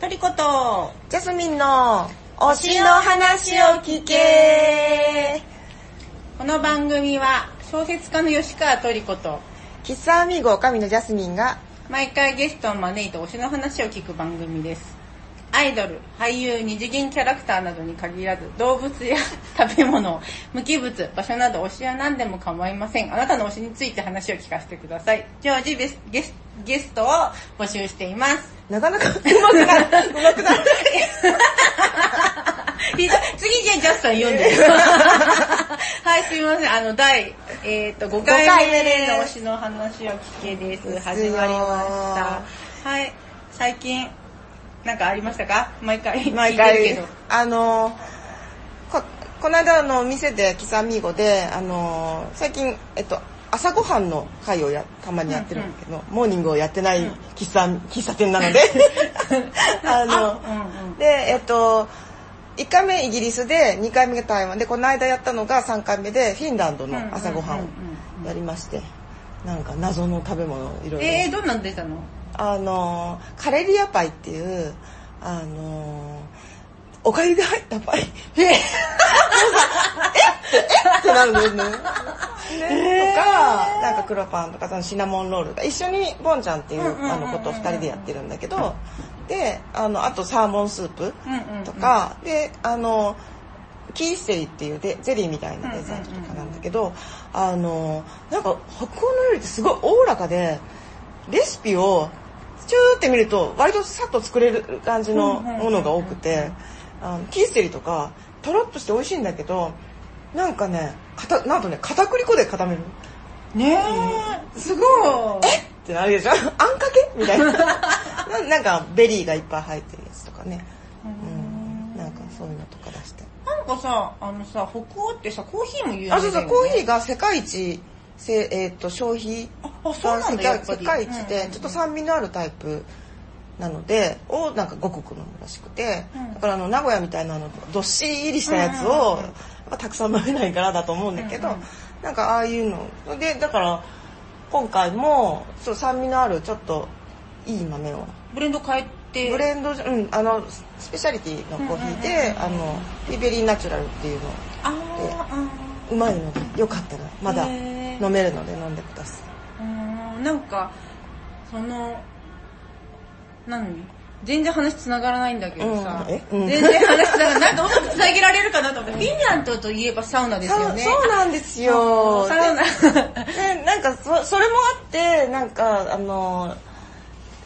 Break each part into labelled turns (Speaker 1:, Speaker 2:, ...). Speaker 1: トリコと
Speaker 2: ジャスミンの推しの話を聞け
Speaker 1: この番組は小説家の吉川トリコと
Speaker 2: 喫茶アミーゴ女将のジャスミンが
Speaker 1: 毎回ゲストを招いて推しの話を聞く番組ですアイドル俳優二次元キャラクターなどに限らず動物や 食べ物無機物場所など推しは何でも構いませんあなたの推しについて話を聞かせてください常時ベスゲスゲストを募集しています
Speaker 2: なかなかうまくなる、うまくなる。
Speaker 1: 次じゃあジャスさん読ん で。はい、すみません。あの、第、えっ、と、5回目の推しの話を聞けです。始まりました。はい、最近、なんかありましたか毎回。
Speaker 2: 毎
Speaker 1: 聞いて
Speaker 2: 回
Speaker 1: るけど。、
Speaker 2: あの、こ、この間あの店で喫茶アミーゴで、あの、最近、えっと、朝ごはんの会をや、たまにやってるんだけど、モーニングをやってない喫茶、喫茶店な ので、あの、
Speaker 1: あうんうん
Speaker 2: で、えっと、1回目イギリスで、2回目が台湾で、この間やったのが3回目で、フィンランドの朝ごはんをやりまして、なんか謎の食べ物をいろいろ。
Speaker 1: えー、どんなん出たの
Speaker 2: あのーカレリアパイっていうあのーおかゆが入ったパイええってなるのよね。とか、なんか黒パンとかそのシナモンロールが一緒にボンちゃんってい
Speaker 1: う
Speaker 2: う
Speaker 1: んうんうんうん
Speaker 2: あのことを2人でやってるんだけど、で、あの、あとサーモンスープ
Speaker 1: うんうんうん
Speaker 2: とか、で、あの、キーセイっていうでゼリーみたいなデザート
Speaker 1: うんうん
Speaker 2: と
Speaker 1: うん
Speaker 2: かなんだけど、あの、なんか北欧の料理ってすごいおおらかで、レシピをチューって見ると割とさっと作れる感じのものが多くて、あのキーセリとかとろっとして美味しいんだけど、なんかね、かたなんとね、片栗粉で固める。
Speaker 1: ねえ、すごい。
Speaker 2: ってなるでしょあん かけみたいな な。なんかベリーがいっぱい入ってるやつとかね。うん。なんかそういうのとか出して。
Speaker 1: なんかさ、あのさ、北欧ってさ、コーヒーも有名だよ
Speaker 2: あ、
Speaker 1: ね
Speaker 2: そうそう、コーヒーが世界一、せえー、と消費
Speaker 1: ああそうなんだやっぱ
Speaker 2: 世
Speaker 1: り
Speaker 2: 界一
Speaker 1: うんうん
Speaker 2: で
Speaker 1: うん
Speaker 2: ちょっと酸味のあるタイプなのでをなんか5国飲むらしくて、
Speaker 1: うん
Speaker 2: だからあの名古屋みたいなあのどっしりしたやつ
Speaker 1: うんうんうんう
Speaker 2: を
Speaker 1: ん
Speaker 2: やっぱたくさん飲めないからだと思うんだけど、
Speaker 1: うんうん
Speaker 2: なんかああいうのでだから今回もそう酸味のあるちょっといい豆を
Speaker 1: ブレンド変えて。
Speaker 2: ブレンドじゃ、うん、あのスペシャリティのコーヒーで、
Speaker 1: うんうんうんうん
Speaker 2: あのリベリーナチュラルっていうの
Speaker 1: あーうん
Speaker 2: うまいのでよかったらまだ
Speaker 1: へー
Speaker 2: 飲めるので飲んでください。
Speaker 1: うーんなんかその何全然話つながらないんだけどさ、
Speaker 2: うんえうん
Speaker 1: 全然話つながらないなんかうまくつなげられるかなと思ってフィンランドといえばサウナですよね
Speaker 2: サウそうなんですよ。
Speaker 1: サウナ
Speaker 2: ででなんかそそれもあってなんかあの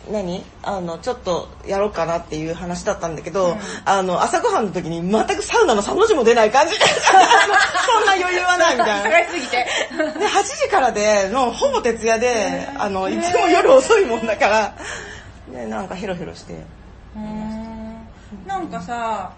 Speaker 2: 何あのちょっとやろうかなっていう話だったんだけど、
Speaker 1: うん
Speaker 2: あの朝ごはんの時に全くサウナの3の字も出ない 感じでそんな余裕はないみたいな。
Speaker 1: 探しすぎて
Speaker 2: で8時からでもうほぼ徹夜で
Speaker 1: へー
Speaker 2: あのいつも夜遅いもんだから、ね、なんかヘロヘロして
Speaker 1: うーんなんかさ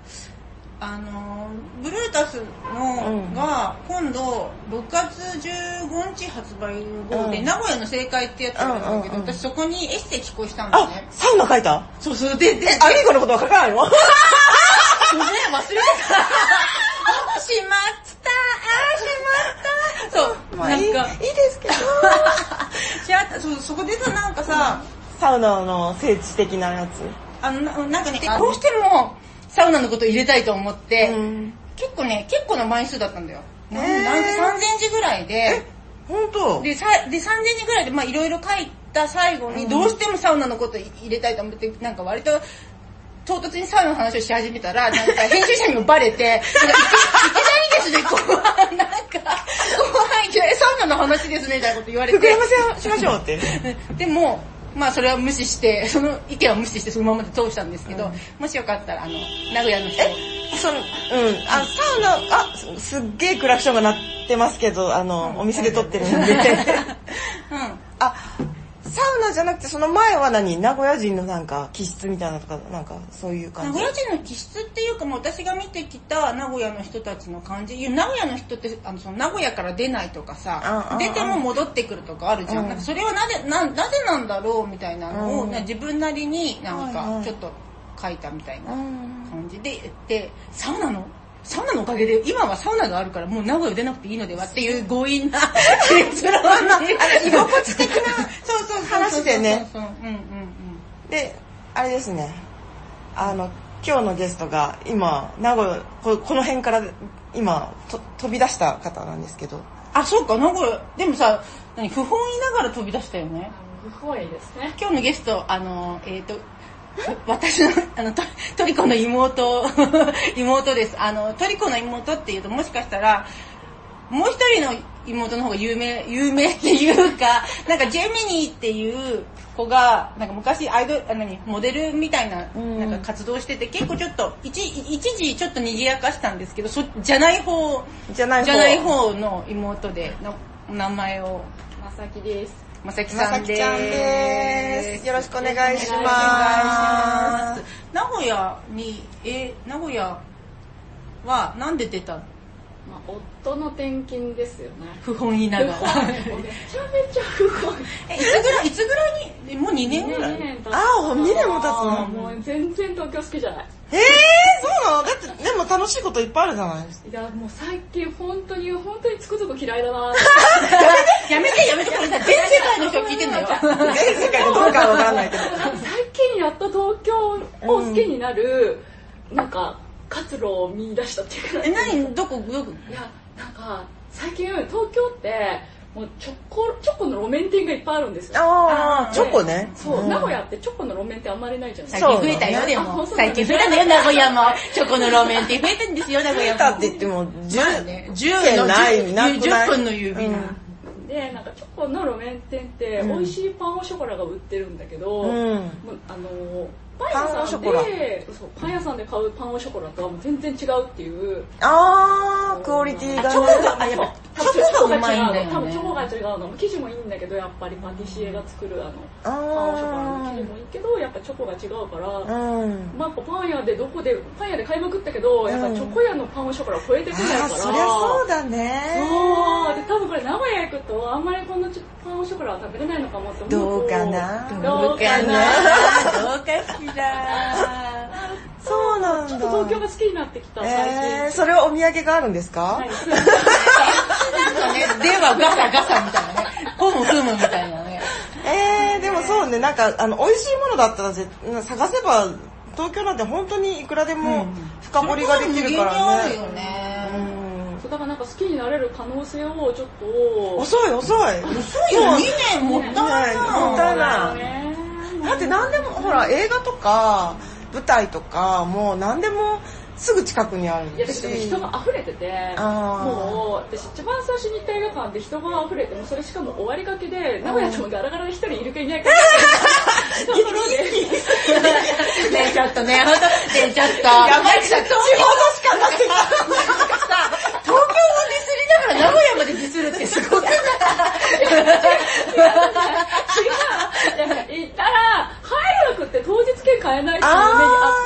Speaker 1: あのブルータスの
Speaker 2: うん
Speaker 1: が今度6月15日発売後で、
Speaker 2: うん
Speaker 1: 名古屋の正解ってやつなんだけど、
Speaker 2: うんうんうん
Speaker 1: 私そこにエッセイ寄稿したんだよ
Speaker 2: あ
Speaker 1: ね
Speaker 2: サウナ書いた
Speaker 1: そうそうでで
Speaker 2: アミーゴのことは書かない の
Speaker 1: ごめん、忘れてた。しまった、あーしまった。そう、
Speaker 2: まあいいいい
Speaker 1: なん
Speaker 2: で
Speaker 1: か、
Speaker 2: すけど
Speaker 1: しまった、そうそこでさ、なんかさ、
Speaker 2: サウナの聖地的なやつ
Speaker 1: あの、ななんかね、どうしてもサウナのこと入れたいと思って、
Speaker 2: うん
Speaker 1: 結構ね、結構な枚数だったんだよ。なん
Speaker 2: へー
Speaker 1: なんで3000字ぐらいで、
Speaker 2: 本当
Speaker 1: で、さで3000字ぐらいで、まあいろいろ書いた最後に、どうしてもサウナのこと入れたいと思って、なんか割と、唐突にサウナの話をし始めたら、なんか編集者にもバレて、なんか いきいきなりですね、後半、なんか、後半いきなりサウナの話ですね、みたいなこと言われ
Speaker 2: 膨
Speaker 1: て
Speaker 2: ら。ませしましょうって。
Speaker 1: でも、まあそれは無視して、その意見は無視してそのままで通したんですけど、
Speaker 2: うん
Speaker 1: もしよかったら、あの、名古屋の人、
Speaker 2: その、うん、あ、サウナ、あ、すすっげえクラクションが鳴ってますけど、あの、お店で撮ってるんで。
Speaker 1: うん。
Speaker 2: あ、サウナじゃなくてその前は何名古屋人のなんか気質みたいなのとか、なんかそういう
Speaker 1: 名
Speaker 2: 感じ
Speaker 1: 古。屋人の気質っていうかもう私が見てきた名古屋の人たちの感じいや名古屋の人ってあのその名古屋から出ないとか
Speaker 2: うん
Speaker 1: さ
Speaker 2: うんう
Speaker 1: 出
Speaker 2: ん
Speaker 1: ても戻ってくるとかあるじゃん,、
Speaker 2: うん
Speaker 1: なんかそれはなぜななぜなんだろうみたいなのを、
Speaker 2: うん
Speaker 1: な自分なりになん
Speaker 2: はいは
Speaker 1: か
Speaker 2: い
Speaker 1: ちょっと書いたみたいうなん感じででサウナのサウナのおかげで今はサウナがあるからもう名古屋出なくていいのではっていう強引な 結論な居心地的なそうそうそうそうそう
Speaker 2: 話でね
Speaker 1: そうそううんうんうん
Speaker 2: で、あれですね。あの今日のゲストが今名古屋ここの辺から今と飛び出した方なんですけど
Speaker 1: あ、そうか、名古屋、でもさ、何不本意ながら飛び出したよね。
Speaker 3: 不本意ですね。
Speaker 1: 今日のゲスト、あの、えっ、と、私の、あの、トトリコの妹、 妹です。あの、トリコの妹っていうと、もしかしたら、もう一人の妹の方が有名、有名っていうか、なんかジェミニーっていう子が、なんか昔アイドル、あ何、モデルみたいな、
Speaker 2: うん
Speaker 1: なんか活動してて、結構ちょっと、一一時ちょっと賑やかしたんですけど、そ、じゃない方、
Speaker 2: じゃない方
Speaker 1: じゃない方の妹で、のお名前を、
Speaker 3: まさきです。
Speaker 1: まさき
Speaker 2: ま
Speaker 1: さ
Speaker 2: さ
Speaker 1: ん
Speaker 2: き
Speaker 1: で。
Speaker 2: ちゃんですすよろしくお願い
Speaker 1: お
Speaker 2: し
Speaker 1: 願
Speaker 2: ま
Speaker 1: いし
Speaker 2: す
Speaker 1: ます。名古屋に、え、名古屋はなんで出たの
Speaker 3: まあ、夫の転勤ですよね。
Speaker 1: 不本意な
Speaker 3: 不
Speaker 1: が
Speaker 3: 本
Speaker 1: ら。
Speaker 3: 意。めちゃめちゃ不本意。
Speaker 1: え、いつぐらい、いつぐらいに、えもう2年ぐらい
Speaker 3: 二年経つ
Speaker 2: あー二年も経つの
Speaker 3: もう全然東京好きじゃない。
Speaker 2: えー、そうなのだってでも楽しいこといっぱいあるじゃない
Speaker 3: いや、もう最近本当に、本当につくづく嫌いだなっ て
Speaker 1: やめてやめて、これさ、全世界の人聞いてんだよ。
Speaker 2: 全世界がどうかはわからないけど
Speaker 3: 最近やっと東京を好きになる、なんか活路を見出したっていうか
Speaker 1: え、何どこ、どこ
Speaker 3: いやなんか最近東京ってもうチョコチョコの路面店がいっぱいあるんですよ
Speaker 2: あ
Speaker 1: あー
Speaker 2: あチョコね
Speaker 3: そう、
Speaker 2: ん
Speaker 3: 名古屋ってチョコの路面店あんまりないじゃないで
Speaker 1: 最
Speaker 3: すか
Speaker 1: 近増えたよ、で
Speaker 3: あ
Speaker 1: も。
Speaker 3: 本当だ
Speaker 1: 最近増えたのよ、名古屋も。チョコの路面って増えたんですよ、名古屋
Speaker 2: 出た
Speaker 1: も
Speaker 2: っ。て言っても
Speaker 1: まあ
Speaker 2: 10
Speaker 1: ね
Speaker 2: 10円ないなくない
Speaker 1: 10分の指な
Speaker 3: でなんかチョコの路面店って
Speaker 2: うん
Speaker 3: 美味しいパンオショコラが売ってるんだけど、
Speaker 2: うん、うん
Speaker 3: もうあのパン屋さん
Speaker 2: パンオ
Speaker 3: でそうパン屋さんで買うパンオショコラとはもう全然違うっていう
Speaker 2: あークオリティがね
Speaker 1: チョコが、あ、やっぱ、チョコがうまいんだ
Speaker 3: 多
Speaker 1: よ
Speaker 3: 分
Speaker 1: ね
Speaker 3: チョ。コが違うの生地もいいんだけどやっぱりパティシエが作るあの
Speaker 2: あ
Speaker 3: パンオショコラの生地
Speaker 2: ー
Speaker 3: もいいけどやっぱチョコが違うから、
Speaker 2: うん
Speaker 3: まあやっぱパン屋でどこでパン屋で買いまくったけどやっぱチョコ屋のパンオショコラ超えて
Speaker 2: あ
Speaker 3: こ
Speaker 2: ー
Speaker 3: ないから
Speaker 2: そりゃそうだ
Speaker 3: そう
Speaker 2: ね
Speaker 3: で多分これ名古屋行くとあんまりこんなちょパンオショコラは食べれないのかもって思
Speaker 2: ど
Speaker 3: うと
Speaker 2: うかな
Speaker 3: どうか
Speaker 1: ど
Speaker 3: な
Speaker 1: うかしら。
Speaker 2: そうなんだ
Speaker 3: ちょっと東京が好きになってきた
Speaker 2: えー、
Speaker 3: 最近、
Speaker 2: それはお土産があるんですか、
Speaker 3: はい
Speaker 1: なんかね、ではガサガサみたいなね。ふむふむみたいなね。
Speaker 2: えー、でもそうね、なんか、あの、美味しいものだったらぜ、探せば、東京なんて本当にいくらでも深掘りができるから
Speaker 1: それこそ無限にあるよ
Speaker 2: ね。う
Speaker 1: ね。
Speaker 2: ん
Speaker 3: そうだからなんか好きになれる可能性をちょっと
Speaker 2: 遅い遅い。
Speaker 1: そうよ、2年もったいないな。
Speaker 2: もったいない
Speaker 3: ね
Speaker 2: だって何でも、ほら、映画とか、舞台とか、もう何でもすぐ近くにあるし。
Speaker 3: いや私でも人が溢れてて、
Speaker 2: あー
Speaker 3: もう私一番最初に行った映画館で人が溢れて、もうそれしかも終わりかけで、名古屋でもガラガラで一人いるかい ないかっていうところで、
Speaker 1: ねえ、ちょっとね、ほんと、ねえ、ちょっと。
Speaker 2: やばい、
Speaker 1: ちょ
Speaker 2: 地方
Speaker 1: っ
Speaker 2: の
Speaker 1: と
Speaker 2: しかなってきた。
Speaker 1: 東京をディスりながら名古屋までディスるってすごくない
Speaker 3: 行ったら、入れなくって当日券買えないっていう目にあ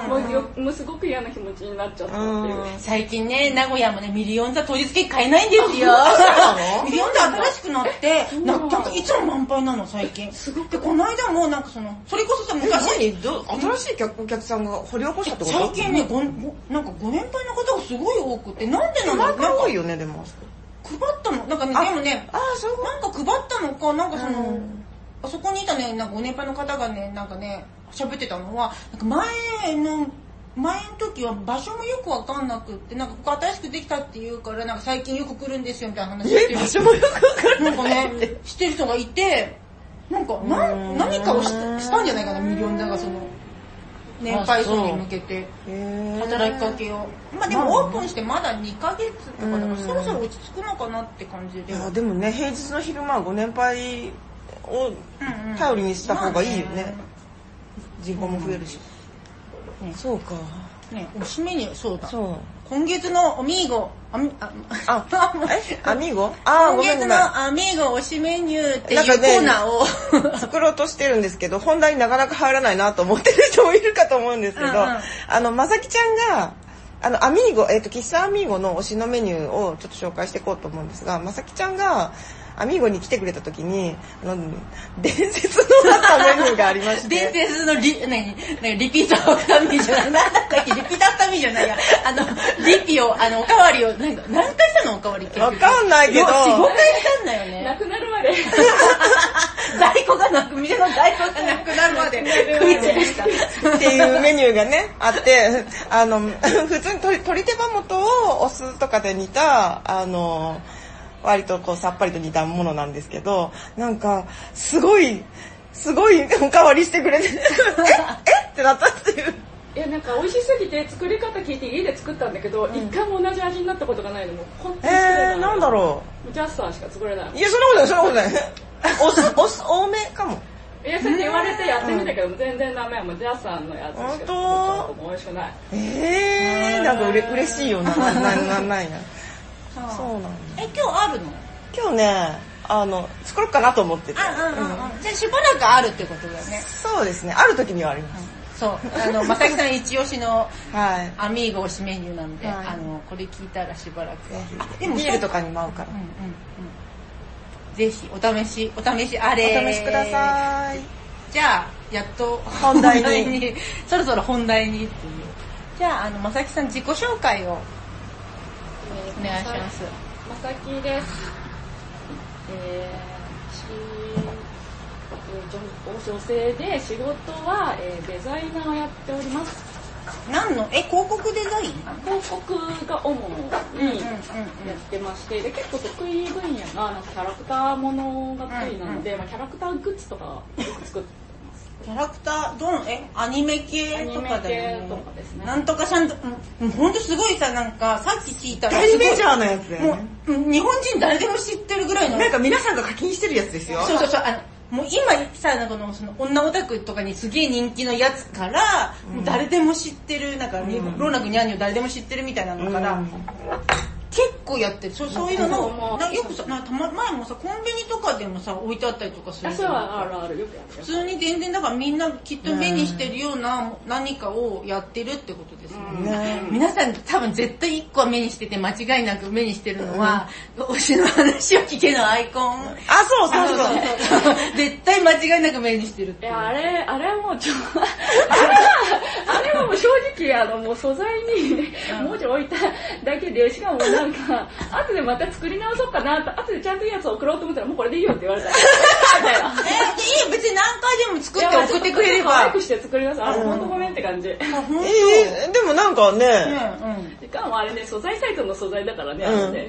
Speaker 3: って、もうよもうすごく嫌な気持ちになっちゃったっていう。
Speaker 2: うん
Speaker 1: 最近ね、名古屋もね、ミリオン座当日券買えないんですよ
Speaker 2: な。の
Speaker 1: ミリオン座新しくなって、な
Speaker 3: うん
Speaker 1: なんかいつも満杯なの、最近。
Speaker 3: すごく
Speaker 1: で、この間もなんかその、それこそさ、昔、
Speaker 2: 何ど新しい客お客さんが掘り起こしたってこと
Speaker 1: 最近ね、ごごなんかご年配の方がすごい多くて、なんでなのな
Speaker 2: 毎
Speaker 1: んか
Speaker 2: 回多
Speaker 1: 配
Speaker 2: いよね、でも。あそこ
Speaker 1: ったの、なんかね、
Speaker 2: あ
Speaker 1: でもね、
Speaker 2: あー、そういうこ
Speaker 1: なんか配ったのか、なんかその、
Speaker 2: うん
Speaker 1: あそこにいたね、なんかご年配の方がね、なんかね、喋ってたのは、なんか前の、前の時は場所もよくわかんなくって、なんかここ新しくできたって言うから、なんか最近よく来るんですよみたいな話
Speaker 2: と。
Speaker 1: してる
Speaker 2: え、場所もよくわから
Speaker 1: な
Speaker 2: なんい。
Speaker 1: かね、してる人がいて、なんか、な
Speaker 2: うんん
Speaker 1: 何かをししたんじゃないかな、ミリオンだがその、年配層に向けて、働
Speaker 2: 働
Speaker 1: きかけを。まあでもオープンしてまだ2ヶ月とかだから、そろそろ落ち着くのかなって感じ
Speaker 2: い
Speaker 1: で。
Speaker 2: やでもね平日の昼間はご年配を
Speaker 1: うんうん
Speaker 2: 頼りにした方がいいよ
Speaker 1: ま
Speaker 2: ね
Speaker 1: あね
Speaker 2: 人口も増えるし、
Speaker 1: うんね
Speaker 2: そうか
Speaker 1: ね、おしめに、そうだ。
Speaker 2: そう
Speaker 1: 今月のおみーご、あみ、 あ、
Speaker 2: あえアミーゴああ
Speaker 1: 今
Speaker 2: ごめん
Speaker 1: 月
Speaker 2: ごめん
Speaker 1: のアミーゴ推しメニューってい
Speaker 2: なん
Speaker 1: う
Speaker 2: か
Speaker 1: コ
Speaker 2: ね
Speaker 1: ーナーを、
Speaker 2: 作ろうとしてるんですけど本題になかなか入らないなと思ってる人もいるかと思うんですけど、
Speaker 1: うんうん
Speaker 2: あのまさきちゃんがあのアミーゴえっ、と喫茶アミーゴの推しのメニューをちょっと紹介していこうと思うんですがまさきちゃんがアミーゴに来てくれた時にあの伝説のなったメニューがありま して
Speaker 1: 伝説のリ、なに、なにリピートオフタミーじゃない、なんだったっけ、リピートオフタミーじゃないや、あの、リピを、あの、おかわりを、なんか、何回したのおかわりって。
Speaker 2: わかんないけ
Speaker 1: 4、
Speaker 2: ど
Speaker 1: 5回したんだよ
Speaker 3: な
Speaker 1: ね。
Speaker 3: くなるまで。
Speaker 1: 在庫がなく、店の在庫がなくなるまで、食いつぶした。
Speaker 2: っていうメニューがね、あって、あの、普通に鶏鶏手羽元をお酢とかで煮た、あの、割とこうさっぱりと煮たものなんですけど、なんか、すごい、すごいおかわりしてくれ て、ええってなったっていう。
Speaker 3: いやなんか美味しすぎて作り方聞いて家で作ったんだけど、一回も同じ味になったことがないのもう本当
Speaker 2: え
Speaker 3: に作れない、
Speaker 2: ー、なんだろ。
Speaker 3: ジャスターしか作れないう
Speaker 2: いや、そんなことない、そんなことない。お酢、お酢多めかも。
Speaker 3: いやそれで言われてやってみたけど、全然ダメもうジャスターのやつしか作ったことも美味しくない
Speaker 2: えー、なんかうれ嬉しいよな、な、な、なんや。 そうなんだ。
Speaker 1: え、今日あるの
Speaker 2: 今日ね、あの、作ろうかなと思ってて。
Speaker 1: あ、うんうん。じゃあしばらくあるってことだよね。
Speaker 2: そうですね、ある時にはあります。
Speaker 1: そう。あの、まさきさん一押しの
Speaker 2: はい。
Speaker 1: アミーゴ推しメニューなんで、
Speaker 2: はい
Speaker 1: あの、これ聞いたらしばらくは。あ
Speaker 2: ビールとかにも合うから
Speaker 1: うん。うんうん。ぜひ、お試し、お試しあれ。
Speaker 2: お試しください。
Speaker 1: い。じゃあ、やっと
Speaker 2: 本題に
Speaker 1: そろそろ本題にっていう。じゃあ、あの、まさきさん自己紹介をお願いします。
Speaker 3: まさきです。えー、しえー女女性で仕事は、えーデザイナーをやっております。
Speaker 1: 何のえ、広告デザイン
Speaker 3: 広告が主
Speaker 1: うんうんうん
Speaker 3: にやってまして、で結構得意分野がなんかキャラクターものが得意なので、まあ、キャラクターグッズとかよく作ってます。
Speaker 1: キャラクター、どの、え、アニメ系とかだよ
Speaker 3: アニ
Speaker 1: ね。
Speaker 3: メ系とかですね
Speaker 1: なんとかちゃんと、うん、ほんとすごいさ、なんか、さっき聞いたら
Speaker 2: 大
Speaker 1: すごい
Speaker 2: メジャーなやつだよ
Speaker 1: も
Speaker 2: ね。
Speaker 1: う、うん日本人誰でも知ってるぐらいの。
Speaker 2: なんか皆さんが課金してるやつですよ。
Speaker 1: そうそうそう、あの、もう今さ、なんかこのその女オタクとかにすげえ人気のやつから、もう誰でも知ってる、なんか、
Speaker 2: ん
Speaker 1: ローナ君にゃんにを誰でも知ってるみたいなのから、
Speaker 2: うん
Speaker 1: 結構やってる。そうそういうの
Speaker 3: も
Speaker 1: の、
Speaker 3: う
Speaker 1: なよくさ、なんかたま前もさ、コンビニとかでもさ、置いてあったりとかする
Speaker 3: あ、
Speaker 1: じゃん
Speaker 3: そうはあるあるよくやって
Speaker 1: 普
Speaker 3: ます。
Speaker 1: 通に全然だからみんなきっと目にしてるような何かをやってるってことですね。
Speaker 2: ね
Speaker 1: 皆さん多分絶対一個は目にしてて間違いなく目にしてるのは、推しの話を聞けのアイコン。
Speaker 2: あ、そうそうそう。
Speaker 1: 絶対間違いなく目にしてるっ
Speaker 3: い
Speaker 1: ていう。
Speaker 3: や、あれ、あれはもう ちょ、あれは、あれはもう正直、あの、もう素材に文字置いただけで、しかもなんか、後でまた作り直そうかなと、後でちゃんといいやつを送ろうと思ったら、もうこれでいいよって言 われた。みたいな
Speaker 1: えでいいよ別に何回でも作って送ってくれれば。
Speaker 3: 可愛くして作り直す。あ、ほんとごめんって感じ。
Speaker 1: あ本当
Speaker 2: えー、でもなんかね、
Speaker 1: うんうん
Speaker 3: しかもあれね、素材サイトの素材だからね、あのね、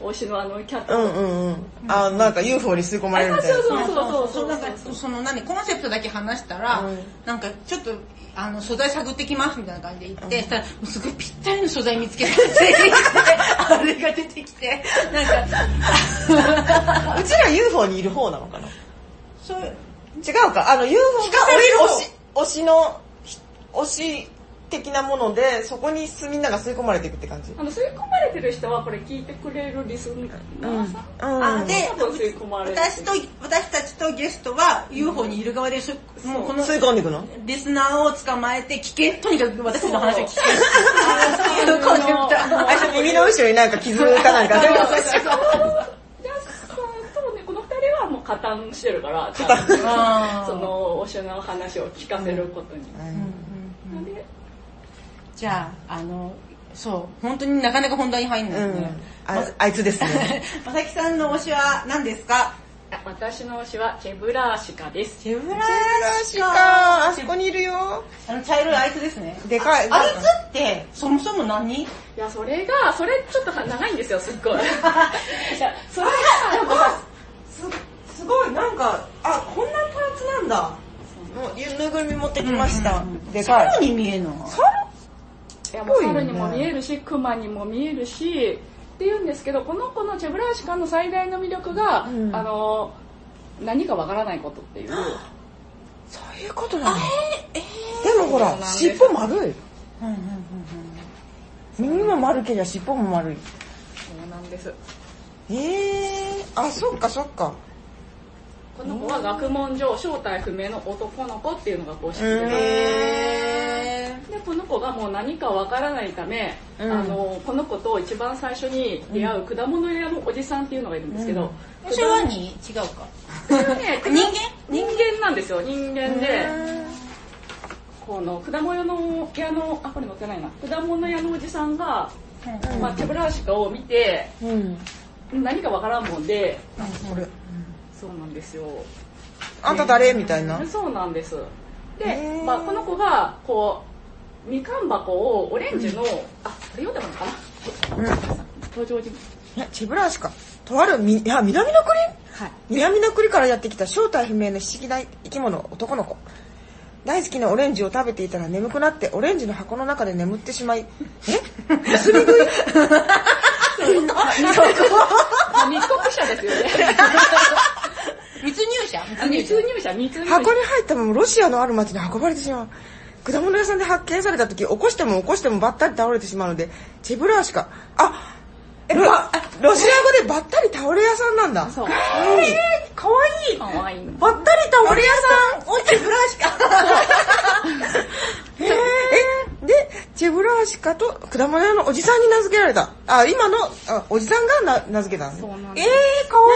Speaker 3: 推しのあのキャッ
Speaker 2: う
Speaker 3: ト。
Speaker 2: んうんうん。あ、なんか UFO に吸い込まれるみたいな。
Speaker 3: そうそうそう
Speaker 1: そ
Speaker 3: そうう
Speaker 1: なんかその何コンセプトだけ話したら、
Speaker 2: うん
Speaker 1: なんかちょっとあの素材探ってきますみたいな感じで行って、したらすごいぴったりの素材見つけたら全員であれが出てきてなんか
Speaker 2: うちら UFO にいる方なのかな
Speaker 1: そう
Speaker 2: 違うか、あの UFO が
Speaker 1: かせる方
Speaker 2: 推し、推しの、推し的なもので、そこにみんなが吸い込まれていくって感じ。
Speaker 3: あの、吸い込まれてる人は、これ聞いてくれるリスナーさん
Speaker 1: あで
Speaker 3: 多分吸い込まれてる。
Speaker 1: 私と私たちとゲストは UFO にいる側でしょもうこの
Speaker 2: 吸い込んでいくの
Speaker 1: リスナーを捕まえて聞けとにかく私たちの話を聞けっていうコンセプト
Speaker 2: あそう耳の後ろになんか傷かなん か。
Speaker 3: ジャスさんとね、この二人はもう加担してるから、ちゃんと
Speaker 1: あー
Speaker 3: その、おしの話を聞かせることに。で
Speaker 1: じゃああのそう本当になかなか本題に入んな
Speaker 2: う
Speaker 1: いね、
Speaker 2: ん。ああいつです ね。
Speaker 1: まさきさんの推しは何ですか
Speaker 3: 私の推しはチェブラーシカです。
Speaker 1: 手ぶら
Speaker 2: 確か、あそこにいるよ。
Speaker 1: あの茶色いあいつですね。
Speaker 2: でかい。
Speaker 1: あいつって、そもそも何
Speaker 3: いや、それが、それちょっと長いんですよ、すっ ごい。いや、それが、なんかさ
Speaker 2: す、すごい、なんか、あ、こんなパーツなんだ。もう、ぬいぐるみ持ってきました。でか
Speaker 1: 猿
Speaker 2: い。
Speaker 1: に見えない。
Speaker 3: いやもう猿にも見えるし、クマにも見えるし、って言うんですけど、この子のチェブラーシカの最大の魅力が、
Speaker 2: うん
Speaker 3: あの、何かわからないことって いう。
Speaker 2: そういうことなのでもほ
Speaker 3: そうな
Speaker 2: ら、
Speaker 3: んです
Speaker 2: 尻尾丸い。
Speaker 1: うんうんうん
Speaker 2: 耳も丸けりゃ尻尾も丸い。
Speaker 3: そうなんです。
Speaker 2: えー、あ、そっかそっか。
Speaker 3: この子は学問上正体不明の男の子っていうのが公式
Speaker 2: う
Speaker 3: で
Speaker 2: ん
Speaker 1: へー
Speaker 3: でこの子がもう何かわからないため、
Speaker 2: うん
Speaker 3: あのこの子と一番最初に出会う果物屋のおじさんっていうのがいるんですけど、
Speaker 1: 推しはに違うか。
Speaker 3: 果物ね
Speaker 1: 人間
Speaker 3: 人間なんですよ人間で
Speaker 2: うん
Speaker 3: この果物屋の屋のあこれ載ってないな果物屋のおじさんが、
Speaker 2: うん
Speaker 3: まあ、手ぶらしかを見て
Speaker 2: うん。
Speaker 3: 何かわからんもんで
Speaker 2: これ。
Speaker 3: そうなんですよ
Speaker 2: あんた誰みたいな。
Speaker 3: そうなんですで
Speaker 2: う、ん
Speaker 3: まあ、この子がこうみかん箱をオレンジの、あこれ読んでもいいのかな登場人物
Speaker 2: ね、チブラシか。とあるみ、いや、南の国
Speaker 3: はい
Speaker 2: 南の国からやってきた正体不明の不思議な生き物、男の子。大好きなオレンジを食べていたら眠くなって、オレンジの箱の中で眠ってしまい、えすり食い
Speaker 3: 密告者ですよね
Speaker 1: 密入者
Speaker 3: 密入者密入者
Speaker 2: 箱に入ったままロシアのある町に運ばれてしまう。果物屋さんで発見された時、起こしても起こしてもばったり倒れてしまうので、チブラシか。あ、え、ロロシア語でばったり倒れ屋さんなんだ。
Speaker 3: そう
Speaker 2: えー、かわいい
Speaker 3: かわいい
Speaker 2: ばったり倒れ屋さん、おチェブラーシ カ。えー、で、チェブラーシカと果物屋のおじさんに名付けられた。あ、今のあおじさんがな名付けたんです
Speaker 3: そうなん
Speaker 2: え
Speaker 3: で
Speaker 2: ー、かわ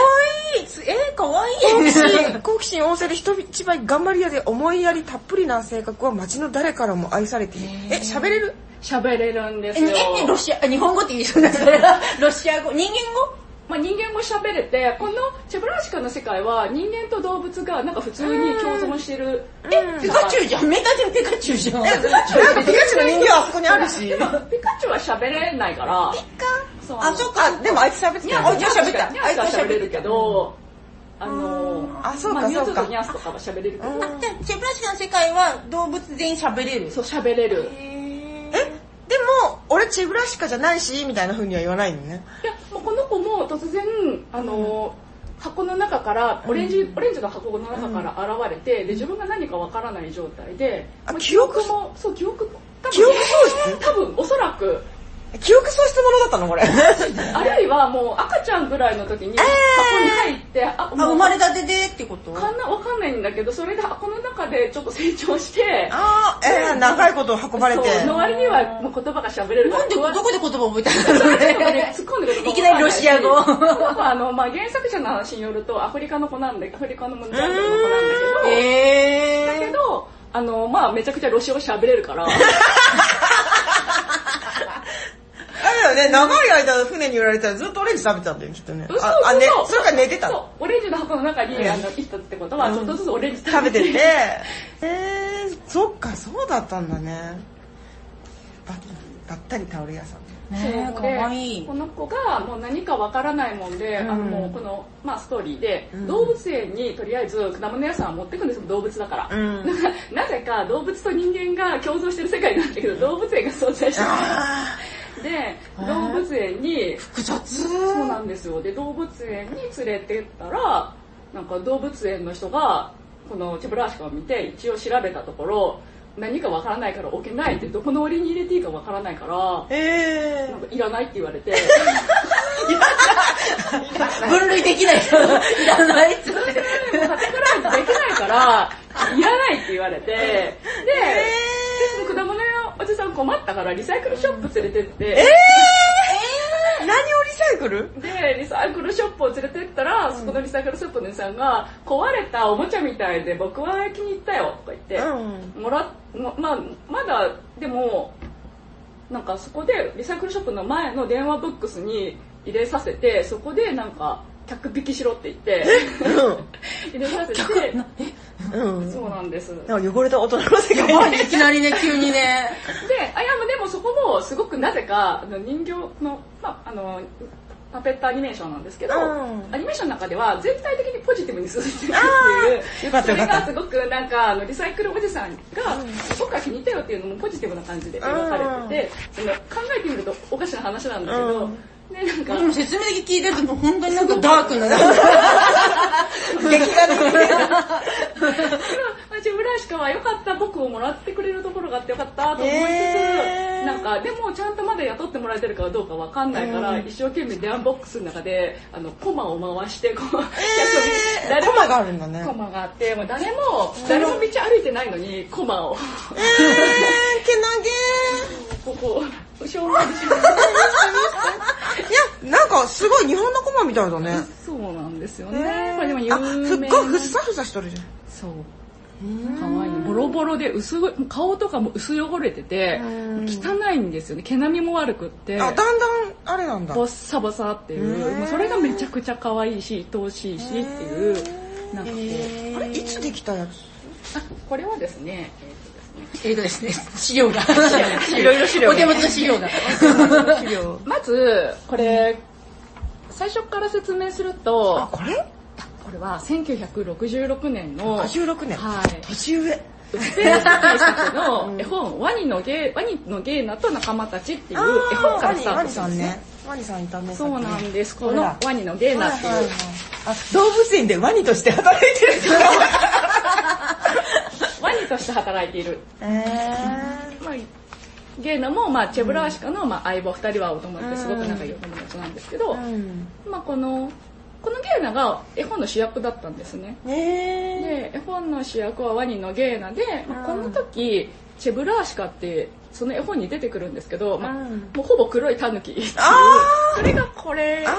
Speaker 2: いい。えー、かわいい。好奇心旺 盛で人一倍頑張り屋で思いやりたっぷりな性格は街の誰からも愛されている。え、喋れる
Speaker 3: 喋れるんですよ
Speaker 1: え、ロシア、 日本語って言いそうだそれは ロシア語、人間語
Speaker 3: まあ、人間も喋れてこのチェブラシカの世界は人間と動物がなんか普通に共存してる
Speaker 1: え、ピカチュウじゃん。メタジンピカチュウじゃん。
Speaker 2: なんかピカチュウの人形あそこにあるし。
Speaker 3: でもピカチュウは喋れないからそう
Speaker 2: あ、そっか。でもあいつ喋って
Speaker 3: ニ
Speaker 2: た
Speaker 3: ャ
Speaker 2: よ。あ
Speaker 3: ー
Speaker 2: い
Speaker 3: ス
Speaker 2: つ喋った。
Speaker 3: ニャ
Speaker 2: あ
Speaker 3: ー
Speaker 2: い
Speaker 3: ス
Speaker 2: つ
Speaker 3: は
Speaker 2: 喋
Speaker 3: 喋
Speaker 2: っ
Speaker 3: れ
Speaker 2: て
Speaker 3: る
Speaker 2: た
Speaker 3: けどあのー
Speaker 2: あそうか
Speaker 3: まニュー
Speaker 2: そう
Speaker 3: ス
Speaker 2: か
Speaker 3: とニャースとかは喋れるけど
Speaker 1: あ、じゃあチェブラシカの世界は動物全員喋れる。
Speaker 3: そう喋れる
Speaker 1: え
Speaker 2: えでも、俺チブラシカじゃないし、みたいな風には言わないのね。
Speaker 3: いやもうこの子も突然あのー箱の中からオレンジ、オレンジの箱の中から現れて、で自分が何かわからない状態で、
Speaker 2: あ
Speaker 3: ま
Speaker 2: 記憶
Speaker 3: もそう記憶も多分
Speaker 2: 記憶喪失
Speaker 3: 多分おそら く
Speaker 2: 記憶喪失者だったのこれ。
Speaker 3: あるいはもう赤ちゃんぐらいの時に箱に入って、あ、
Speaker 1: あ、生まれ
Speaker 3: た。
Speaker 1: たてでってこと
Speaker 3: わかんなわかんないんだけど、それで箱の中でちょっと成長し て、
Speaker 2: あー、えー、長いこと運ばれて。
Speaker 3: そうの割にはもう言葉が喋れる
Speaker 1: なんで、ど
Speaker 3: 怖い
Speaker 1: こで言葉覚えたんだろうね。
Speaker 3: 突っ込んでくる
Speaker 1: いきなりロシア語
Speaker 3: この 子あの、まあ、原作者の話によると、アフリカの子なんだアフリカのジャングルの子なんだけど、
Speaker 1: え
Speaker 3: だけど、あの、まあ、めちゃくちゃロシア語喋れる から、
Speaker 2: あれだよね、長い間船に揺られたらずっとオレンジ食べてたんだよ、きっとね。
Speaker 3: 嘘
Speaker 2: あ、あ、ね、
Speaker 3: 嘘
Speaker 2: それから寝てた
Speaker 3: そう
Speaker 2: の。、
Speaker 3: オレンジの箱の中に、あの、行ったってことは、ちょっとずつオレンジ
Speaker 2: 食べてて。 えー、そっか、そうだったんだね。ばばったり倒れ屋さん。
Speaker 1: ー。ねえ、
Speaker 3: そう
Speaker 1: か
Speaker 3: で
Speaker 1: わいい
Speaker 3: こ。の子がもう何かわからないもんで、あの
Speaker 2: うん
Speaker 3: もうこの、まあ、ストーリーで、
Speaker 2: うん
Speaker 3: 動物園にとりあえず果物屋さんは持ってくんですよ動物だから、
Speaker 2: うん
Speaker 3: だから なぜか動物と人間が共存してる世界なんだけど動物園が存在して
Speaker 2: あ
Speaker 3: るで動物園に
Speaker 1: 複雑。
Speaker 3: そうなんですよで動物園に連れてったらなんか動物園の人がこのチェブラーシカを見て一応調べたところ何かわからないから置けないってどこの檻に入れていいかわからないから
Speaker 2: ー。え
Speaker 3: なんかいらないって言われて
Speaker 1: 分類できないから、いらないっつって。
Speaker 3: でもカテゴライズできないから、いらないって言われて、で、でその果物屋おじさん困ったからリサイクルショップ連れてって、
Speaker 2: ー、何をリサイクル
Speaker 3: で、リサイクルショップを連れてったら、そこのリサイクルショップのおじさんが、壊れたおもちゃみたいで僕は気に入ったよとか言って、
Speaker 2: う
Speaker 3: もらっ、もまあ、まだ、でも、なんかそこでリサイクルショップの前の電話ブックスに入れさせて、そこでなんか、客引きしろって言って、入れさせて、
Speaker 2: うん。うん。
Speaker 3: そうなんです。で、
Speaker 2: なんか汚れた大人の世界。
Speaker 1: いきなりね、急にね。
Speaker 3: あ、いや、でもそこもすごくなぜか、あの人形の、まあ、あの、パペットアニメーションなんですけど、
Speaker 2: うん
Speaker 3: アニメーションの中では全体的にポジティブに進んでるって
Speaker 2: よ
Speaker 3: いう、
Speaker 2: かった
Speaker 3: そ
Speaker 2: よか
Speaker 3: れ
Speaker 2: った
Speaker 3: がすごくなんか、あの、リサイクルおじさんが、僕は気に入ったよっていうのもポジティブな感じで描かれてて、その考えてみるとおかしな話なんだけど、
Speaker 2: うん
Speaker 3: ね、なんか
Speaker 1: で、も説明だけ聞いてると、本当になんかダークな。
Speaker 2: 劇画的
Speaker 3: まあ、ジブラシカは良かった、僕をもらってくれるところがあって良かったと思いつつ、
Speaker 2: えー
Speaker 3: なんか、でもちゃんとまだ雇ってもらえてるかどうかわかんないから、
Speaker 2: うん
Speaker 3: 一生懸命電話ボックスの中で、あの、コマを回して、こう、やっと
Speaker 2: えー、
Speaker 3: 誰
Speaker 2: コ
Speaker 3: も、
Speaker 2: マがあるんだね。
Speaker 3: コマがあって、もう誰も、誰も道歩いてないのに、コマを、
Speaker 2: えー、けなげ
Speaker 3: ここ、後ろまでしま
Speaker 2: ー。いや、なんかすごい日本のコマみたいだね。
Speaker 3: そうなんですよ
Speaker 2: え
Speaker 3: ね。これでも有
Speaker 2: あ、すっ
Speaker 3: 名な
Speaker 2: ごいふっさふさしとるじゃ
Speaker 3: そう。
Speaker 2: ん。
Speaker 3: 可愛いボロボロで薄い、顔とかも薄汚れてて
Speaker 2: うん、
Speaker 3: 汚いんですよね。毛並みも悪くって。
Speaker 2: あ、だんだん、あれなんだ。
Speaker 3: ボッサボサっていう、
Speaker 2: へー
Speaker 3: もうそれがめちゃくちゃ可愛いし、愛おしいしっていう、なんかこう、
Speaker 2: あれ、いつできたやつ
Speaker 3: これはですね、えーとですね
Speaker 1: えっとですね、資料が。
Speaker 2: いろいろ資料が
Speaker 1: お手元の資料が。
Speaker 2: 資料。
Speaker 3: まず、これ、最初から説明すると
Speaker 2: あ、、これ
Speaker 3: これは1966年の、はい、
Speaker 2: ?56 年。年上。
Speaker 3: ウスペラ大作の絵本、ワニのゲー、ワニのゲーナと仲間たちっていう絵本からスタート
Speaker 2: ワニ
Speaker 3: するんです
Speaker 2: さん
Speaker 3: ね
Speaker 2: ね。。ワニさんいたね。
Speaker 3: そうなんです。こ
Speaker 2: ほ
Speaker 3: の
Speaker 2: ら
Speaker 3: ワニのゲーナっていう。
Speaker 2: あ、動物園でワニとして働いてる人。
Speaker 3: ワニとして働いている。
Speaker 2: えー
Speaker 3: まあ、ゲーナも、まあ、チェブラーシカの、まあ、相棒二人はお友達ですごく仲良いお友達なんですけど、
Speaker 2: うん。
Speaker 3: まあ、この、このゲーナが絵本の主役だったんですね。
Speaker 2: ねえ。
Speaker 3: で、絵本の主役はワニのゲーナで、まあ、こ
Speaker 2: うん
Speaker 3: の時、チェブラーシカって、その絵本に出てくるんですけど、まあ、
Speaker 2: うん
Speaker 3: もうほぼ黒いタヌキっていう、
Speaker 2: あー
Speaker 3: それがこれ、
Speaker 2: あ、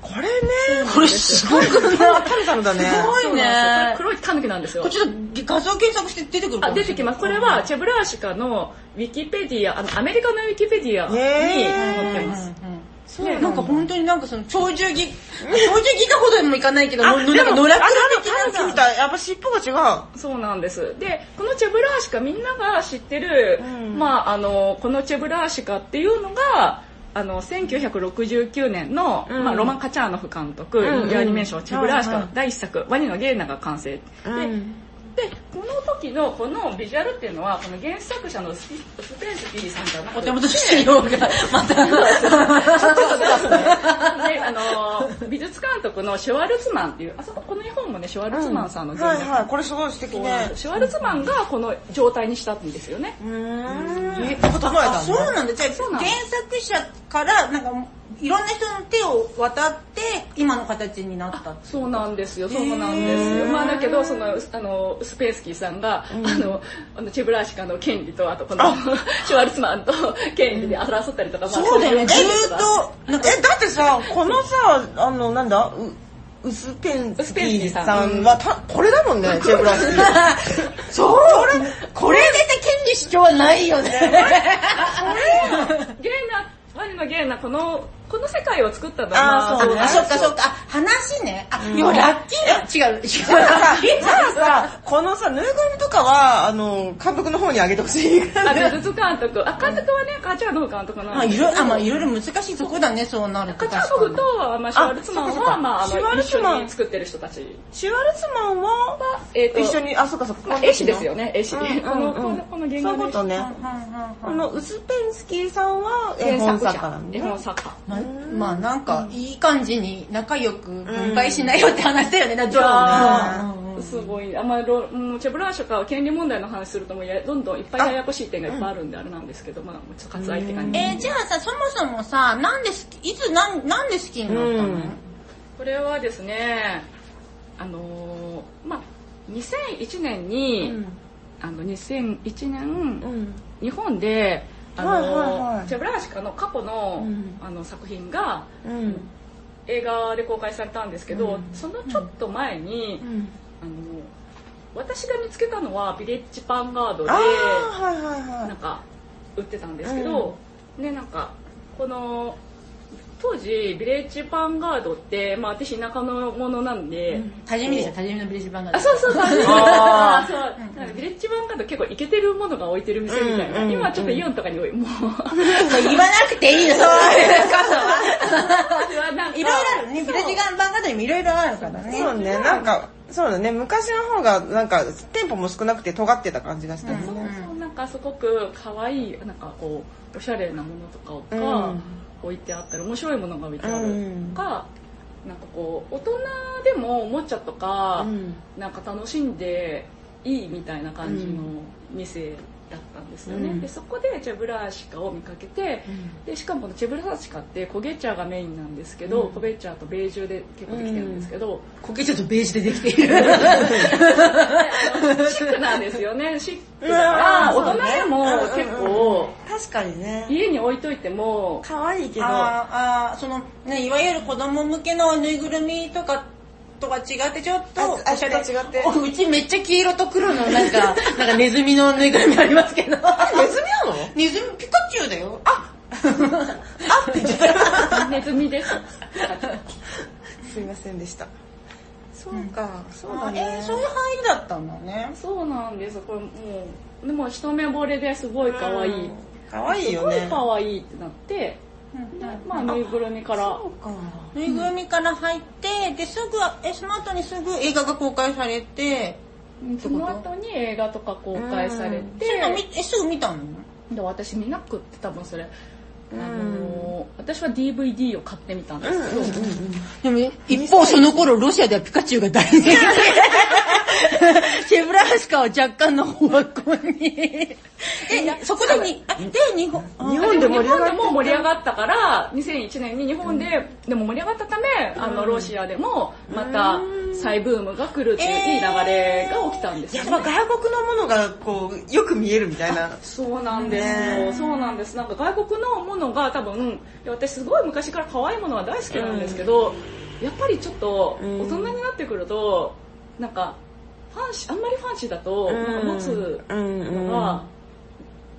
Speaker 2: これね。
Speaker 1: これすごいこ
Speaker 2: タルタルだね。
Speaker 1: すごい
Speaker 3: そう
Speaker 1: ね
Speaker 3: なんですよこれ黒いタヌキなんですよ
Speaker 1: れ。ちょっと画像検索して出てくるか
Speaker 3: あ
Speaker 1: も
Speaker 3: 出
Speaker 1: してれ
Speaker 3: き
Speaker 1: ない
Speaker 3: ます。これは、チェブラーシカのウィキペディア、あの、アメリカのウィキペディアに載ってます。
Speaker 1: うんうん
Speaker 2: そう
Speaker 1: ね
Speaker 2: な
Speaker 1: なんん
Speaker 2: だ
Speaker 1: か本当になんかその鳥獣戯、鳥獣戯画ほどにもいかないけど、のなんか野良
Speaker 2: ノ
Speaker 1: 黒
Speaker 2: ラ
Speaker 1: 的
Speaker 2: クラ的な
Speaker 1: な
Speaker 2: みたい。やっぱ尻尾が
Speaker 3: そうなんです。で、このチェブラーシカみんなが知ってる、
Speaker 2: うん
Speaker 3: まあ、あの、このチェブラーシカっていうのが、あの、1969年の、
Speaker 2: うん
Speaker 3: まあ、ロマン・カチャーノフ監督、
Speaker 2: うんうん
Speaker 3: アニメーション、チェブラーシ
Speaker 2: はい
Speaker 3: カ
Speaker 2: はい
Speaker 3: 第一作、ワニのゲーナが完成。
Speaker 2: 違う。
Speaker 3: で、で、この時のこのビジュアルっていうのは、この原作者のスピスペンスピーさんじゃな
Speaker 1: お
Speaker 3: く
Speaker 1: 手
Speaker 3: て、
Speaker 1: 元の資料が、また。
Speaker 3: で、あの、美術監督のシュワルツマンっていう、あそこ、この絵本もね、シュワルツマンさんの原
Speaker 2: はい
Speaker 3: 作、
Speaker 2: はい。これすごい素敵ね。
Speaker 3: シュワルツマンがこの状態にしたんですよね。
Speaker 2: うーん。
Speaker 1: え
Speaker 2: 整えたんだ
Speaker 1: あそうなんだ。じゃあ
Speaker 3: そうなんだ
Speaker 1: 原作者から、なんか、いろんな人の手を渡って、今の形になった。
Speaker 3: そうなんですよ、そうなんですよ。まあだけど、その、あの、スペースキーさんが、あの、あの、チェブラーシカの権利と、あとこの、シュワルツマンと権利で争ったりとか、まあ
Speaker 1: そうだよね、ず
Speaker 3: いの
Speaker 1: ー
Speaker 3: が
Speaker 1: っと。
Speaker 2: え、だってさ、このさ、あの、なんだ、う、ウスペンスキーさんは、たこれだもん ね、チェブラスキー。そうこれ、
Speaker 1: これで権利主張はないよね。
Speaker 3: ゲーナ、ワニのゲーナ、この、この世界を作ったの
Speaker 2: あ
Speaker 3: は、
Speaker 2: ーそう
Speaker 3: ま
Speaker 1: あ、そっかそっか。あ、話ね。あ、いや、ラッキーだ。違う、違 う。
Speaker 2: さ、じゃあさ、このさ、ぬいぐるみとかは、あの、監督の方にあげてほしい。
Speaker 3: あ美術監督、あ、監督はね、カチャーノフ監督なん
Speaker 1: まあ、
Speaker 3: で
Speaker 1: い
Speaker 3: す
Speaker 1: ろいろ、あまあ、いろいろ難しいとこだね、そうなると。
Speaker 3: カチャーノ
Speaker 1: 確
Speaker 3: フ
Speaker 1: かに
Speaker 3: と、まあ、シュワルツマ
Speaker 2: あ
Speaker 3: ン
Speaker 2: そうかそう
Speaker 3: は、
Speaker 2: か
Speaker 3: まあ、あ
Speaker 2: シュワ
Speaker 3: の、
Speaker 2: ル
Speaker 3: 一
Speaker 2: ツマン
Speaker 3: 緒に作ってる人たち。
Speaker 2: シュワルツマンは、
Speaker 3: えっと
Speaker 2: 一緒に、あ、そうかそうか。
Speaker 3: 絵師ですよね、絵師。
Speaker 2: う
Speaker 3: こ
Speaker 2: んうんうん。
Speaker 3: の、この、この原
Speaker 2: そうい
Speaker 3: 画
Speaker 2: うこ
Speaker 3: の
Speaker 2: とね。このウスペンスキーさんは絵本作家なんで
Speaker 3: 絵。本作家。
Speaker 1: まあまあなんかいい感じに仲良く分配しないよって話だよね、だって
Speaker 3: じゃ
Speaker 1: うん
Speaker 3: あ、すごい、あんまりロ、うんチェブラーショカは権利問題の話するともうや、どんどんいっぱいややこしい点がいっぱいあるんで、あれなんですけど、まあ、ちょっと割愛って感じ。
Speaker 1: えー、じゃあさ、そもそもさ、なんで好き、いつなん、なんで好きになったの、
Speaker 2: うん
Speaker 3: これはですね、あのー、まあ、2001年に、あの、2001年、
Speaker 2: うん。
Speaker 3: 日本で、あの
Speaker 2: はいはいはい
Speaker 3: チェブラーシカの過去の,、
Speaker 2: うん
Speaker 3: あの作品が
Speaker 2: うん。
Speaker 3: 映画で公開されたんですけ
Speaker 2: う
Speaker 3: ど、
Speaker 2: ん
Speaker 3: そのちょっと前に、
Speaker 2: うん。
Speaker 3: あの私が見つけたのはビレッジパンガードで
Speaker 2: あー、はいはいは
Speaker 3: なんか売ってたんですけど、ねなんかこの当時ビレッジパンガードって、まあ、私田舎のものなんで、
Speaker 1: 多治見でしょ、多治見のブリッジバンガー
Speaker 3: あ、そうそうそう。
Speaker 2: あ
Speaker 3: そうなんかビレッジバンガード結構イケてるものが置いてる店みたいな。
Speaker 2: うんうんうん
Speaker 3: 今はちょっとイオンとかにもう、
Speaker 1: そう言わなくていいよ、そう いう
Speaker 3: なんか
Speaker 1: いろいろあるね、ブリッジガンバンガードにもいろいろあるから
Speaker 2: い。
Speaker 1: ね。
Speaker 2: そうね、なんか、そうだね、昔の方が、なんか、テンポも少なくて尖ってた感じがしたよ
Speaker 3: そう
Speaker 2: ね。
Speaker 3: そうなんかすごく可愛いなんかこうおしゃれなものとか
Speaker 2: う
Speaker 3: が
Speaker 2: ん
Speaker 3: 置いてあったり面白いものが置いてある
Speaker 2: うん
Speaker 3: とか、なんかこう大人でもおもちゃとか、
Speaker 2: うん
Speaker 3: なんか楽しんでいいみたいな感じの店だったんですよね、
Speaker 2: うん
Speaker 3: でそこでチェブラーシカを見かけて、でしかもこのチェブラーシカって焦げ茶がメインなんですけど、焦げ茶とベージュで結構できてるんですけど、
Speaker 1: こけちょっとベージュでできている。
Speaker 3: シックなんですよねシックだ
Speaker 2: う
Speaker 3: から
Speaker 2: わー
Speaker 3: 大人でも
Speaker 2: そうね
Speaker 3: 結
Speaker 2: うんうんう
Speaker 3: 構
Speaker 2: ん確かにね。
Speaker 3: 家に置いといて も
Speaker 2: 可愛いけど、
Speaker 1: あーあー、その、ね、いわゆる子供向けのぬいぐるみとか、とは違ってちょっと
Speaker 2: ああ
Speaker 1: おしゃれ
Speaker 2: 違って
Speaker 1: おうちめっちゃ黄色と黒の なんか、なんかネズミのぬいぐるみありますけど。
Speaker 2: ネズミなの
Speaker 1: ネズミピカチュウだよ。あ
Speaker 3: ネズミです。
Speaker 2: すいませんでした。そうか、そうだ
Speaker 1: あ
Speaker 2: ね。
Speaker 1: えー、そういう範囲だったんだね。
Speaker 3: そうなんですこれもうでも一目惚れですごい可愛い、
Speaker 1: うん
Speaker 2: 可愛いよね。
Speaker 3: すごい可愛いってなって、まあぬいぐるみから
Speaker 2: そうか。
Speaker 1: ぬいぐるみから入って、で、すぐ、え、その後にすぐ映画が公開されて、
Speaker 3: その後に映画とか公開さ
Speaker 1: そう
Speaker 3: れ
Speaker 1: いうの
Speaker 3: て、
Speaker 1: 見え、すぐ見たの
Speaker 3: で私見なくって多分それ、あのー私は DVD を買ってみたんですけど、
Speaker 1: でも、一方その頃ロシアではピカチュウが大人気。シェブラースカは若干の方向に。え、そこでに、あ、で、日本、あ
Speaker 2: 日本で盛り上が
Speaker 3: 日本でも盛り上がったから、2001年に日本で、でも盛り上がったため、あの、ロシアでも、また、再ブームが来るっていういい流れが起きたんです
Speaker 2: や
Speaker 3: よ
Speaker 2: っ
Speaker 3: ね
Speaker 2: ぱ外国のものがこう、よく見えるみたいな。
Speaker 3: そうなんです
Speaker 2: ね
Speaker 3: よ。そうなんです。なんか外国のものが多分、いや私すごい昔から可愛いものは大好きなんですけど、やっぱりちょっと
Speaker 2: ん
Speaker 3: 大人になってくると、なんか、ファンシー、あんまりファンシーだと、なんか持つ
Speaker 2: うんう
Speaker 3: の
Speaker 2: ん
Speaker 3: が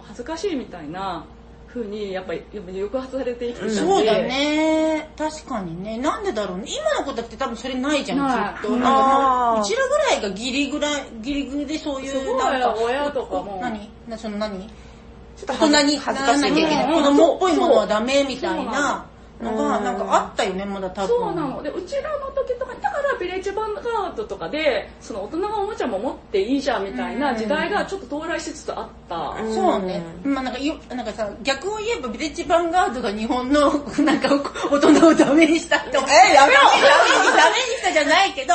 Speaker 3: 恥ずかしいみたいな風に、やっぱりやっぱり抑圧されて生きてたんで。
Speaker 1: そうだね。確かにね。なんでだろうね。今の子だって多分それないじゃ、
Speaker 3: なんい
Speaker 1: ずっと。
Speaker 3: うん
Speaker 1: なんかもう
Speaker 2: あー
Speaker 1: うちらぐらいがギリぐらい、ギリギリでそういう。
Speaker 3: すごい
Speaker 1: なんか
Speaker 3: 親とかも
Speaker 1: 何な、その何
Speaker 2: ちょっと
Speaker 1: 大人にならなきゃいけない。
Speaker 3: うん
Speaker 1: 子供っぽいものはダメみたいな
Speaker 2: そう
Speaker 1: の
Speaker 2: そうな
Speaker 1: が、
Speaker 2: の
Speaker 1: なんかあったよね、まだ多分。
Speaker 3: そうなのでうちらの時とかだからビレッジヴァンガードとかでその大人がおもちゃも持っていいじゃんみたいな時代がちょっと到来しつつあった、
Speaker 2: うん
Speaker 1: そうね。まあなんかよ、なんかさ、逆を言えばビレッジヴァンガードが日本の、 なんか、大人をダメにしたって。え、やめろダメにしたじゃないけど、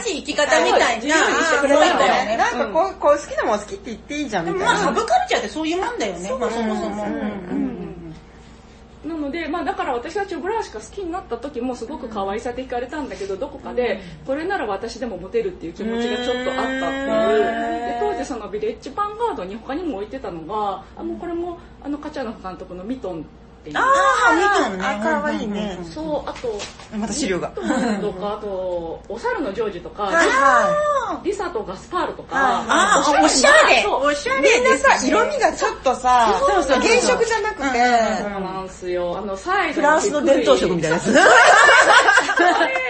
Speaker 1: 新しい生き方みたい
Speaker 3: 自
Speaker 1: な。
Speaker 3: 由にしてくれ
Speaker 2: そう
Speaker 3: た
Speaker 2: だ
Speaker 3: んだ
Speaker 2: よ
Speaker 3: よ
Speaker 2: ね。
Speaker 3: ね
Speaker 2: なんかこう、こう好きなもの好きって言っていいじゃん
Speaker 1: で
Speaker 2: み
Speaker 1: も
Speaker 2: たい
Speaker 1: まあ、サ
Speaker 2: な。
Speaker 1: ブカルチャーってそういうもんだよね。まあそもそも。
Speaker 2: うんうん
Speaker 1: うん
Speaker 3: なので、まあ、だから私はチョブラーシカ好きになった時もすごく可愛さで惹かれたんだけどどこかでこれなら私でもモテるっていう気持ちがちょっとあったっていうで当時そのビレッジヴァンガードに他にも置いてたのがあもうこれもあのカチャノフ監督のミトンっていう
Speaker 1: あー、見た
Speaker 2: あ、
Speaker 1: ね。
Speaker 2: かわいいね。
Speaker 3: そうあと
Speaker 2: また資料が。
Speaker 3: ミトンとかあとお猿のジョージとか、
Speaker 2: はいは
Speaker 3: リサとガスパールとか、
Speaker 2: はい
Speaker 1: あー、おしゃれ。
Speaker 3: そう
Speaker 1: おしゃ
Speaker 2: い。
Speaker 1: れ
Speaker 2: みんな
Speaker 1: です
Speaker 2: さ、
Speaker 1: ね
Speaker 2: 色味がちょっとさ、
Speaker 3: そうそうそう
Speaker 2: 原色じゃなく
Speaker 3: そう
Speaker 2: て、
Speaker 3: なんすよ。あの、最
Speaker 2: フ
Speaker 3: 初
Speaker 2: ランスの伝統色みたい なやつ。
Speaker 3: な。で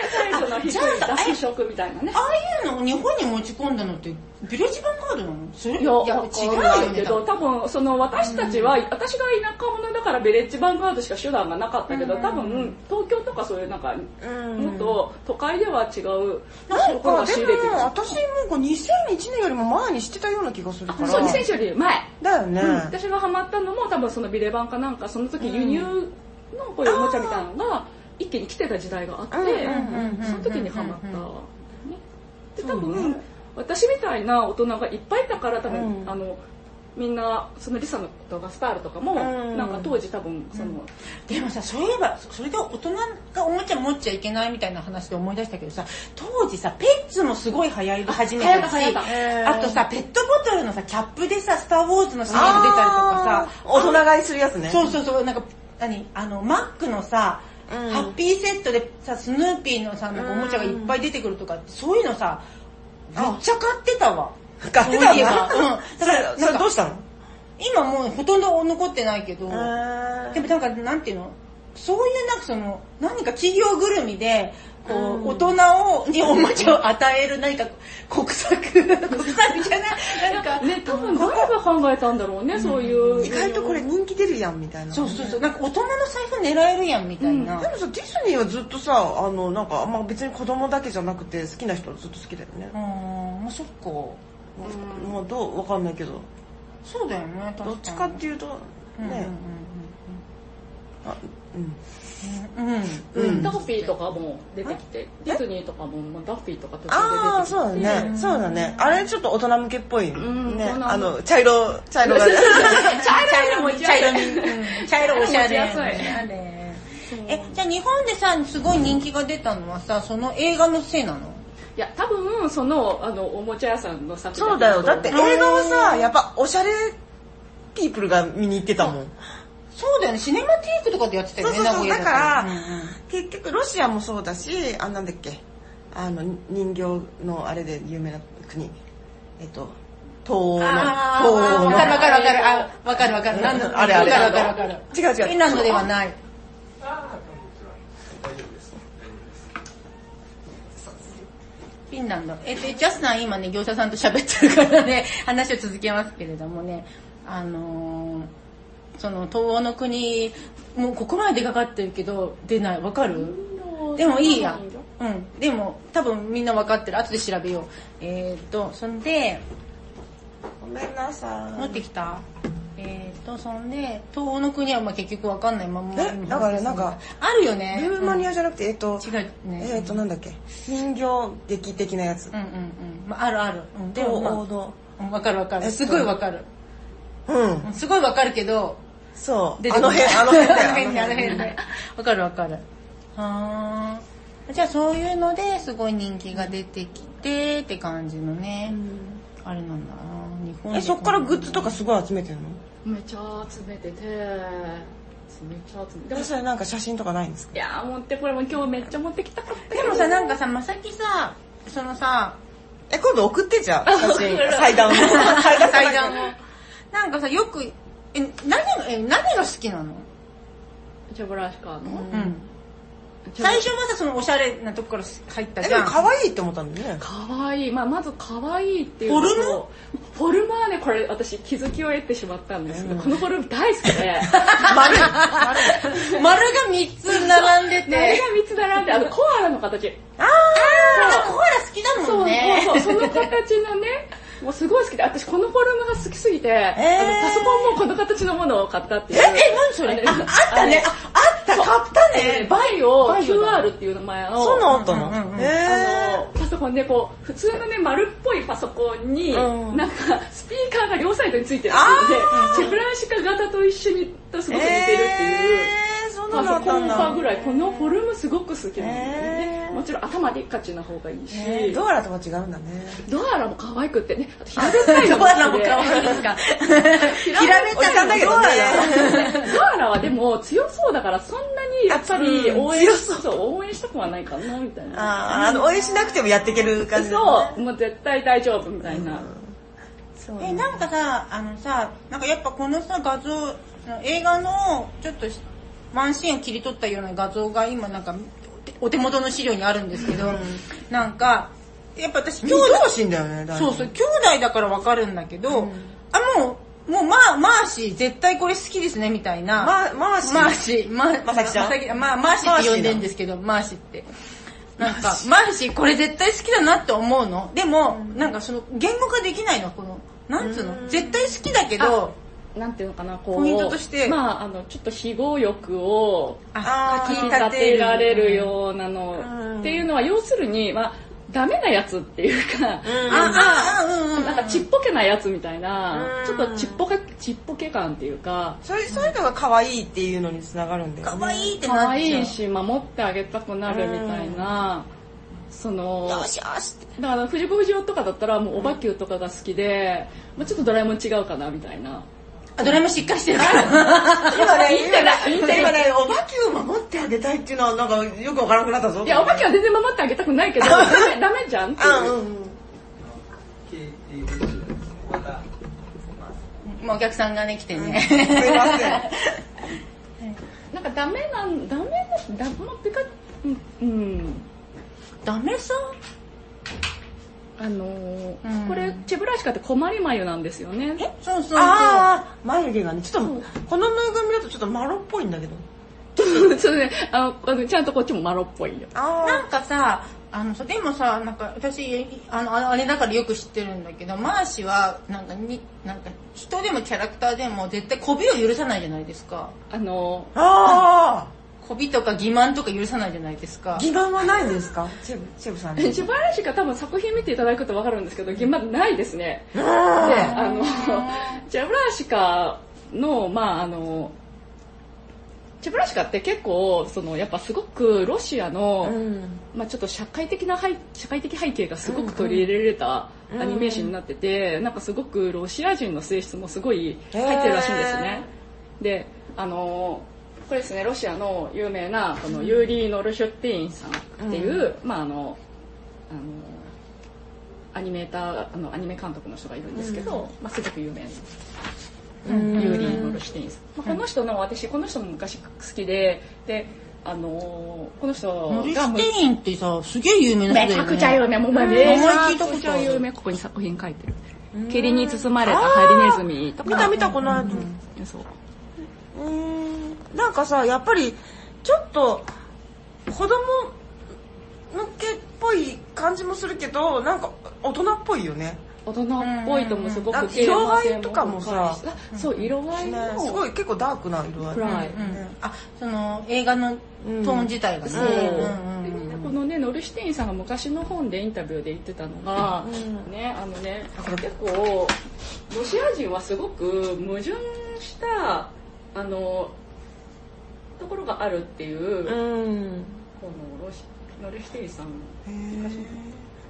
Speaker 3: 最初の低い脱色みたいなね。
Speaker 1: ああいうのを日本に持ち込んだのって、ビレッジヴァンガードなのそれ
Speaker 3: いや、
Speaker 1: いや
Speaker 3: わかんない
Speaker 1: 違うよね
Speaker 3: け。ど、多分、その私たちは、私が田舎者だからベレッジヴァンガードしか手段がなかったけど、多分、東京とかそういうなんか、もっと都会では違う、
Speaker 2: なん
Speaker 3: ところ
Speaker 2: か、
Speaker 3: が仕
Speaker 2: で
Speaker 3: 入れて
Speaker 2: も、
Speaker 3: る。
Speaker 2: 私も2001年よりも前に知ってたような気がするから。
Speaker 3: そう、2000より前。
Speaker 2: だよね。
Speaker 3: 私がハマったのも多分そのビレバンかなんか、その時輸入のこういうおもちゃみたいなのが、一気に来てた時代があって、その時にハマった。で多分、私みたいな大人がいっぱいいたから多分、
Speaker 2: うん
Speaker 3: あのみんなそのリサのとかスパールとかも、
Speaker 2: ん
Speaker 3: なんか当時多分その、
Speaker 1: でもさ、そういえば、それで大人がおもちゃ持っちゃいけないみたいな話で思い出したけどさ、当時さ、ペッツもすごい流行り始めたし、
Speaker 3: 流行った流
Speaker 2: 行った
Speaker 1: あとさ、ペットボトルのさ、キャップでさ、スターウォーズのシール出たりとかさ、
Speaker 2: 大人買いするやつね。
Speaker 1: そうそうそう、なんか、何あの、マックのさ、
Speaker 2: うん
Speaker 1: ハッピーセットでさ、スヌーピーのさ、なんかおもちゃがいっぱい出てくるとかって、そういうのさ、めっちゃ買ってたわ。
Speaker 2: 買ってた
Speaker 1: そう
Speaker 2: んだ。
Speaker 1: いえばうん
Speaker 2: それ、それどうしたの
Speaker 1: 今もうほとんど残ってないけど、
Speaker 2: え
Speaker 1: でもなんか、なんていうのそういうなんかその、何か企業ぐるみで、こう、大人を、におもちゃを与える何か国 策、国策じゃない、なんか、
Speaker 3: ね多分誰が考えたんだろうね、そういう
Speaker 2: 意外とこれ人気出るやんみたいな。
Speaker 1: そうそうそう、なんか大人の財布狙えるやんみたいな。
Speaker 2: でもさ、ディズニーはずっとさ、あの、なんか、あんま別に子供だけじゃなくて、好きな人はずっと好きだよね
Speaker 1: う。ん、まあそっか。
Speaker 2: もうどうわかんないけど。
Speaker 1: そうだよね、確かに。
Speaker 2: どっちかっていうと、
Speaker 1: うんうん
Speaker 2: ね。あうん
Speaker 1: うんうん。うん。
Speaker 2: うん
Speaker 3: ダッフィーとかも出てきてディズニーとかもまあダッフィーとか途
Speaker 2: ああ、
Speaker 3: 中
Speaker 2: そうだ
Speaker 3: で出てきて
Speaker 2: ね。そうだね。あれちょっと大人向けっぽい
Speaker 3: ん
Speaker 2: ね
Speaker 3: そう。なの
Speaker 2: あの、茶色、茶色がね。
Speaker 1: 茶
Speaker 3: 色にも
Speaker 1: 茶色に、うん茶色おしゃれ。
Speaker 3: 持ちやすい
Speaker 1: おしゃれえ、じゃあ日本でさ、すごい人気が出たのはさ、その映画のせいなの
Speaker 3: いや多分そのあのおもちゃ屋さんの 作
Speaker 2: そうだよ。だって映
Speaker 3: と
Speaker 2: 画はさ、やっぱおしゃれピープルが見に行ってたもん。
Speaker 1: そうだよね、シネマティークとかでやってた
Speaker 2: そ
Speaker 1: よ
Speaker 2: う
Speaker 1: ね、
Speaker 2: そうそう。
Speaker 1: 名
Speaker 2: だ
Speaker 1: 古屋
Speaker 2: か
Speaker 1: だ
Speaker 2: ら
Speaker 1: とうん、
Speaker 2: 結局ロシアもそうだし、あ、なんだっけ。あの、人形のあれで有名な国。えっと、東欧の。
Speaker 1: あー
Speaker 2: 東欧
Speaker 1: わ
Speaker 2: の
Speaker 1: かるわかるわかる。あ、わかるわかる。なんだ
Speaker 2: あれあれ
Speaker 1: わかるわかるわかる。
Speaker 2: 違う違う
Speaker 1: フィンランドではない。フィンランド。えっと、ジャスさん今ね、業者さんと喋ってるからね、 話を続けますけれどもね、あのーその東欧の国、もうここまで出かかってるけど、出ない。わかるでもいいや。うん。でも、多分みんなわかってる。後で調べよう。えーっと、そんで、
Speaker 2: ごめんなさ
Speaker 1: 持ってきたえーっと、そんで、東欧の国はまあ結局わかんないまま。
Speaker 2: えだからなんか、
Speaker 1: あるよ
Speaker 2: い。
Speaker 1: ね。
Speaker 2: ルーマニアじゃなくて、えっと、
Speaker 1: 違うね。
Speaker 2: えっと、なんだっけ、人形劇的なやつ
Speaker 1: う。んうんうん。まあ、あるある。うん、で
Speaker 2: 東
Speaker 1: も、まあ
Speaker 2: 欧の。
Speaker 1: うんわかるわかる。
Speaker 2: え
Speaker 1: すごいわかる。
Speaker 2: うん
Speaker 1: う。んすごいわかるけど、
Speaker 2: そう。
Speaker 1: 出て
Speaker 2: あ
Speaker 1: こ
Speaker 2: の
Speaker 1: ない
Speaker 2: 辺、あの辺だ
Speaker 1: あの
Speaker 2: よ。
Speaker 1: 辺で、あの辺で。わかるわかる。はーじゃあそういうのですごい人気が出てきてって感じのね、あれなんだな日本
Speaker 2: え、そっからグッズとかすごい集めてるの
Speaker 3: めっちゃ集めてて、めっちゃ集めて。でも
Speaker 2: で、それなんか写真とかないんですか
Speaker 3: いやー持ってこれも今日めっちゃ持ってきたかっ
Speaker 1: で
Speaker 3: た
Speaker 1: もさなんかさまさきさそのさ
Speaker 2: え、今度送ってじゃあ、写真
Speaker 3: 送、る
Speaker 2: 祭壇を。祭壇
Speaker 1: 階段をなんかさよくえ何がえ何が好きなの、
Speaker 3: ジャブラシカーの、
Speaker 1: うん、
Speaker 3: ジャブ
Speaker 1: 最初はさそのおしゃれなとこから入った
Speaker 2: え、
Speaker 1: じ
Speaker 2: で
Speaker 1: ゃ
Speaker 2: も
Speaker 1: ん
Speaker 2: 可愛いって思ったんだよね。
Speaker 3: かわいい、まあ、まずかわいいっていうのと
Speaker 1: フォル
Speaker 3: フォルムはねこれ私気づきを得てしまったんですけど、このフォルム大 好きで
Speaker 2: 丸い。
Speaker 1: 丸が3つ並んで
Speaker 3: 何が
Speaker 1: て。
Speaker 3: 3つ並んであのコアラの形
Speaker 1: あー、なんかコアラ好きだ
Speaker 3: そ
Speaker 1: もん
Speaker 3: う
Speaker 1: ね。
Speaker 3: そうそう、その形のね、もうすごい好きで、私このフォルムが好きすぎて、
Speaker 2: ー
Speaker 3: あのパソコンもこの形のものを買ったっていう。え、
Speaker 1: え、何それあ、あったね。ああった、買ったね。
Speaker 3: バイオ
Speaker 1: バイオだ
Speaker 3: QR っていう名前の、
Speaker 2: そうなった
Speaker 1: うんうんうん
Speaker 2: の。
Speaker 3: あ
Speaker 2: え
Speaker 3: のパソコンでこう、普通のね、丸っぽいパソコンに、
Speaker 2: うん
Speaker 3: なんか、スピーカーが両サイドについてるっていうので、ジェフランシカ型と一緒にとす
Speaker 2: ー。
Speaker 3: ごく似てるっていう。
Speaker 2: えー、そんな
Speaker 3: パ
Speaker 2: のだ
Speaker 3: ソ
Speaker 2: った
Speaker 3: コ
Speaker 2: ん
Speaker 3: ンかぐ
Speaker 2: だ。
Speaker 3: らい、このフォルムすごく好きなんですよね。
Speaker 2: えー
Speaker 3: もちろん頭でっかちな方がいいし、
Speaker 2: えードアラとは違うんだね。
Speaker 3: ドアラも可愛くってね、あと平べったいの
Speaker 1: ド
Speaker 3: も
Speaker 1: ア
Speaker 3: 好きで
Speaker 1: ラも可愛いですか。
Speaker 3: 平べ
Speaker 2: おじさんだけどね。
Speaker 3: ドアラはでも強そうだからそんなにやっぱり
Speaker 2: あうん
Speaker 3: 応援
Speaker 2: 強
Speaker 3: しそう応援したくはないかなみたい
Speaker 2: あ
Speaker 3: な。
Speaker 2: ーあの、応援しなくてもやっていける感じだね。
Speaker 3: そう、もう絶対大丈夫みたいな。
Speaker 2: そう
Speaker 1: え、
Speaker 2: ね。
Speaker 1: なんかさ、あのさ、なんかやっぱこのさ、画像、映画のちょっとワンシーンを切り取ったような画像が今なんか、お手元の資料にあるんですけど、なんか、やっぱ私
Speaker 2: 兄
Speaker 1: 今日
Speaker 2: 弟しいんだよね、だいぶ
Speaker 1: そうそう、。兄弟だからわかるんだけど、あ、もう、もう、まあ、マーシー、絶対これ好きですね、みたいな。
Speaker 2: ま、まあし、
Speaker 1: マーシー、マ
Speaker 2: まさきちゃん
Speaker 1: ままあ、マーシーって呼んでんですけど、マーシーって。なんか、マーシー、これ絶対好きだなって思うの。でも、なんかその、言語化できないの、この、なんつうの、絶対好きだけど、
Speaker 3: なんていうのかな、こう。
Speaker 1: ポイントとして
Speaker 3: まあ、あの、ちょっと非合欲を、
Speaker 2: あ
Speaker 3: かき
Speaker 2: ー
Speaker 3: 立てられるようなの、
Speaker 2: うん
Speaker 3: っていうのは、要するに、まあ、ダメなやつっていうか、
Speaker 2: うん
Speaker 3: なんか
Speaker 1: あ、あ、うんうん。
Speaker 3: なんかちっぽけなやつみたいな
Speaker 2: う、ん
Speaker 3: ちょっとちっぽけ、ちっぽけ感っていうか、
Speaker 2: そういうそういうのが可愛いっていうのにつながるんだよね。
Speaker 1: かわいいってなっちゃう。
Speaker 3: 可愛いし守ってあげたくなるみたいな、その
Speaker 2: よしよしって。
Speaker 3: だから藤子不二雄とかだったらもうおばきゅうとかが好きで、まあ、ちょっとドラえもん違うかなみたいな
Speaker 1: あ、ドラえもんしっかりしてるから。
Speaker 2: 今ね、
Speaker 3: いいん
Speaker 2: 今
Speaker 3: だ
Speaker 2: ね
Speaker 3: よいいんだ、よ
Speaker 2: 今ね、おばきを守ってあげたいっていうのはなんかよくわからなくなったぞ。
Speaker 3: いやおばきゅうは全然守ってあげたくないけどダメダメじゃんっていう
Speaker 2: あ、うんうん。
Speaker 1: もうお客さんがね、来てね。
Speaker 2: すいません。
Speaker 3: なんかダメなんダメなダメのピカうん、うん、
Speaker 1: ダメさ
Speaker 3: あのー
Speaker 1: うん
Speaker 3: これチェブラシカって困り眉なんですよね
Speaker 1: えそうそうそう。
Speaker 2: あー、眉毛がね、ちょっと、このぬいぐるみだとちょっとマロっぽいんだけど。
Speaker 3: そうねあのあのちゃんとこっちもマロっぽいよ
Speaker 1: な
Speaker 2: あ
Speaker 1: んかさ、あのさ、でもさ、なんか私、あの、あのあれだからよく知ってるんだけど、マーシは、なんかに、なんか人でもキャラクターでも絶対媚びを許さないじゃないですか。
Speaker 3: あの
Speaker 2: ー。あ
Speaker 1: 媚びとか欺瞞とか許さないじゃないですか
Speaker 2: ー。。疑眼はないんですかチェブ、チェブさんに。
Speaker 3: チェブラシカ多分作品見ていただくと分かるんですけど現場ないですねで、あ の、チェブラシカの、まああの、チェブラシカって結構、その、やっぱすごくロシアの、
Speaker 2: うん。
Speaker 3: まあちょっと社会的な背、社会的背景がすごく取り入れられたアニメーションになってて、なんかすごくロシア人の性質もすごい入ってるらしいんですね。で、あの、これですね、ロシアの有名な、このユーリー・ノルシュッティーンさんっていう、まああの、あの、アニメーター、あの、アニメ監督の人がいるんですけど、まあすごく有名な
Speaker 2: うん
Speaker 3: ユーリー・ノルシュティンさん。まあこの人の、私、この人も昔好きで、で、あのーこの人
Speaker 1: モリ
Speaker 3: が
Speaker 1: ス
Speaker 3: もう
Speaker 1: テインってさ、すげえ有名な
Speaker 3: め
Speaker 1: 人だよ
Speaker 3: ちゃ
Speaker 1: ね。
Speaker 3: くちゃ有名、もうめ
Speaker 1: 名前聞
Speaker 3: ち
Speaker 1: いた
Speaker 3: ゃ
Speaker 1: ことある
Speaker 3: くちゃ有名、ここに作品書いてる。霧に包まれたハリネズミとか。
Speaker 2: 見た見たこの間
Speaker 3: そう。
Speaker 2: うーんなんかさやっぱりちょっと子供向けっぽい感じもするけどなんか大人っぽいよね
Speaker 3: 大人っぽいともすご
Speaker 2: うんうんう
Speaker 3: く
Speaker 2: ん
Speaker 3: テーマ性
Speaker 2: 色合いとかもさ
Speaker 3: 深いしあそう、色合い
Speaker 2: ね
Speaker 3: も
Speaker 2: すごい結構ダークな色合い
Speaker 3: 暗い。
Speaker 1: うんうんあ、その映画のトーン自体がね。
Speaker 3: そうう。
Speaker 1: ん
Speaker 3: で
Speaker 1: うん
Speaker 3: ねこのね、ノルシュテインさんが昔の本でインタビューで言ってたのが、
Speaker 2: うん
Speaker 3: ね、あのね、結構、ロシア人はすごく矛盾した、あの、ところがあるっていう、こ
Speaker 2: うん
Speaker 3: のロシノルシュテインさん。
Speaker 2: へ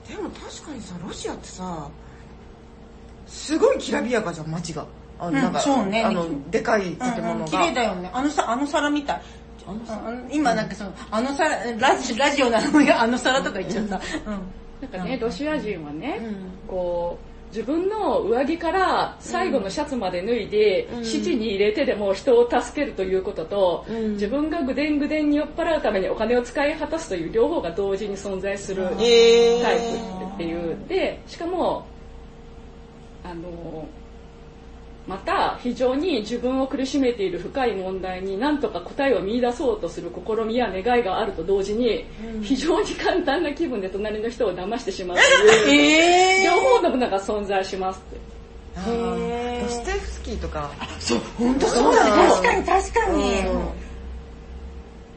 Speaker 2: ーでも確かにさロシアってさすごいきらびやかじゃん街が
Speaker 1: う
Speaker 2: あの
Speaker 1: ん
Speaker 2: なんか、
Speaker 1: そうね
Speaker 2: あのでかい建
Speaker 1: うんうん
Speaker 2: 物
Speaker 1: 綺
Speaker 2: が、
Speaker 1: 麗だよね。あのさ、あの皿みたい。
Speaker 2: あのさ
Speaker 1: うん今なんかその、あの皿、ラジラジオなのにあの皿とか言っちゃった。
Speaker 3: なんかね、ロシア人はね、
Speaker 2: うん
Speaker 3: こう、自分の上着から最後のシャツまで脱いで、
Speaker 2: うん
Speaker 3: 七に入れてでも人を助けるということと、
Speaker 2: うん
Speaker 3: 自分がぐでんぐでんに酔っ払うためにお金を使い果たすという両方が同時に存在するタイ
Speaker 2: えー
Speaker 3: プっていう。で、しかも、あの、また非常に自分を苦しめている深い問題に何とか答えを見出そうとする試みや願いがあると同時に、非常に簡単な気分で隣の人を騙してしまうと いう。
Speaker 1: え
Speaker 3: 両方のものが存在しますって。
Speaker 2: あードステフスキーとか
Speaker 1: そう、ほんとそう
Speaker 2: そうだ
Speaker 1: だ
Speaker 2: ね
Speaker 1: ね。確かに確かに。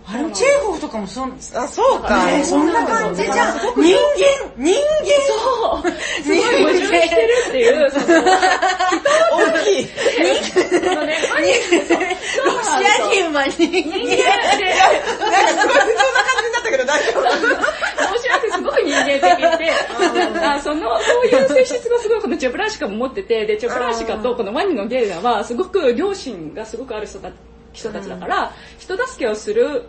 Speaker 1: あれもチェーホフとかもそん、
Speaker 2: あそうか、
Speaker 1: ねそんな感じじゃ ん。人間、人
Speaker 3: そうすごい
Speaker 1: 間
Speaker 3: 矛盾してるっていう、その
Speaker 2: 大きい
Speaker 3: そのね、マニ
Speaker 1: ロ シア人は人
Speaker 3: 人
Speaker 1: 間。
Speaker 3: 間って、
Speaker 2: なんかすごい普通な感じになったけど大丈夫
Speaker 3: 面白くてすごく人間的で、あその、そういう性質がすごいこのチェブラシカも持ってて、で、チェブラシカとこのワニのゲイラは、すごく良心がすごくある人た人たちだから、人助けをする、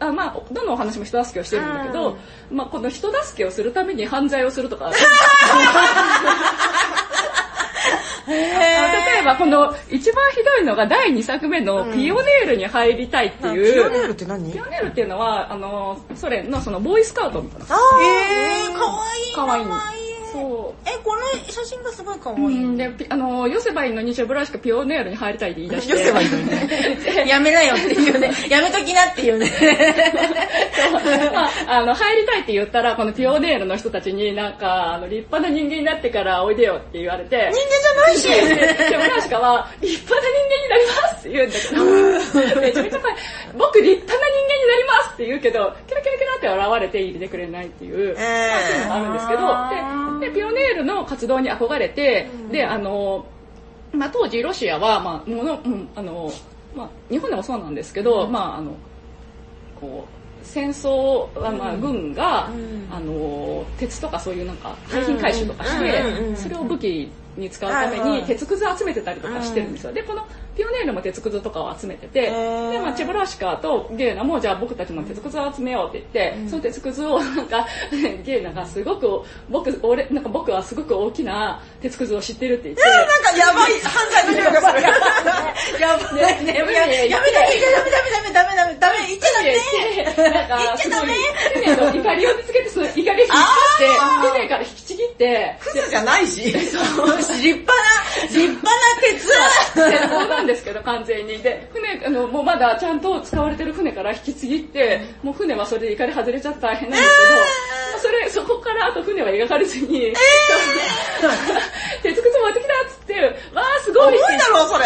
Speaker 3: あまあ、どのお話も人助けをしてるんだけど、まあ、この人助けをするために犯罪をする とか、例えばこの一番ひどいのが第2作目のピオネールに入りたいっていう、
Speaker 2: ピオネールって何
Speaker 3: ピオネールっていうのはあのソ連のそのボーイスカウトみたいな
Speaker 2: あ
Speaker 1: えー、かわいい。
Speaker 3: 可愛い
Speaker 1: 名前
Speaker 3: そ
Speaker 1: え、この写真がすごいかわい
Speaker 3: うん、
Speaker 1: い。
Speaker 3: でピあのヨセバインのニチェブラシカピオネールに入りたいって言い出して
Speaker 2: 寄せばいいのにね
Speaker 1: やめなよっていう ね。やめときなっていうね。
Speaker 3: ま あ、あの入りたいって言ったらこのピオネールの人たちになんかあの立派な人間になってからおいでよって言われて
Speaker 2: 人
Speaker 3: ででブラシカは、立派な人間になりますって言うんだけど、めちゃめちゃ怖い。僕立派な人間になりますって言うけど、キラキラキラって笑われて入れてくれないっていう、そういうのがあるんですけど、で、でピオネールの活動に憧れて、で、あの、まあ、当時ロシアは、まあ、もの、うん、あの、まあ、日本でもそうなんですけど、まあ、あの、こう、戦争、あまあ、軍が、あの、鉄とかそういうなんか、廃品回収とかして
Speaker 2: うんうんうんう、ん
Speaker 3: それを武器に使うため
Speaker 2: はい
Speaker 3: に
Speaker 2: はい
Speaker 3: 鉄くず集めてたりとかしてるんですよ。で、このピオネールも鉄くずとかを集めてて、で、
Speaker 2: ー
Speaker 3: まあ、チェブラシカとゲーナも、じゃあ僕たちも鉄くずを集めようって言って、その鉄くずをなんか、 ゲーナがすごく、僕、俺、なんか僕はすごく大きな鉄くずを知ってるって言って、
Speaker 2: なんかやばい犯罪の匂いがする
Speaker 1: やばいね。やめやめやめダメダメダメダメダメダメ。言っちゃダメ。
Speaker 3: なんか、すごい、 船の怒りを見つけて、その怒りを引っ張って、船から引きちぎって、
Speaker 2: クズじゃないし
Speaker 1: 立派な、立派な鉄。
Speaker 3: 鉄砲なんですけど、完全に。で、船、あの、もうまだちゃんと使われてる船から引きちぎって、もう船はそれで怒り外れちゃって大変なんですけど、まあそれ、そこからあと船は描かれずに、 鉄靴持ってきたっつって、わーすごいって
Speaker 2: 重いだろそ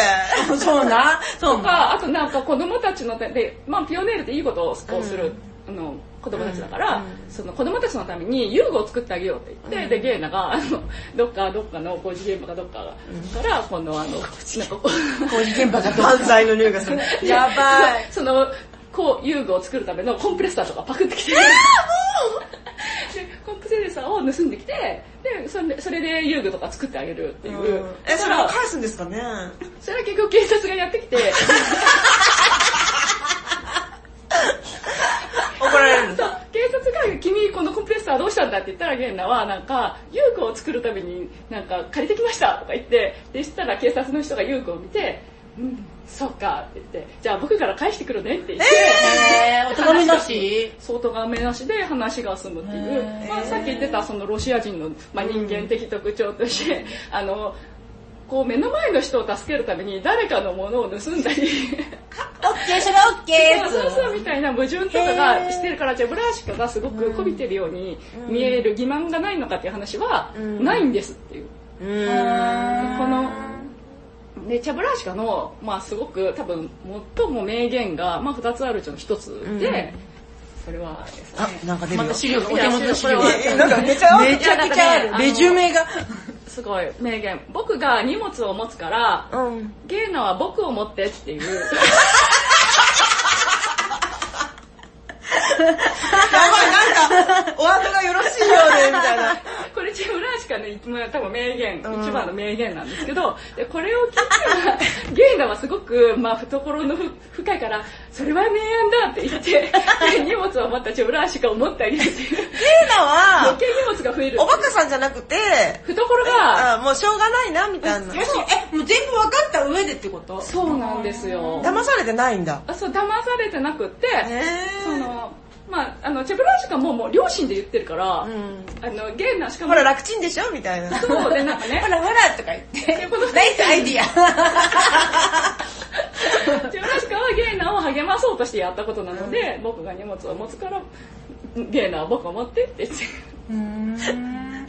Speaker 2: れ
Speaker 1: そうな。そう
Speaker 3: とか、あとなんか子供たちのためで、まあピオネールっていいことをする、あの、子供たちだから、その子供たちのために遊具を作ってあげようって言って、で、ゲーナが、あの、どっかどっかの工事現場かどっかから、このあの、なんかこう、
Speaker 1: 工事現場が
Speaker 2: 犯罪の匂いがする
Speaker 1: やばい。
Speaker 3: その、こう、遊具を作るためのコンプレッサーとかパクってきて。でコンプレッサーを盗んできて、で、それそれで遊具とか作ってあげるっていう。
Speaker 2: え
Speaker 3: だ
Speaker 2: そ
Speaker 3: か
Speaker 2: れを
Speaker 3: ら、
Speaker 2: 返すんですかね
Speaker 3: それは結局警察がやってきて、
Speaker 2: 怒られる
Speaker 3: そう警察が君このコンプレッサーどうしたんだって言ったらゲンナはなんか遊具を作るためになんか借りてきましたとか言って、でしたら警察の人が遊具を見て、うん、そうかって言って、じゃあ僕から返してくるねって言って、
Speaker 1: えー、お手紙なし
Speaker 3: 相当がめなしで話が済むってい
Speaker 1: へー
Speaker 3: う、まあ、さっき言ってたそのロシア人の、まあ、人間的特徴として、あのこう目の前の人を助けるために誰かのものを盗んだ
Speaker 1: オッケー、そ
Speaker 3: り、
Speaker 1: れオッケーっつ
Speaker 3: そうそうみたいな矛盾とかがしてるから、じゃあブラーシカがすごくこびてるように見える欺瞞がないのかっていう話は
Speaker 2: うん
Speaker 3: ないんですっていう。
Speaker 2: うーん。
Speaker 1: あー
Speaker 3: このでチャブラーシカの、まあ、すごく多分最も名言が、まあ、2つあるうちの1つで、それはですね
Speaker 2: あ、なんか出
Speaker 1: ま
Speaker 2: るよ
Speaker 1: た。資料、お手元の資料が。
Speaker 2: えなんかめちゃ
Speaker 1: めちゃくちゃあ
Speaker 3: いやなん
Speaker 1: る。
Speaker 3: かね
Speaker 1: レジュメが。
Speaker 3: すごい名言僕が荷物を持つから
Speaker 2: うん。
Speaker 3: ゲーナは僕を持ってっていう
Speaker 2: やばい、なんか、お後がよろしいようで、みたいな。
Speaker 3: これチェブラーシカの一まあ多分名言、
Speaker 2: うん
Speaker 3: 一番の名言なんですけどでこれを聞い たらゲーナはすごく、まあ、懐のふ深いからそれは名案だって言ってで荷物を持ったチェブラーシカを持ってあげるってい
Speaker 2: テ
Speaker 3: う
Speaker 2: ーナ
Speaker 3: 余
Speaker 2: は、
Speaker 3: 計荷物が増える
Speaker 2: おバカさんじゃなくて、
Speaker 3: 懐が
Speaker 2: あもうしょうがないな、みたいな
Speaker 1: よ。し、え、もう全部分かった上でってこと
Speaker 3: そうなんですよ。
Speaker 2: 騙されてないんだ。
Speaker 3: あそう、騙されてなくって、
Speaker 2: へ
Speaker 3: そ
Speaker 2: ー。
Speaker 3: の、まああの、チェブラーシュがもう、もう、両親で言ってるから、
Speaker 2: うん。
Speaker 3: あの、ゲーナ、しか
Speaker 2: ほ
Speaker 3: も、
Speaker 2: ら、楽ちんでしょみたいな。
Speaker 3: そうで、なんか ね
Speaker 1: ほ、らほらとか言って。ナイスアイディ ア。
Speaker 3: チェブラーシュはゲーナを励まそうとしてやったことなので、僕が荷物を持つから、ゲーナは僕を持ってって言って。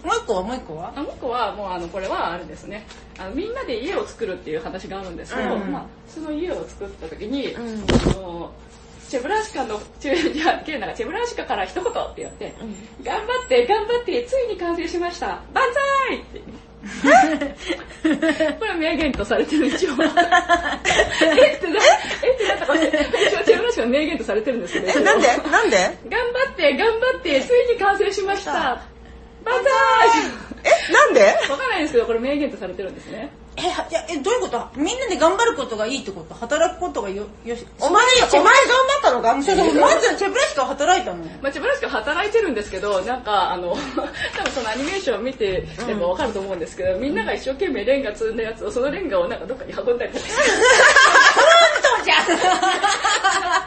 Speaker 1: もう一個はもう一個は
Speaker 3: あの子はもうあのこれはあれですねあのみんなで家を作るっていう話があるんですけど、
Speaker 2: うん
Speaker 3: まあ、その家を作った時に、
Speaker 2: うん
Speaker 3: あのチェブラシカのチェいやケイナがチェブラシカから一言って言って、頑張って頑張ってついに完成しました万歳 ってこれは名言とされて る一応えってなえってなったかもしれない一応チェブラシカの名言とされてるんですけど
Speaker 2: え、なんでなんで
Speaker 3: 頑張って頑張ってついに完成しました万歳
Speaker 2: え、なんで
Speaker 3: わかんないですけど、これ名言とされてるんですね。
Speaker 1: え、はいや、え、どういうことみんなで頑張ることがいいってこと働くことがよ、よし。
Speaker 2: お前、お前頑張ったのか
Speaker 1: あ、そうそう、まずチェブラシカは働いたのよ。
Speaker 3: まあ、チェブラシカ働いてるんですけど、なんか、あの、 多分そのアニメーションを見てでもわかると思うんですけど、みんなが一生懸命レンガ積んだやつを、そのレンガをなんかどっかに運んだりとか して、
Speaker 1: そうじゃん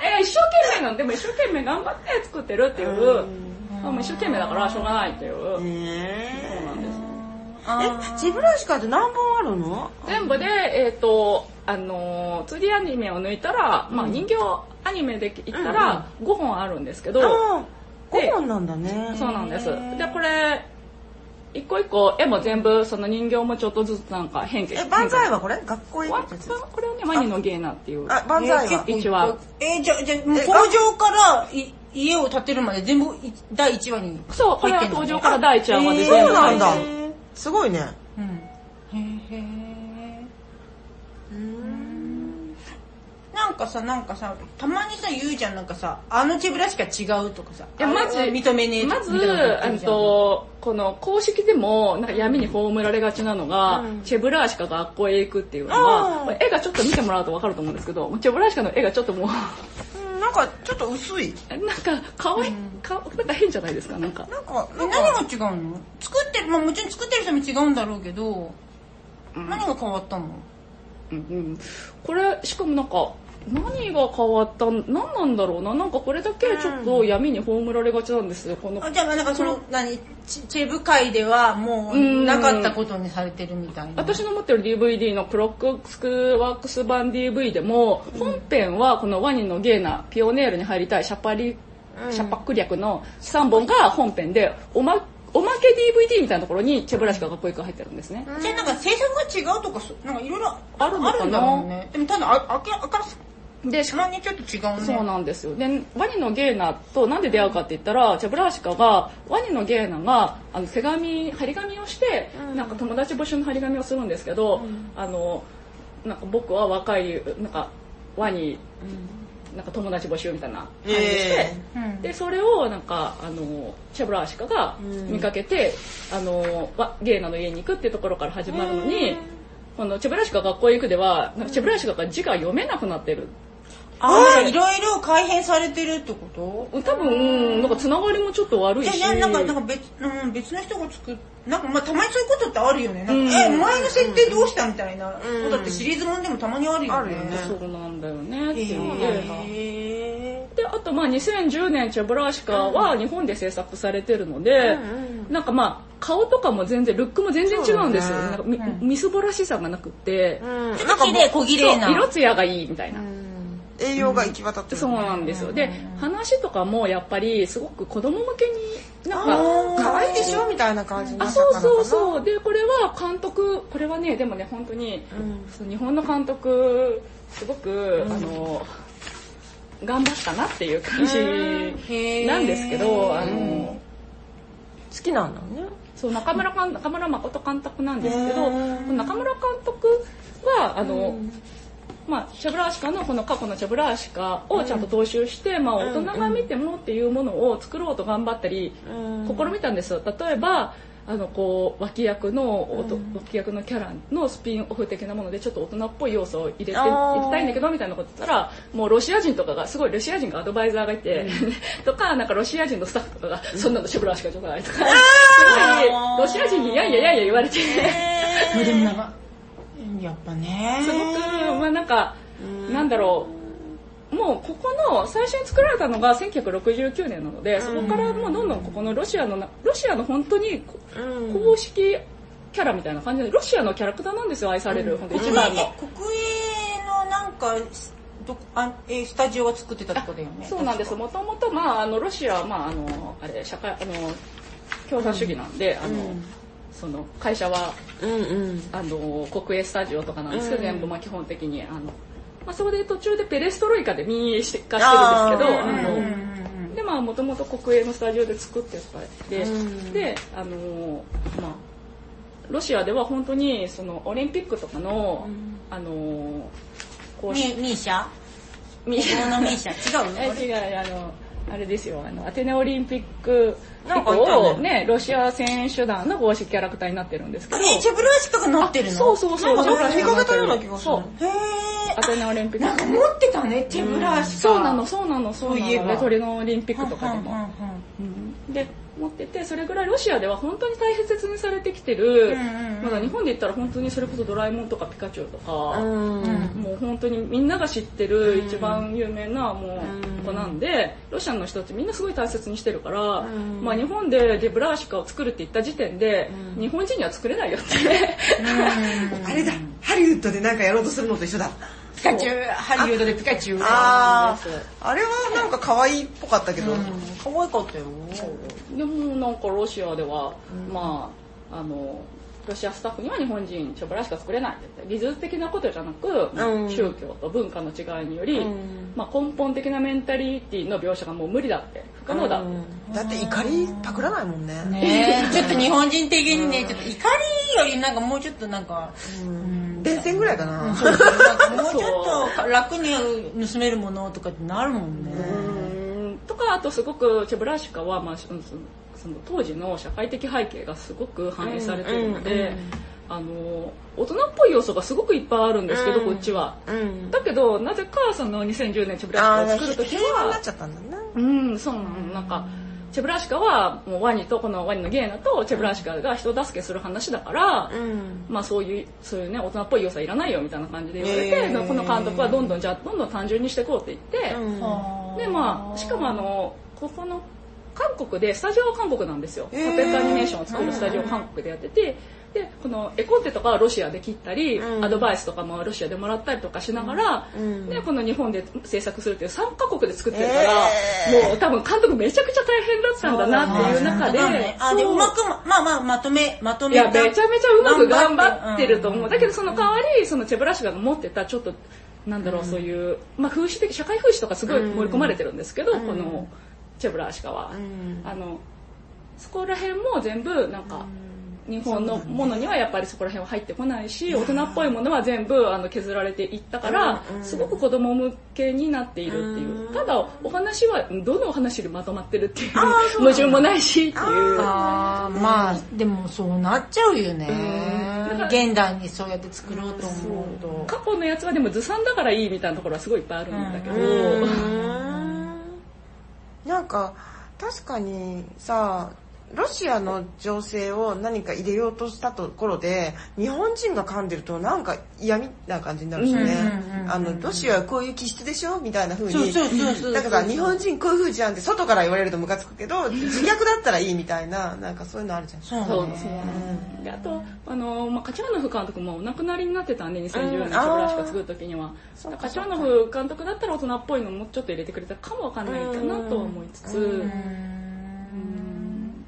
Speaker 3: えー一生懸命なんでも一生懸命頑張って作ってるっていう、まあもう一生懸命だからしょうがないっていう。そう
Speaker 2: え
Speaker 3: なんです。
Speaker 2: え、ジブラシカって何本あるの
Speaker 3: 全部で、えっ、と、あのー、2D アニメを抜いたら、まあ人形アニメで言ったら5本あるんですけど、
Speaker 2: あー
Speaker 3: で
Speaker 2: 5本なんだね。
Speaker 3: そうなんです。で、これ、一個一個絵も全部、その人形もちょっとずつなんか変化
Speaker 2: え、万歳
Speaker 3: は
Speaker 2: はこれ学校へ行くやつ
Speaker 3: これはね、マニの芸なっていう。
Speaker 2: あ、万歳は
Speaker 1: え
Speaker 3: 一話。
Speaker 1: え、じゃ、じゃ、もう工場からい家を建てるまで全部い第1話に。
Speaker 3: そう、これは
Speaker 1: 入ってんの
Speaker 3: 登場から第1話まで
Speaker 2: そ
Speaker 3: 全部
Speaker 2: うな
Speaker 3: 入
Speaker 2: ん
Speaker 3: って
Speaker 2: だ
Speaker 3: る。
Speaker 2: すごいね。
Speaker 1: うん。へへなんかさ、なんかさ、たまにさ、言うじゃん、なんかさ、あのチェブラシカ違うとかさ。
Speaker 3: いや、まず、
Speaker 1: あれは認めねえ
Speaker 3: まず、
Speaker 1: みたいなこと言
Speaker 3: え
Speaker 1: う
Speaker 3: っ
Speaker 1: じゃん
Speaker 3: と、この公式でも、なんか闇に葬られがちなのが、
Speaker 2: うん
Speaker 3: チェブラーシカが学校へ行くっていうの
Speaker 2: あー
Speaker 3: は、これ絵がちょっと見てもらうとわかると思うんですけど、チェブラーシカの絵がちょっともう、
Speaker 2: う んなんかちょっと薄い。
Speaker 3: なんか、かわいい、かなんか変じゃないですか、なんか。
Speaker 2: なんか、
Speaker 1: え
Speaker 2: なん
Speaker 1: 何が
Speaker 2: か、
Speaker 1: 違うの作ってる、まあもちろん作ってる人も違うんだろうけど、何が変わったの
Speaker 3: うんうんこれしかもなんか何が変わった何なんだろうななんかこれだけちょっと闇に葬られがちなんですよこの
Speaker 1: あじゃあ、なんかその、何、チチェブ界ではもう
Speaker 3: うん
Speaker 1: なかったことにされてるみたいな。
Speaker 3: 私の持ってる DVD のクロックスクワークス版 DV でも本編はこのワニのゲーナピオネールに入りたいシャパリ、シャパク略の3本が本編でおまおまけ DVD みたいなところにチェブラシカがこういう入ってるんですね。
Speaker 1: じゃあなんか制作が違うとかそう、なんかいろいろ
Speaker 3: あるのかな
Speaker 1: あるんだろうね。でもただ、あ、あけ、あからさ、
Speaker 3: で、しか
Speaker 1: 島にちょっと違うね。
Speaker 3: そうなんですよ。で、ワニのゲーナとなんで出会うかって言ったら、チャブラーシカが、ワニのゲーナが、あの、手紙、張り紙をして、なんか友達募集の張り紙をするんですけど、あの、なんか僕は若い、なんか、ワニ、なんか友達募集みたいな感じでして、
Speaker 1: う
Speaker 2: え
Speaker 1: ん。
Speaker 3: で、それをなんか、あの、チャブラーシカが
Speaker 2: ん
Speaker 3: 見かけて、あの、わゲーナの家に行くっていうところから始まるのに、このチェブラシカ学校へ行くでは、なんかチェブラシカが字が読めなくなってる。
Speaker 2: ー
Speaker 1: あいろいろ改変されてるってこと
Speaker 3: 多分なんかつながりもちょっと悪い
Speaker 1: じゃ
Speaker 3: し
Speaker 1: じゃなんかなんか別,、うん、別の人が作っなんかまあたまにそういうことってあるよね。なんか
Speaker 3: うん
Speaker 1: え、前の設定どうしたみたいな。ことだってシリーズもんでもたまにあるよね。
Speaker 2: あるよね
Speaker 3: そうなんだよねっていう
Speaker 2: そうなんだ
Speaker 1: へ
Speaker 3: であとまあ2010年「チェブラーシカ」は日本で制作されてるので、なんかまあ顔とかも全然ルックも全然違うんですよ、
Speaker 2: そうだね
Speaker 3: なんかみ,、みすぼらしさがなくて、
Speaker 2: うん
Speaker 1: ー。
Speaker 2: なんか
Speaker 1: 綺
Speaker 2: も
Speaker 1: 麗、小綺麗な。
Speaker 3: そう色艶がいいみたいな、
Speaker 2: うん栄養が行き渡ってる
Speaker 3: そうなんですよ、で話とかもやっぱりすごく子供向けになんか
Speaker 2: 可愛いでしょみたいな感じにな
Speaker 3: あ
Speaker 2: った
Speaker 3: そう
Speaker 2: からかな
Speaker 3: そうそうでこれは監督これはねでもね本当に、その日本の監督すごく、あの頑張ったなっていう感
Speaker 1: へ
Speaker 3: じ
Speaker 1: ー
Speaker 3: なんですけどあの
Speaker 2: 好きなんだね
Speaker 3: そう中村監中村誠監督なんですけ
Speaker 2: へ
Speaker 3: ど中村監督はあの、まあ、チャブラーシカのこの過去のチャブラーシカをちゃんと踏襲して、まあ、大人が見てもっていうものを作ろうと頑張ったり、試みたんですよ例えばあのこう脇役の、おと脇役のキャラのスピンオフ的なものでちょっと大人っぽい要素を入れていき
Speaker 2: あー
Speaker 3: たいんだけどみたいなこと言ったらもうロシア人とかがすごいロシア人がアドバイザーがいて、 とかなんかロシア人のスタッフとかがそんなのシェブラーしかじゃないとか、すごいロシア人にいやいやいやいや言われて
Speaker 1: まあでもなんか、やっぱね。
Speaker 3: すごく、まあなんか、なんだろう、もうここの、最初に作られたのが1969年なので、そこからもうどんどんここのロシアのな、ロシアの本当にこ公式キャラみたいな感じで、ロシアのキャラクターなんですよ、愛される、本当一
Speaker 1: 国営
Speaker 3: 番の。
Speaker 1: 国営のなんかどこあえースタジオが作ってたとこだよね
Speaker 3: そうなんです。もともと、まあ、あの、ロシアは、まあ、あの、あれ、社会、あの、共産主義なんで、あの、その、会社は、
Speaker 2: うんうん
Speaker 3: あの国営スタジオとかなんですけど、
Speaker 2: うん
Speaker 3: 全部まあ基本的にあの、まあ、そこで途中でペレストロイカで民営化してるんですけどあ
Speaker 2: あー
Speaker 3: の、
Speaker 1: うんうん
Speaker 3: でまあもともと国営のスタジオで作ってたで、
Speaker 2: うん
Speaker 3: であのまあロシアでは本当にそのオリンピックとかの、あの
Speaker 1: うん
Speaker 3: こう
Speaker 1: ミ
Speaker 3: し
Speaker 1: ミーシャ
Speaker 3: み
Speaker 1: 日本のミーシャ違う
Speaker 3: え
Speaker 1: ね
Speaker 3: 違うあのあれですよあのアテネオリンピック以
Speaker 2: なんか言ったよ
Speaker 3: 降ねロシア選手団の公式キャラクターになってるんですけ
Speaker 1: あ
Speaker 3: ど
Speaker 1: れチェブラーシカがなってるの
Speaker 3: そうそうそう
Speaker 2: なんか
Speaker 3: ロシ
Speaker 2: 見
Speaker 3: アの
Speaker 2: かけたような気がする
Speaker 3: そう
Speaker 1: へ
Speaker 3: アテネオリンピ
Speaker 1: え
Speaker 3: ック
Speaker 1: なんか持ってたねチェブラーシカ
Speaker 3: そうなの、そうなの、そうな
Speaker 1: そ
Speaker 3: の。
Speaker 1: ういえば
Speaker 3: レトリのオリンピックと
Speaker 1: と
Speaker 3: か
Speaker 1: か
Speaker 3: で
Speaker 1: で
Speaker 3: も。
Speaker 1: も
Speaker 3: うんで、持ってて、それぐらいロシアでは本当に大切にされてきてる、
Speaker 1: うんうんうん
Speaker 3: まだ日本で言ったら本当にそれこそドラえもんとかピカチュウとか、
Speaker 2: うん
Speaker 3: もう本当にみんなが知ってる一番有名なもう子なんで、ロシアの人ってみんなすごい大切にしてるから、
Speaker 2: ん
Speaker 3: まあ日本でデブラーシカを作るって言った時点で、日本人には作れないよって。
Speaker 4: あれだ、ハリウッドでなんかやろうとするのと一緒だ。
Speaker 1: ピカチュウハリウッドでピカチュウ
Speaker 2: あ
Speaker 3: そうなんです
Speaker 2: ああれはなんか可愛いっぽかったけど、
Speaker 1: 可愛かったよ
Speaker 3: でもなんかロシアでは、まああのロシアスタッフには日本人チョブラしか作れないって言って技術的なことじゃなく、
Speaker 2: うん
Speaker 3: 宗教と文化の違いにより、
Speaker 2: うん
Speaker 3: まあ、根本的なメンタリティの描写がもう無理だって不可能だって、
Speaker 2: だって怒りパクらないもんね
Speaker 1: ね えちょっと日本人的にねちょっと怒りよりなんかもうちょっとなんかうん
Speaker 2: 電線ぐらいかな、
Speaker 1: そうそうなんかもうちょっと楽に盗めるものとかってなるもんね。
Speaker 3: うんとかあとすごくチェブラシカは、まあ、そのそのその当時の社会的背景がすごく反映されてるので、あの大人っぽい要素がすごくいっぱいあるんですけど、こっちは。
Speaker 2: うん
Speaker 3: だけどなぜかその2010年チェブラシカ
Speaker 2: あ
Speaker 3: を
Speaker 2: あ
Speaker 3: 作るとき
Speaker 2: 平和になっ
Speaker 3: は
Speaker 2: ちゃったんだね
Speaker 3: うんそうなのなんかチェブラシカはもうワニとこのワニのゲーナとチェブラシカが人助けする話だから、
Speaker 2: うん
Speaker 3: まあそういうそういうね大人っぽい要素はいらないよみたいな感じで言われて、
Speaker 2: へー
Speaker 3: この監督はどんどんじゃあどんどん単純にしていこうって言って、でまあしかもあのここの韓国でスタジオは韓国なんですよ、
Speaker 2: へー
Speaker 3: パペットアニメーションを作るスタジオを韓国でやっててでこの絵コンテとかはロシアで切ったり、
Speaker 2: うん
Speaker 3: アドバイスとかもロシアでもらったりとかしながら、
Speaker 2: うん
Speaker 3: でこの日本で制作するっていう3カ国で作ってるから、
Speaker 2: へー
Speaker 3: もう多分監督めちゃくちゃ大変だったんだなっていう中で
Speaker 1: そうだねあ、で、
Speaker 3: そう
Speaker 1: うまくま、まあまあ、まとめ、まと
Speaker 3: い
Speaker 1: め
Speaker 3: や、
Speaker 1: た。
Speaker 3: めちゃめちゃうまく頑張ってると
Speaker 1: う
Speaker 3: 思
Speaker 1: ん
Speaker 3: う。だけどその代わり、そのチェブラシカが持ってた、ちょっと、なんだろう、そういう、まあ風刺的、社会風刺とかすごい盛り込まれてるんですけど、このチェブラシカは。あの、そこら辺も全部、なんか、日本のものにはやっぱりそこら辺は入ってこないし、大人っぽいものは全部あの削られていったから、すごく子供向けになっているっていう。ただ、お話は、どのお話よりまとまってるっていう、矛盾もないしっていう。
Speaker 1: あーまあ、でもそうなっちゃうよね。
Speaker 3: だ
Speaker 1: 現代にそうやって作ろうと思うと、
Speaker 3: 過去のやつはでもずさんだからいいみたいなところはすごいいっぱいあるんだけど、
Speaker 2: なんか確かにさロシアの情勢を何か入れようとしたところで日本人が噛んでるとなんか嫌みな感じになるしね
Speaker 1: うんうんうんう。ん
Speaker 2: あの、ロシアはこういう気質でしょみたいな風
Speaker 1: そう
Speaker 2: に。
Speaker 1: そうそうそう
Speaker 2: なんかさ、日本人こういう風じゃんって外から言われるとムカつくけど、自虐だったらいいみたいな、なんかそういうのあるじゃん。
Speaker 1: そうね
Speaker 3: そうですね。で、あと、あの、まあ、カチャーノフ監督もお亡くなりになってたんで、2010年そこらしか作るときには。
Speaker 2: そうか
Speaker 3: カチャーノフ監督だったら大人っぽいのもちょっと入れてくれたかもわかんないかなとは思いつ
Speaker 1: う
Speaker 3: つ、
Speaker 1: ー
Speaker 3: うんん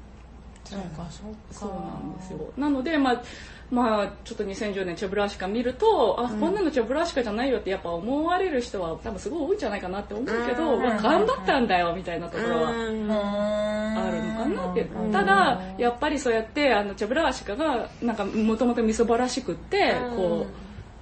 Speaker 1: そうかそうか
Speaker 3: そうなんですよ。なので、まあ、まあ、ちょっと2010年チェブラーシカ見ると、あ、こんなのチェブラーシカじゃないよってやっぱ思われる人は多分すごい多いんじゃないかなって思うけど、
Speaker 1: うん
Speaker 3: まあ、頑張ったんだよみたいなところは。あるのかなって。ただ、やっぱりそうやって、あの、チャブラーシカが、なんか、もともとみそばらしくって、こう、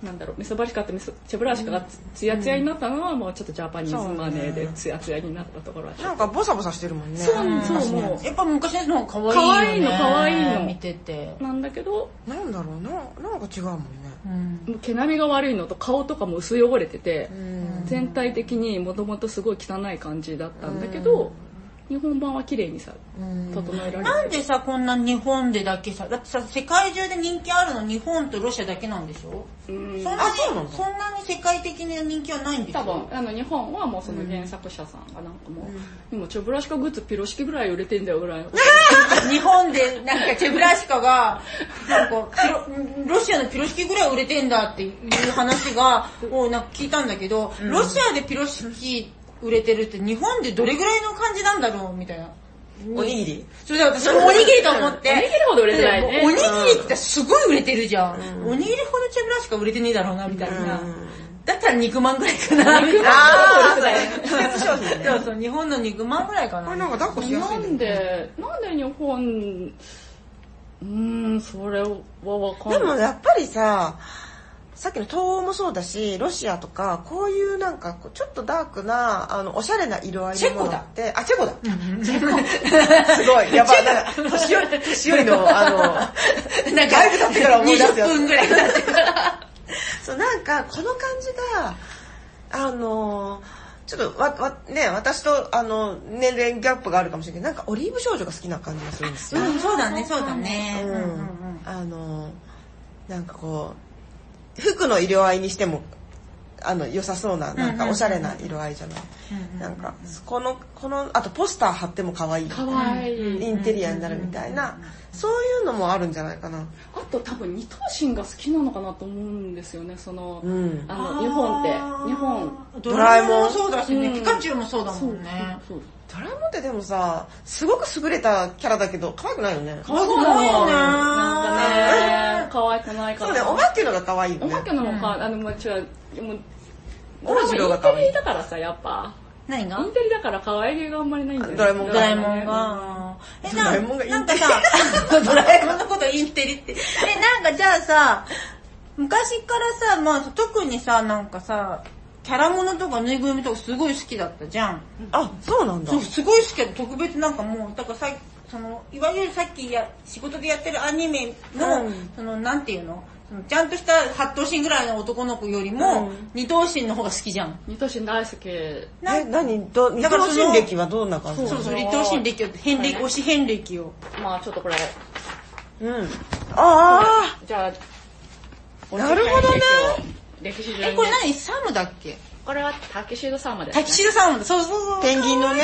Speaker 3: なんだろう、みそばらしかってみそ、チャブラーシカがつつやつやになったのは、もうちょっとジャパニーズマネーでつやつやになったところはちょっ
Speaker 2: なんかボサボサしてるもんね。
Speaker 3: と。そう、そう、も
Speaker 1: やっぱ昔の方が可愛いよね
Speaker 3: 可愛いの可愛いの
Speaker 1: 見てて
Speaker 3: う。なんだけど、
Speaker 2: なんだろうな、なんか違うもんね。
Speaker 1: うん
Speaker 3: もう毛並みが悪いのと顔とかも薄汚れてて、
Speaker 2: うん。
Speaker 3: 全体的にもともとすごい汚い感じだったんだけど、日本版は綺麗にさ、整えられて
Speaker 1: なんでさ、こんな日本でだけさ、だってさ、世界中で人気あるの日本とロシアだけなんでしょ
Speaker 3: うん
Speaker 1: そんな
Speaker 2: あ
Speaker 1: に
Speaker 2: そうなんだ
Speaker 1: そんなに世界的な人気はないんでしょ
Speaker 3: 多分あの日本はもうその原作者さんがなんかもう、今チョブラシカグッズピロシキぐらい売れてんだよぐらいの
Speaker 1: 日本でなんかチェブラシカが、なんかピロロシアのピロシキぐらい売れてんだっていう話が、をなんか聞いたんだけど、ロシアでピロシキ売れてるって日本でどれぐらいの感じなんだろうみたいな。
Speaker 2: おにぎり
Speaker 1: それで私もおにぎりと思って。
Speaker 3: おにぎりほど売れてないね
Speaker 1: おにぎりってすごい売れてるじゃん。おにぎりほどチェブラシカ売れてねえだろうな、みたいな。だったら肉まんぐらいかな、みたいな。
Speaker 2: あー、そうね。季節商品ね。
Speaker 1: そうそう、日本の肉まんぐらいか
Speaker 2: これ
Speaker 1: な。
Speaker 2: なんか抱っこしやす
Speaker 3: ない
Speaker 2: ね
Speaker 3: んでなんで日本うーんそれはわかんな
Speaker 2: で
Speaker 3: い
Speaker 2: もやっぱりさ、さっきの東欧もそうだし、ロシアとか、こういうなんか、ちょっとダークな、あの、おしゃれな色合いのものって、あ、チェコだ。 すごい。やばい。なんか年寄り、年寄りの、あの、
Speaker 1: なん
Speaker 2: だいぶ経ってから思い出すや
Speaker 1: 20
Speaker 2: つ
Speaker 1: 分ぐらい経ってから。
Speaker 2: そう、なんか、この感じが、あのーちょっとわ、わ、ね、私と、あの、年齢ギャップがあるかもしれないけど、なんかオリーブ少女が好きな感じがするんですよ。
Speaker 1: うん、そうだね、そうだね。
Speaker 2: う
Speaker 1: うんんうんうん
Speaker 2: あのなんかこう服の色合いにしてもあの良さそうななんかおしゃれな色合いじゃない、なんかこのこのあとポスター貼っても可愛い
Speaker 3: かわいい、
Speaker 2: インテリアになるみたいな、そういうのもあるんじゃないかな
Speaker 3: あと多分二等身が好きなのかなと思うんですよねその、
Speaker 2: うん
Speaker 3: あの日本って日本
Speaker 1: ドラえもん
Speaker 2: ドラえもん
Speaker 1: もそうだしね、
Speaker 3: うん
Speaker 1: ピカチュウもそうだもんね。
Speaker 3: そう
Speaker 2: ドラえもんってでもさすごく優れたキャラだけど可愛くないよね
Speaker 1: わいい
Speaker 3: そうなの
Speaker 1: ね
Speaker 3: なんかね可愛くないか
Speaker 2: そ
Speaker 3: ら
Speaker 2: うねお化けのが可愛いよ
Speaker 3: お
Speaker 2: ね
Speaker 3: まけなのか、あの、まあ、違う、もう、
Speaker 2: オラジロが可愛い
Speaker 3: インテリだからさ、やっぱ。
Speaker 1: 何
Speaker 3: イ
Speaker 1: が
Speaker 3: ンテリだから可愛げがあんまりないんだよね。
Speaker 2: ドラえもん
Speaker 1: ドラえもん。が。え、
Speaker 2: ドラ
Speaker 1: な
Speaker 2: えもん
Speaker 1: ん
Speaker 2: がイ
Speaker 1: な
Speaker 2: ンテリ
Speaker 1: んかさ、 ドラえもんのことインテリって。え、なんかじゃあさ、昔からさ、まあ特にさ、なんかさ、キャラものとかぬいぐるみとかすごい好きだったじゃん。
Speaker 2: あそうなんだ
Speaker 1: そう、すごい好きだった特別なんかもう、だからさ、その、いわゆるさっきや、仕事でやってるアニメの、
Speaker 2: うん
Speaker 1: その、なんていうのそのちゃんとした8頭身ぐらいの男の子よりも、二頭身の方が好きじゃん。
Speaker 3: 二都市大好き。
Speaker 2: え何ど二
Speaker 1: だから
Speaker 2: 等
Speaker 1: その
Speaker 2: 身劇はどんな感じ
Speaker 1: そうそう、二頭身歴を、変歴、推し変歴を。
Speaker 3: まあちょっとこれ、
Speaker 2: うんあ
Speaker 3: じゃあ、
Speaker 2: なるほどね
Speaker 3: 歴史上に。
Speaker 1: え、これ何サムだっけ
Speaker 3: これはタキシードサーマで
Speaker 1: タキシルサムだ。そうそうそ
Speaker 2: あ
Speaker 1: う。
Speaker 2: ペンギンのね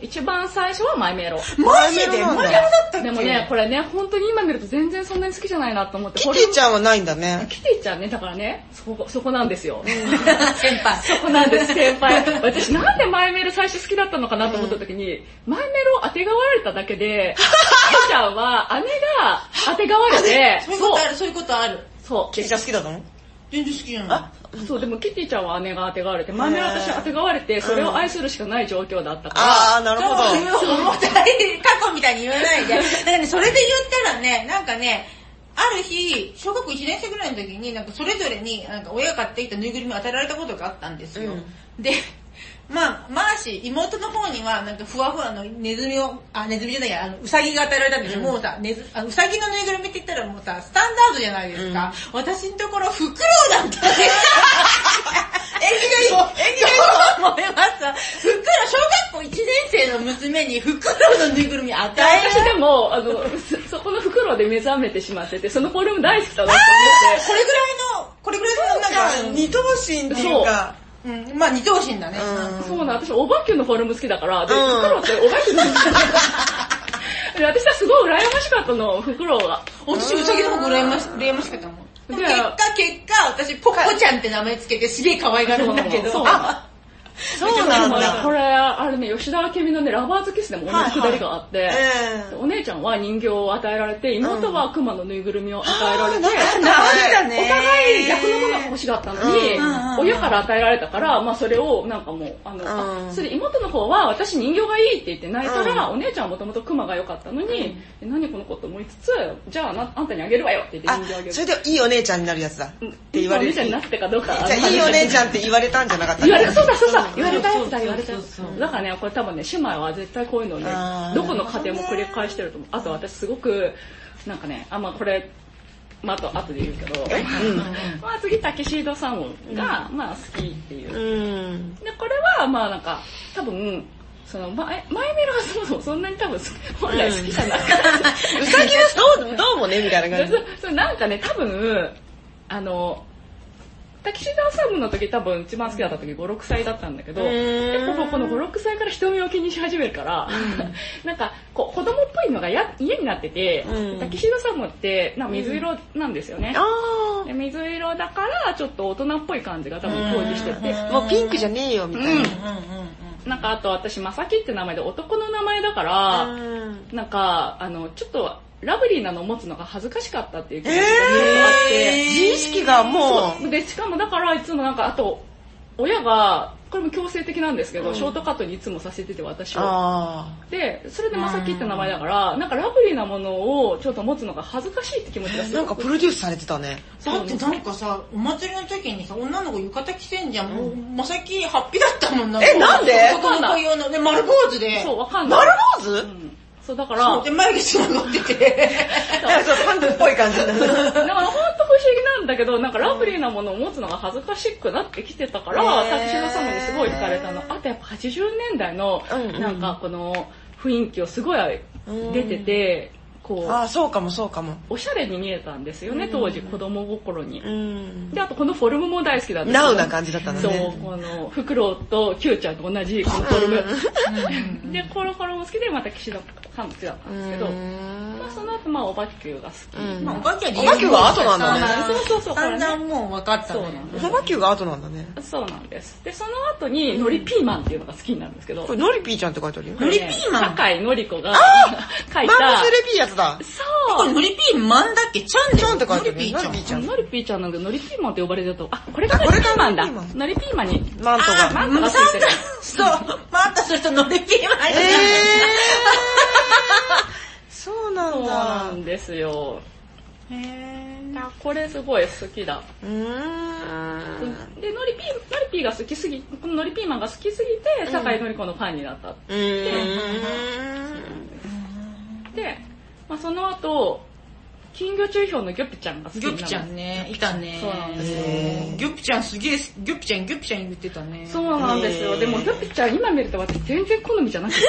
Speaker 3: 一番最初はマイメロ。
Speaker 1: マジで
Speaker 2: マ
Speaker 1: マ
Speaker 2: イメロなんだ
Speaker 1: イメロだったっけ
Speaker 3: でもね、これね、本当に今見ると全然そんなに好きじゃないなと思って。
Speaker 2: キティち
Speaker 3: ゃ
Speaker 2: ゃんはないんだね。
Speaker 3: キティちゃんね、だからね、そこ、そこなんですよ。
Speaker 1: 先輩。
Speaker 3: そこなんです、先輩。私なんでマイメール最初好きだったのかなと思った時に、マイメールを当てがわれただけで、ケイちゃんは姉が当てがわれて、
Speaker 1: そういうことある、そういうことある。
Speaker 3: そ
Speaker 2: キティちゃん好きだったの
Speaker 1: 全然好きじゃな
Speaker 3: う、そう、でもキティちゃんは姉が当てがわれて、マイメールは私当てがわれて、それを愛するしかない状況だったから、
Speaker 2: あー、なるほど。
Speaker 1: そういう重たい過去みたいに言わない で。だからね、それで言ったらね、なんかね、ある日、小学校1年生ぐらいの時に、なんかそれぞれに、なんか親が買ってきたぬいぐるみを与えられたことがあったんですよ。で、まあ、マーシー、妹の方には、なんかふわふわのネズミを、あ、ネズミじゃないや、あの、ウサギが与えられたんですよ。もうさ、ネズ、あウサギのぬいぐるみって言ったらもうさ、スタンダードじゃないですか。私のところ、フクロウだったんです縁起がいい縁起がいいと思いました。フクロウ、小学校1年生の娘にフクロウのぬいぐるみ与えられ
Speaker 3: 私
Speaker 1: た。
Speaker 3: でも、あの、そそこの袋で目覚めてしまってて、そのフォルム大好きだなって
Speaker 1: これぐらいの、これぐらいのなんか、
Speaker 4: 二等身っていうか、
Speaker 1: うん、まあ二等身だね。
Speaker 3: 思って、そうなん、私おばきゅんのフォルム好きだから、で、袋っておばきゅんの好きだから。で、私はすごい羨ましかったの、袋が。
Speaker 1: 私、うさぎの方が羨まし羨ましかったもん。
Speaker 3: で
Speaker 1: 結果、結果、私、ポッコちゃんって名前つけてすげえ可愛がるんだけ
Speaker 3: そ
Speaker 1: ど、
Speaker 3: うな
Speaker 1: あ
Speaker 2: そうなんだ。
Speaker 3: これ、あれね、吉田明美のね、ラバーズキスでも同じくだりがあって、
Speaker 2: ええ
Speaker 3: お姉ちゃんは人形を与えられて、妹は熊のぬいぐるみを与えられて、
Speaker 1: なんだ
Speaker 3: お
Speaker 1: ね。
Speaker 3: 互い逆のものが欲しかったのに、親から与えられたから、まあそれをなんかもう、あの、あそれで妹の方は私人形がいいって言って泣いたら、お姉ちゃんはもともと熊が良かったのに、え何この子と思いつつ、じゃあなあんたにあげるわよって言って
Speaker 2: あ
Speaker 3: 人形あげ、る。
Speaker 2: それでいいお姉ちゃんになるやつだ。っ
Speaker 3: うん
Speaker 2: て言われ
Speaker 3: いい
Speaker 2: る。
Speaker 3: お姉ちゃんになってかどうか。
Speaker 2: じゃあいいお姉ちゃんって言われたんじゃなかったっけ
Speaker 3: 言われそうだそうだ
Speaker 2: ん
Speaker 3: 言われたやつだ言われたやつだからねこれ多分ね姉妹は絶対こういうのをね
Speaker 2: あー
Speaker 3: どこの家庭も繰り返してると思うあと私すごくなんかねあんまあこれまあ、あと後で言うけど、まあ次、タキシードさんが、まあ好きっていう。で、
Speaker 2: うん。
Speaker 3: これは、まあなんか、多分、その、前、前メロはそもそもそんなに多分好き、本来好きじゃなかった。
Speaker 2: うさぎはどう、どうもね、みたいな感じ
Speaker 3: そ。うそうなんかね、多分、あの、タキシードアサムの時多分一番好きだった時5、6歳だったんだけど、
Speaker 2: ーん
Speaker 3: 結構この5、6歳から人目を気にし始めるから、 なんかこう子供っぽいのがや嫌になってて、
Speaker 2: うん
Speaker 3: タキシードアサムってなんか水色なんですよね。
Speaker 2: あ
Speaker 3: で水色だからちょっと大人っぽい感じが多分当時してて、
Speaker 2: あ。もうピンクじゃねえよ、みたいな。
Speaker 3: なんかあと私、まさきって名前で男の名前だから、
Speaker 2: うん
Speaker 3: なんか、あの、ちょっと、ラブリーなのを持つのが恥ずかしかったっていう気持ちがずっとあって、
Speaker 2: 自意識がもう、
Speaker 3: で、しかもだからいつもなんか、あと、親が、これも強制的なんですけど、ショートカットにいつもさせてて私を。
Speaker 2: あ
Speaker 3: で、それでまさきって名前だから、なんかラブリーなものをちょっと持つのが恥ずかしいって気持ちが
Speaker 2: あ。
Speaker 3: す
Speaker 2: なん
Speaker 3: る。
Speaker 2: かプロデュースされてたね。
Speaker 1: だってなんかさ、お祭りの時にさ、女の子浴衣着てんじゃん。もう、まさき、ハッピーだったもんな。
Speaker 2: えなんで
Speaker 1: 男の子用の、ね、丸坊主で。
Speaker 3: そう、わかんない。
Speaker 2: 丸坊主
Speaker 3: うんそう、だか
Speaker 1: そ
Speaker 3: ら
Speaker 1: うで、、眉毛繋がってて。
Speaker 2: なんかちょっとパンクっぽい感じになる。
Speaker 3: だから本当不思議なんだけど、なんかラブリーなものを持つのが恥ずかしくなってきてたから、
Speaker 2: へー
Speaker 3: タキシード様にすごい惹かれたの。あとやっぱ80年代の
Speaker 2: うんう、ん
Speaker 3: なんかこの雰囲気をすごい出てて、こ
Speaker 2: ああ、そうかもそうかも。
Speaker 3: う、おしゃれに見えたんですよね、当時子供心に
Speaker 2: う。ん。
Speaker 3: で、あとこのフォルムも大好きだった。
Speaker 2: ナウな感じだったんだ
Speaker 3: そう
Speaker 2: ね。、
Speaker 3: この、フクロウとキューちゃんと同じ、このフォルム。で、コロコロも好きで、また岸田さんも好きだったんですけど、まあその後、まあ、おばきゅうが好き。
Speaker 2: う ん
Speaker 1: まあ、おばけは理
Speaker 2: お化けは後なんだね
Speaker 3: そうそうそうこれ
Speaker 1: だ
Speaker 3: ね
Speaker 1: んだんもう分かった
Speaker 3: そうな
Speaker 1: の
Speaker 3: ん
Speaker 1: よ。
Speaker 3: です。
Speaker 2: サバキューが後なんだね。
Speaker 3: そうなんです。で、その後に、のりピーマンっていうのが好きになるんですけど、
Speaker 2: これ、ノリピーちゃんって書いてあるよ。
Speaker 1: のりピーマン
Speaker 3: 酒井のり子が書い
Speaker 2: マンモ
Speaker 3: た
Speaker 2: ス、レピーやつだ。
Speaker 1: こ
Speaker 3: そ
Speaker 1: れ、のりピーマンだっけちゃんで。
Speaker 2: ちゃんって書い
Speaker 1: の
Speaker 2: てある
Speaker 1: りピ
Speaker 2: ね
Speaker 1: ーちゃん
Speaker 2: のり。ピーちゃ
Speaker 3: う。
Speaker 2: ん。
Speaker 3: のりピーちゃんなんかのりピーマンって呼ばれてたと、あ、これがの
Speaker 2: あこ
Speaker 3: り
Speaker 2: れ
Speaker 3: ピ
Speaker 2: が
Speaker 3: ーマンだ。
Speaker 2: のりピーマン
Speaker 3: のりピーマンに、
Speaker 2: マント
Speaker 1: あ
Speaker 2: が。
Speaker 1: マントがついてるそう、マントすると乗りピーマンになる
Speaker 2: そうなん
Speaker 3: そうな
Speaker 2: だ。
Speaker 3: んですよ。
Speaker 1: へー
Speaker 3: あこれすごい好きだ。
Speaker 2: うーん。
Speaker 3: で、のりピー、のりピーが好きすぎ、こののりピーマンが好きすぎて、酒井のり子のファンになった。
Speaker 2: うーん。
Speaker 3: で、まあその後、金魚中氷のギョピちゃんが好きに
Speaker 1: ギョピ
Speaker 3: なるんです
Speaker 1: ちゃんね、いたね。
Speaker 3: そうなんです
Speaker 2: よ
Speaker 1: ギョピちゃんすげえ、ギョピちゃん、ギョピちゃん言ってたね。。
Speaker 3: そううなんですよ。でも、ギョピちゃん今見ると私全然好みじゃなくて、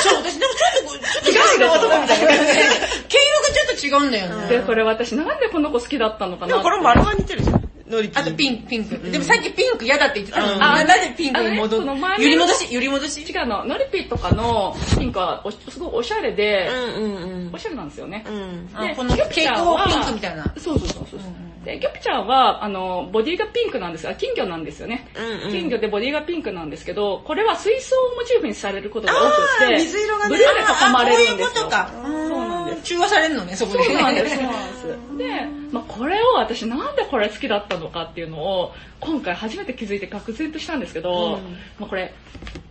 Speaker 1: そう、私でもちょっと、ちょっと違うよ、男みたいな感じで。毛色がちょっと違うんだよね。
Speaker 3: で、これ私なんでこの子好きだったのか
Speaker 2: で
Speaker 3: なっ
Speaker 2: も
Speaker 3: て。
Speaker 2: これ丸は似てるじゃん。ノリピー。
Speaker 1: あとピンク、ピンク。でもさっきピンク嫌だって言ってたのに、
Speaker 2: うん
Speaker 1: ななんでピンクに戻
Speaker 3: あ
Speaker 1: る
Speaker 3: のねその前の
Speaker 1: 揺り戻し、揺り戻し。
Speaker 3: 違うの、ノリピとかのピンクはおすごいおしゃれで、
Speaker 2: うんうん
Speaker 3: おしゃれなんですよね
Speaker 2: う。ん。
Speaker 1: あ
Speaker 3: で
Speaker 1: この
Speaker 3: ギョ
Speaker 1: 蛍
Speaker 3: ピちゃん
Speaker 1: 光
Speaker 3: は
Speaker 1: ピンクみたいな。
Speaker 3: そうそうそうそう。で、ギョピちゃんは、あの、ボディがピンクなんですが、金魚なんですよね。
Speaker 2: うんうん
Speaker 3: 金魚でボディがピンクなんですけど、これは水槽をモチーフにされることが多く
Speaker 2: あー
Speaker 3: て、
Speaker 2: 水色がね
Speaker 3: ブルーで囲まれるん
Speaker 1: あこういう
Speaker 3: ですよ。
Speaker 1: ことか。
Speaker 3: そうなんです。
Speaker 1: 中和されるのね、そこで。
Speaker 3: そうなんです、そうなんです。で、まあ、これを私なんでこれ好きだったのかっていうのを、今回初めて気づいて愕然としたんですけど、まあ、これ、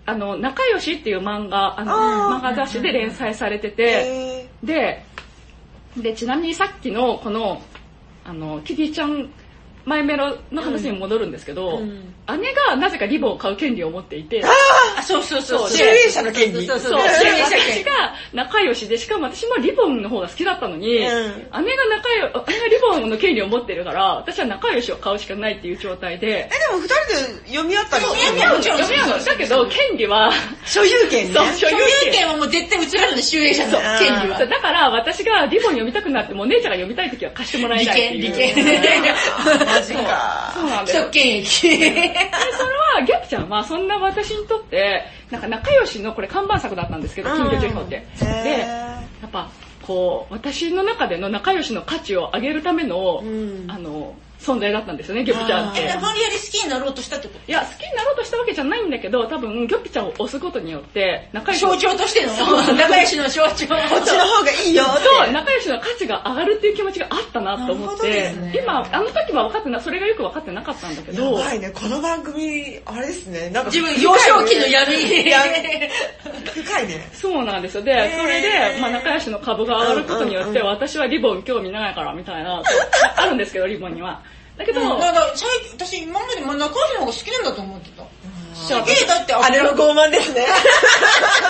Speaker 3: あの、仲良しっていう漫画、あの、漫画雑誌で連載されてて、
Speaker 2: え
Speaker 3: で、で、ちなみにさっきのこの、あの、キティちゃんマイメロの話に戻るんですけど、姉がなぜかリボンを買う権利を持っていて、
Speaker 1: あ、そうそうそう。
Speaker 2: 集英社の権利
Speaker 1: そうそうそ
Speaker 3: そ、
Speaker 1: うう。
Speaker 3: で
Speaker 1: 集英社
Speaker 3: 私
Speaker 1: 権。
Speaker 3: が仲良しで、しかも私もリボンの方が好きだったのに、姉
Speaker 2: う
Speaker 3: が
Speaker 2: ん
Speaker 3: 仲良、姉がリボンの権利を持ってるから、私は仲良しを買うしかないっていう状態
Speaker 2: え、
Speaker 3: で、
Speaker 2: でも二人で読み合ったり
Speaker 1: 読み合う
Speaker 3: 読み合う読み合うだけど、権利は、
Speaker 2: 所有権ね
Speaker 3: そう、。所
Speaker 1: 所有
Speaker 3: 有権。
Speaker 1: 権はもう絶対うちらの集英社と
Speaker 2: ん
Speaker 1: 権利
Speaker 3: そう
Speaker 1: は。
Speaker 3: だから私がリボン読みたくなってもお姉ちゃんが読みたい時は貸してもらえ
Speaker 1: 利
Speaker 3: ないっ
Speaker 1: 権、
Speaker 3: ていう。
Speaker 1: 利権。
Speaker 2: マジか。
Speaker 3: そうなんですよ
Speaker 1: 職。権益。
Speaker 3: でそれは、ギャピちゃんは、そんな私にとって、なんか仲良しのこれ看板作だったんですけど、近距離情報って。で、や
Speaker 2: へ
Speaker 3: っぱ、こう、私の中での仲良しの価値を上げるための、
Speaker 2: ん
Speaker 3: あの、存在だったんですよね、ギョピちゃんって。
Speaker 1: え無理やり好きになろうとしたってこ
Speaker 3: いや、好きになろうとしたわけじゃないんだけど、多分、ギョピちゃんを押すことによって、仲
Speaker 1: と
Speaker 3: 良しの
Speaker 1: 象徴としての仲良しの象徴。
Speaker 2: こっちの方がいいよって。
Speaker 3: そう、仲良しの価値が上がるっていう気持ちがあったなと思っ
Speaker 2: な
Speaker 3: て、
Speaker 2: るほど
Speaker 3: 今、あの時は分かってな、それがよく分かってなかったんだけ
Speaker 2: や
Speaker 3: ど、
Speaker 2: ばいね、この番組、あれですね、なんか
Speaker 1: 自分、幼少期の闇。
Speaker 2: 深いね。
Speaker 3: そうなんですよ。で、それで、まあ、仲良しの株が上がることによって、私はリボン興味ないから、みたいな、あるんですけど、リボンには。だけど、
Speaker 1: だから最近私今までも仲良しの方が好きなんだと思ってた。すげえだってあ
Speaker 2: 姉の傲慢ですね。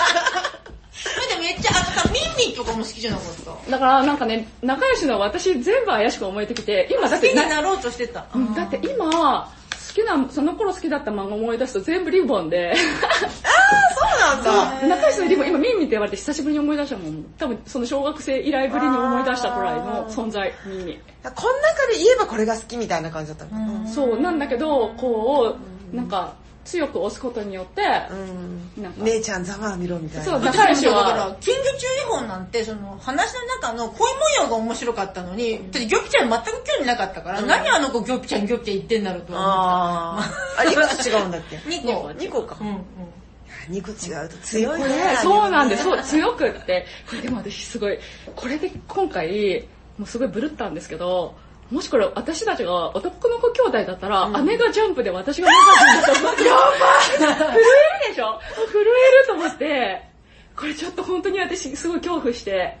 Speaker 1: だってめっちゃあのさ、ミンミンとかも好きじゃなかった。好
Speaker 3: だからなんかね、仲良しの私全部怪しく思えてきて、今だっ
Speaker 1: き
Speaker 3: て
Speaker 1: に
Speaker 3: な、
Speaker 1: なろうとしてた。
Speaker 3: うんだって今、好きな、その頃好きだった漫画思い出すと全部リボンで、
Speaker 2: そうなんだ。
Speaker 3: 仲良しのリボン、今ミンミンって言われて久しぶりに思い出したもん。多分その小学生以来ぶりに思い出したくらいの存在、ミンミン。
Speaker 2: この中で言えばこれが好きみたいな感じだったのかな。
Speaker 3: そう、なんだけど、こう、なんか強く押すことによって、
Speaker 2: うん。
Speaker 3: なんか、
Speaker 2: 姉ちゃんざまあ見ろみたいな。
Speaker 3: そう、
Speaker 1: だ
Speaker 3: 仲良し
Speaker 1: から
Speaker 3: は、、
Speaker 1: 金魚注意報なんて、その、話の中の恋模様が面白かったのに、だって、ギョピちゃん全く興味なかったから、何あの子ギョピちゃんギョピちゃん言ってんだろうとは
Speaker 2: あー。あ、いくつ違うんだっけ
Speaker 1: 思った。2個。
Speaker 2: ?2 個か
Speaker 1: う。んうん。
Speaker 2: 2個違うと強いね
Speaker 3: ね。そうなんです、そう、強くって。これでも私すごい、これで今回、もうすごいブルったんですけど、もしこれ私たちが男の子兄弟だったら、姉がジャンプで私が女だと思って。やば震えるでしょもう震えると思って、これちょっと本当に私すごい恐怖して。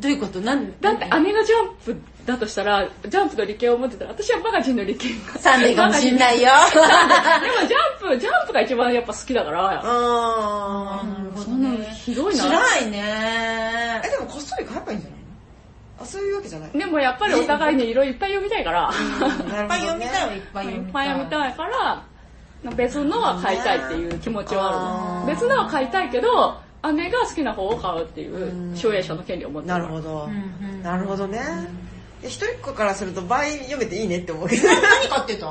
Speaker 1: どういうことなん
Speaker 3: だって姉がジャンプだとしたら、ジャンプの利権を持ってたら、私はマガジンの利権が。
Speaker 1: サンデーかもしんない よ。
Speaker 3: でもジャンプ、ジャンプが一番やっぱ好きだから、
Speaker 2: あー。
Speaker 3: そんなのひどいな。
Speaker 1: 辛いね
Speaker 2: え、でもこっそり買えばいいんじゃないのあ、そういうわけじゃない。
Speaker 3: でもやっぱりお互いにいろいろいっぱい読みたいから、
Speaker 2: ないる
Speaker 1: っ
Speaker 2: ほ
Speaker 1: ぱい
Speaker 2: ど
Speaker 1: 読み
Speaker 2: ね
Speaker 1: たいはいっぱい
Speaker 3: いっ
Speaker 1: 読み
Speaker 3: ぱ
Speaker 1: た
Speaker 3: い
Speaker 1: い。
Speaker 3: 読みたいから、別のは買いたいっていう気持ちはあるの。別のは買いたいけど、姉が好きな方を買うっていう、所有者の権利を持って
Speaker 2: な
Speaker 3: る
Speaker 2: るほど
Speaker 1: うんう。ん
Speaker 2: なるほどね。一人っ子からすると倍読めていいねって思うけ ど。
Speaker 1: 何買ってた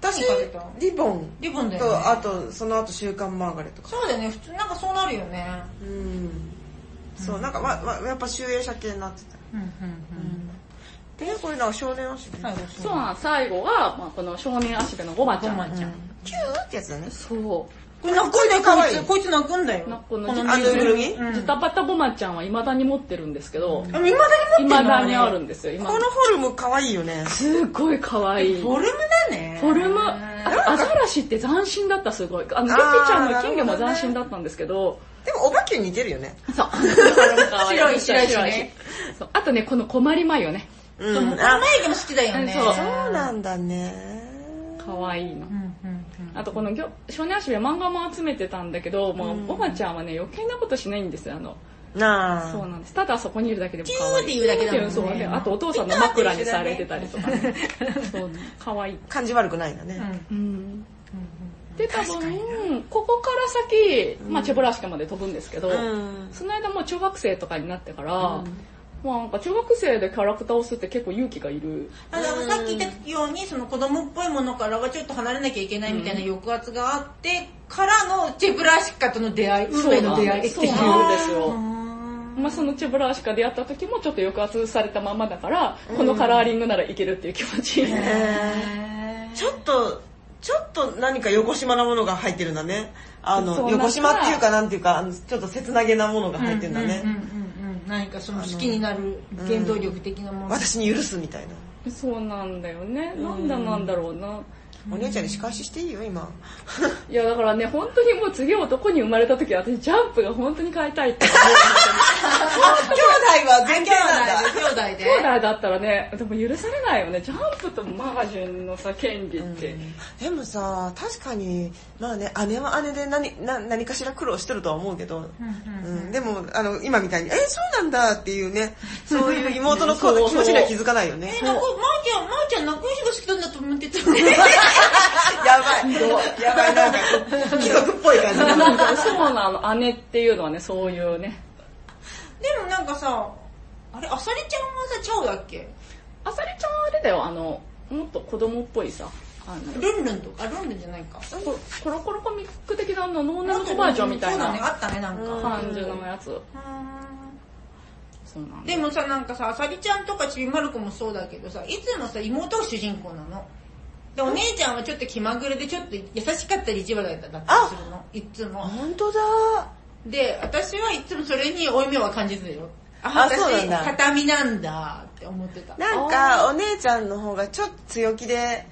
Speaker 2: 私
Speaker 1: 何買ってた、
Speaker 2: リボン
Speaker 1: リボンだよ、ね。
Speaker 2: と、あと、その後、週刊マーガレットか。
Speaker 1: そうだよね、普通なんかそうなるよね。
Speaker 2: うん。そう、なんか、わ、わ、やっぱ、集英社系になってた。
Speaker 1: うんうん
Speaker 2: で、これなんか少年足ね。
Speaker 1: 最後
Speaker 3: そ
Speaker 1: そう
Speaker 3: う。なん最後は、まあ、この少年足部のゴマちゃ
Speaker 1: ごま
Speaker 3: ん。
Speaker 1: ちゃん。
Speaker 2: キューってやつだね。
Speaker 3: そ
Speaker 1: これ泣くんだよ、
Speaker 2: 可
Speaker 1: こ
Speaker 2: 愛
Speaker 1: い
Speaker 2: い
Speaker 1: つ。こいつ泣くんだよ。
Speaker 3: 泣くの
Speaker 1: この
Speaker 2: あのぬいぐるみ
Speaker 1: う
Speaker 3: う。
Speaker 1: ん
Speaker 3: ズタバタゴマちゃんは未だに持ってるんですけ
Speaker 1: あ
Speaker 3: ど、
Speaker 1: 未だに持って
Speaker 3: 未
Speaker 1: んの
Speaker 3: だにあるんですよ、今
Speaker 2: この。フォルム可愛いよね。
Speaker 3: すごい可愛い。
Speaker 1: フォルムだね。
Speaker 3: フォルム、あアザラシって斬新だった、すごい。あの、ヨピちゃんの金魚も斬新だったんですけど、
Speaker 2: でも、おばきゅう似てるよね。
Speaker 3: そう。
Speaker 1: 白い白いしね
Speaker 3: そうあとね、この困り眉よね。
Speaker 2: う
Speaker 1: そう、
Speaker 2: あ、
Speaker 1: 眉毛も好きだよね。
Speaker 3: そう
Speaker 2: そうなんだね。
Speaker 3: 可愛いの
Speaker 1: う。んうん
Speaker 3: あとこのぎょ少年足部は漫画も集めてたんだけど、まあ、おばちゃんはね、余計なことしないんですよ、あの。
Speaker 2: なあ。
Speaker 3: そうなんです。ただそこにいるだけでも可愛い。
Speaker 1: ピューっていうだけだもんね
Speaker 3: ピューそうね。あとお父さんの枕にされてたりとかね。そうね。可愛い。
Speaker 2: 感じ悪くないんだね。
Speaker 1: うん。
Speaker 3: うん。で、多分、ここから先、まあ、チェブラシカまで飛ぶんですけど、
Speaker 2: うん。
Speaker 3: その間もう中学生とかになってから、まあなんか中学生でキャラクターをするって結構勇気がいる。
Speaker 1: あのさっき言ったように、その子供っぽいものからはちょっと離れなきゃいけないみたいな抑圧があって、からのチェブラシカとの出会い、運命の出会いって
Speaker 3: そう
Speaker 1: いう。
Speaker 3: なんですよ。
Speaker 1: うん
Speaker 3: まあ、そのチェブラーシカでやった時もちょっと抑圧されたままだから、このカラーリングならいけるっていう気持ち。
Speaker 1: へー
Speaker 2: ちょっと、ちょっと何か横島なものが入ってるんだね。あ
Speaker 3: そ
Speaker 2: の、
Speaker 3: うなんか
Speaker 2: 横島っていうかなんていうか、あのちょっと切なげなものが入ってるんだね。
Speaker 1: うんうんうんうん。何かその好きになる原動力的なもの。
Speaker 2: 私に許すみたいな。
Speaker 3: そうなんだよね。なんだなんだろうな。
Speaker 2: お姉ちゃんに仕返ししていいよ、今。
Speaker 3: いやだ からね、本当にもう次男に生まれた時は私ジャンプが本当に買いたいって思う
Speaker 2: は前提なんだ。
Speaker 5: 兄弟で
Speaker 3: 兄弟だったらね、でも許されないよね。ジャンプとマガジンのさ、権利って。
Speaker 2: でもさ、確かに、まあね、姉は姉で何な何かしら苦労してるとは思うけど、うんでも、あの、今みたいに、え、そうなんだっていうね、そういう妹の
Speaker 3: そうそう
Speaker 2: 気持ちには気づかないよね。
Speaker 1: え、なんか、まーちゃん、まーちゃん、泣く人が好きなんだと思ってたのに。
Speaker 2: やばい。やばい、なんか、貴族っぽい感じ。
Speaker 3: なんか、そうなの、姉っていうのはね、そういうね。
Speaker 1: でもなんかさ、あれ、あさりちゃんはさ、ちゃうだっけ
Speaker 3: あさりちゃんはあれだよ、あの、もっと子供っぽいさ、あの、
Speaker 1: ルンルンとか、あルンルンじゃないか。
Speaker 3: ココロコロコミック的なあのノーナルトバージョンみたい
Speaker 1: そうだね、
Speaker 3: な
Speaker 1: あったね、なんか。
Speaker 3: 感じのやつ。
Speaker 1: う
Speaker 3: そうなん
Speaker 1: ん
Speaker 3: だ
Speaker 1: でもさ、なんかさ、あさりちゃんとかちびまる子もそうだけどさ、いつもさ、妹が主人公なの。で、お姉ちゃんはちょっと気まぐれで、ちょっと優しかったり意地悪だったりするの。いつも。
Speaker 2: 本当だ。
Speaker 1: で、私はいつもそれに負い目は感じずよ。
Speaker 2: あ
Speaker 1: あ、
Speaker 2: そうな
Speaker 1: 私
Speaker 2: んだ、
Speaker 1: 片身なんだって思ってた。
Speaker 2: なんか、お姉ちゃんの方がちょっと強気で、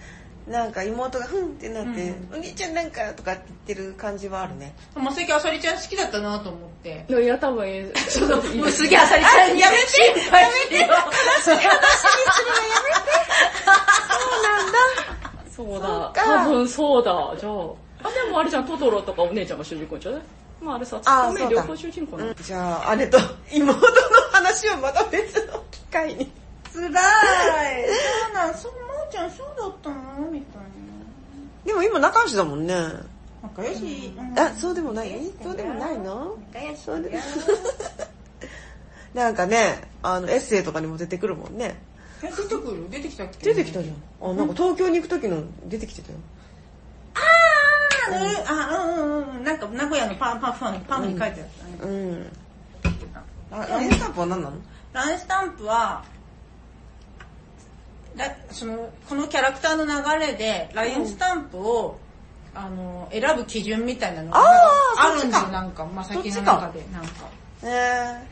Speaker 2: なんか妹がふんってなって、お兄ちゃんなんかとかって言ってる感じはあるね。
Speaker 1: まさきあさりちゃん好きだったなと思って。
Speaker 3: いや、多分、ちょっと、
Speaker 1: もうすげえあさりちゃ んにやめてやめて
Speaker 3: そうだ。
Speaker 2: そっか
Speaker 3: 多分そうだ。じゃあ。あ、でもあれじゃん、トトロとかお姉ちゃんが主人公じゃないまああれさ、ツ
Speaker 2: あ
Speaker 3: ッコ
Speaker 2: そう
Speaker 3: ミ
Speaker 2: だ
Speaker 3: 両方主人公なの。
Speaker 2: じゃあ、姉と妹の話をまた別の機会に。
Speaker 1: つらーい。そうなん、そう、まーちゃんそうだったのみたい
Speaker 2: でも今仲良しだもんね。
Speaker 1: な。仲良し。うん
Speaker 2: あ、そうでもないそうでもないの
Speaker 1: 仲良し
Speaker 2: そうで なんかね、あの、エッセイとかにも出てくるもんね。
Speaker 1: え出てくる出てきたっけ
Speaker 2: 出てきたじゃん。あ、なんか東京に行く時の出てきてたよ。
Speaker 1: あーあ、うんうんうん。なんか名古屋のパン、パン、パン、パンに書いてあったね。
Speaker 2: うん。あ、ラインスタンプは何なの
Speaker 1: ランスタンプは、ラそのこのキャラクターの流れで、ラインスタンプを、あの選ぶ基準みたいなのが
Speaker 2: あー
Speaker 1: なんかあ
Speaker 2: そ
Speaker 1: るん
Speaker 2: っち
Speaker 1: で
Speaker 2: か
Speaker 1: すよ、なんか、まさき
Speaker 2: そ
Speaker 1: の
Speaker 2: っちか
Speaker 1: 中で。なんか
Speaker 2: え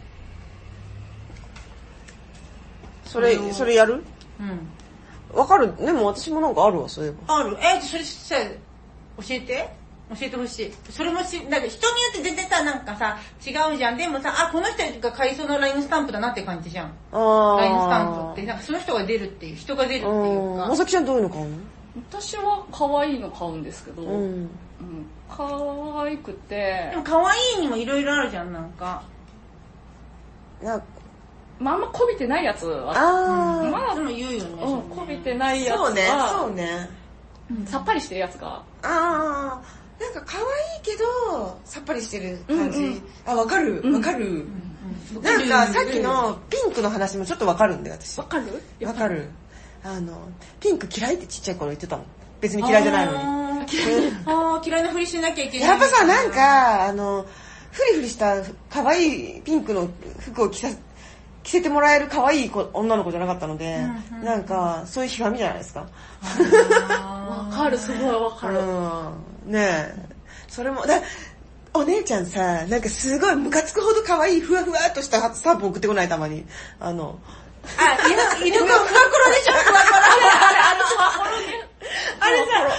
Speaker 2: ー、それ、それやる
Speaker 1: うん、
Speaker 2: わかるでも私もなんかあるわ、そういえば。
Speaker 1: あるえ、それさ、教えて教えてほしい。それもし、なんか人によって全然さ、なんかさ、違うじゃん。でもさ、あ、この人が買いそうなラインスタンプだなって感じじゃん。
Speaker 2: あ
Speaker 1: ラインスタンプって、なんかその人が出るっていう、人が出るってい
Speaker 2: うん。
Speaker 1: うか
Speaker 2: ま。さきちゃんどういうの買うの
Speaker 3: 私は可愛いの買うんですけど、
Speaker 2: う
Speaker 3: うん、
Speaker 2: ん。
Speaker 3: 可愛くて
Speaker 1: で、も可愛いにもいろいろあるじゃん、なんか。
Speaker 2: なんか、
Speaker 3: まああんまこびてないやつは、
Speaker 2: あー。
Speaker 3: まあ、
Speaker 1: でも言うよね。
Speaker 3: うん、こびてないやつ
Speaker 2: そうね、そう
Speaker 3: は、
Speaker 2: ね。
Speaker 3: うんさっぱりしてるやつが、
Speaker 2: あー、なんか可愛いけど、さっぱりしてる感じ。
Speaker 3: うんうん
Speaker 2: あ、わかるわかる、なんかさっきのピンクの話もちょっとわかるんだよ、私。
Speaker 3: わかる
Speaker 2: わかるあの、ピンク嫌いってちっちゃい頃言ってたもん。別に嫌いじゃないのに。
Speaker 1: あーあー、嫌いなふりしなきゃいけない。
Speaker 2: やっぱさ、なん、か、あの、ふりふりした可愛いピンクの服を着さ、着せてもらえる可愛い子女の子じゃなかったので、なんか、そういうひがみじゃないですか。
Speaker 3: わかる、すごいわかる。
Speaker 2: うん。ねえ。それも、だお姉ちゃんさ、なんかすごいムカつくほど可愛いふわふわっとしたスタンプ送ってこないたまに。あの、
Speaker 1: あ、犬、犬がふわころでしょ、ふわこ
Speaker 2: あれさ、なんか、なんか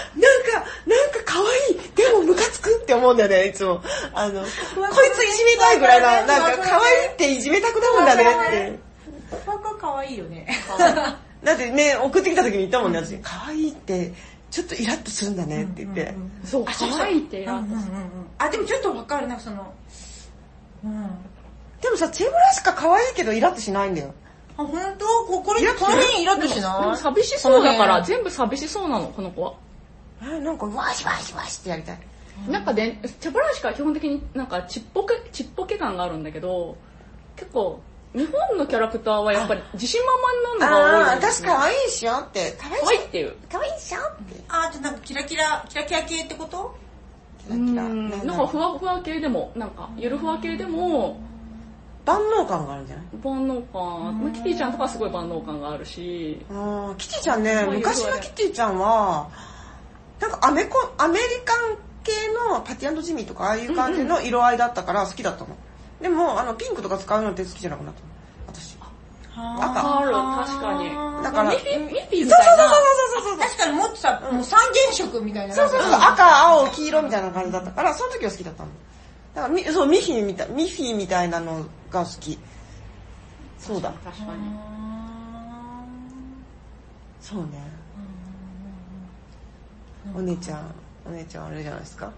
Speaker 2: 可愛い、でもムカつくって思うんだよね、いつも。あの、こいついじめたいぐらいな、なんか可愛いっていじめたくなるんだねって。
Speaker 1: ろ。ふわころかわいいよね。
Speaker 2: だってね、送ってきた時に言ったもんね、私。可愛いって、ちょっとイラッとするんだねって言って。
Speaker 3: そう、可愛いって
Speaker 1: うん
Speaker 3: や
Speaker 1: うんうんうん。あ、でもちょっとわかる、なんかその、うん。あ、
Speaker 2: でもさ、チェブラシカ可愛いけどイラッとしないんだよ。
Speaker 1: ほんとここれ、この辺イラッとし
Speaker 3: で
Speaker 1: な
Speaker 3: も
Speaker 1: い
Speaker 3: 寂しそうだか
Speaker 1: こ
Speaker 3: ら、
Speaker 1: の辺
Speaker 3: 全部寂しそうなの、この子は。
Speaker 2: え、なんか、わしわしわしってやりたい。
Speaker 3: なんかね、手ブラシから基本的になんかちっぽけ、ちっぽけ感があるんだけど、結構、日本のキャラクターはやっぱり自信満々なのが多
Speaker 2: あ
Speaker 3: い
Speaker 2: ー、
Speaker 3: んです
Speaker 2: 私可愛いっしょって、可
Speaker 3: 可
Speaker 2: 愛
Speaker 3: 愛
Speaker 2: いっ
Speaker 3: い
Speaker 2: しょ
Speaker 3: っていう。
Speaker 2: 可愛いっしょって。
Speaker 1: あ、じゃあなんかキラキラ、キラキラ系ってこと
Speaker 2: キラ
Speaker 3: う
Speaker 2: キラ。
Speaker 3: ん、なん
Speaker 2: だ
Speaker 3: か
Speaker 2: ろう
Speaker 3: ふわふわ系でも、なんかゆるふわ系でも、
Speaker 2: 万能感があるんじゃない
Speaker 3: 万能感、まあキティちゃんとかすごい万能感があるし、
Speaker 2: うんキティちゃんね
Speaker 3: う、ん
Speaker 2: 昔のキティちゃんは、なんかアメコン、アメリカン系のパティジミーとかああいう感じの色合いだったから好きだったの。でも、あの、ピンクとか使うのって好きじゃなくなったの。私。
Speaker 1: あ
Speaker 2: 赤。
Speaker 3: ある、確かに。
Speaker 2: だから、
Speaker 3: ミ
Speaker 2: そう
Speaker 3: ッフィー、ミッフィー
Speaker 2: そう
Speaker 3: みたい
Speaker 2: そうそう
Speaker 3: な。
Speaker 2: そうそうそう。
Speaker 1: 確かにもっとさ、もう三原色みたいな。
Speaker 2: そうそうそう、
Speaker 1: なんか
Speaker 2: 赤、青、黄色みたいな感じだったから、その時は好きだったの。だからみ、そう、ミッフィーみたい、ミッフィーみたいなのが好き。そうだ。
Speaker 6: 確かに。
Speaker 2: そうね。お姉ちゃん、お姉ちゃんあれじゃないですか。ん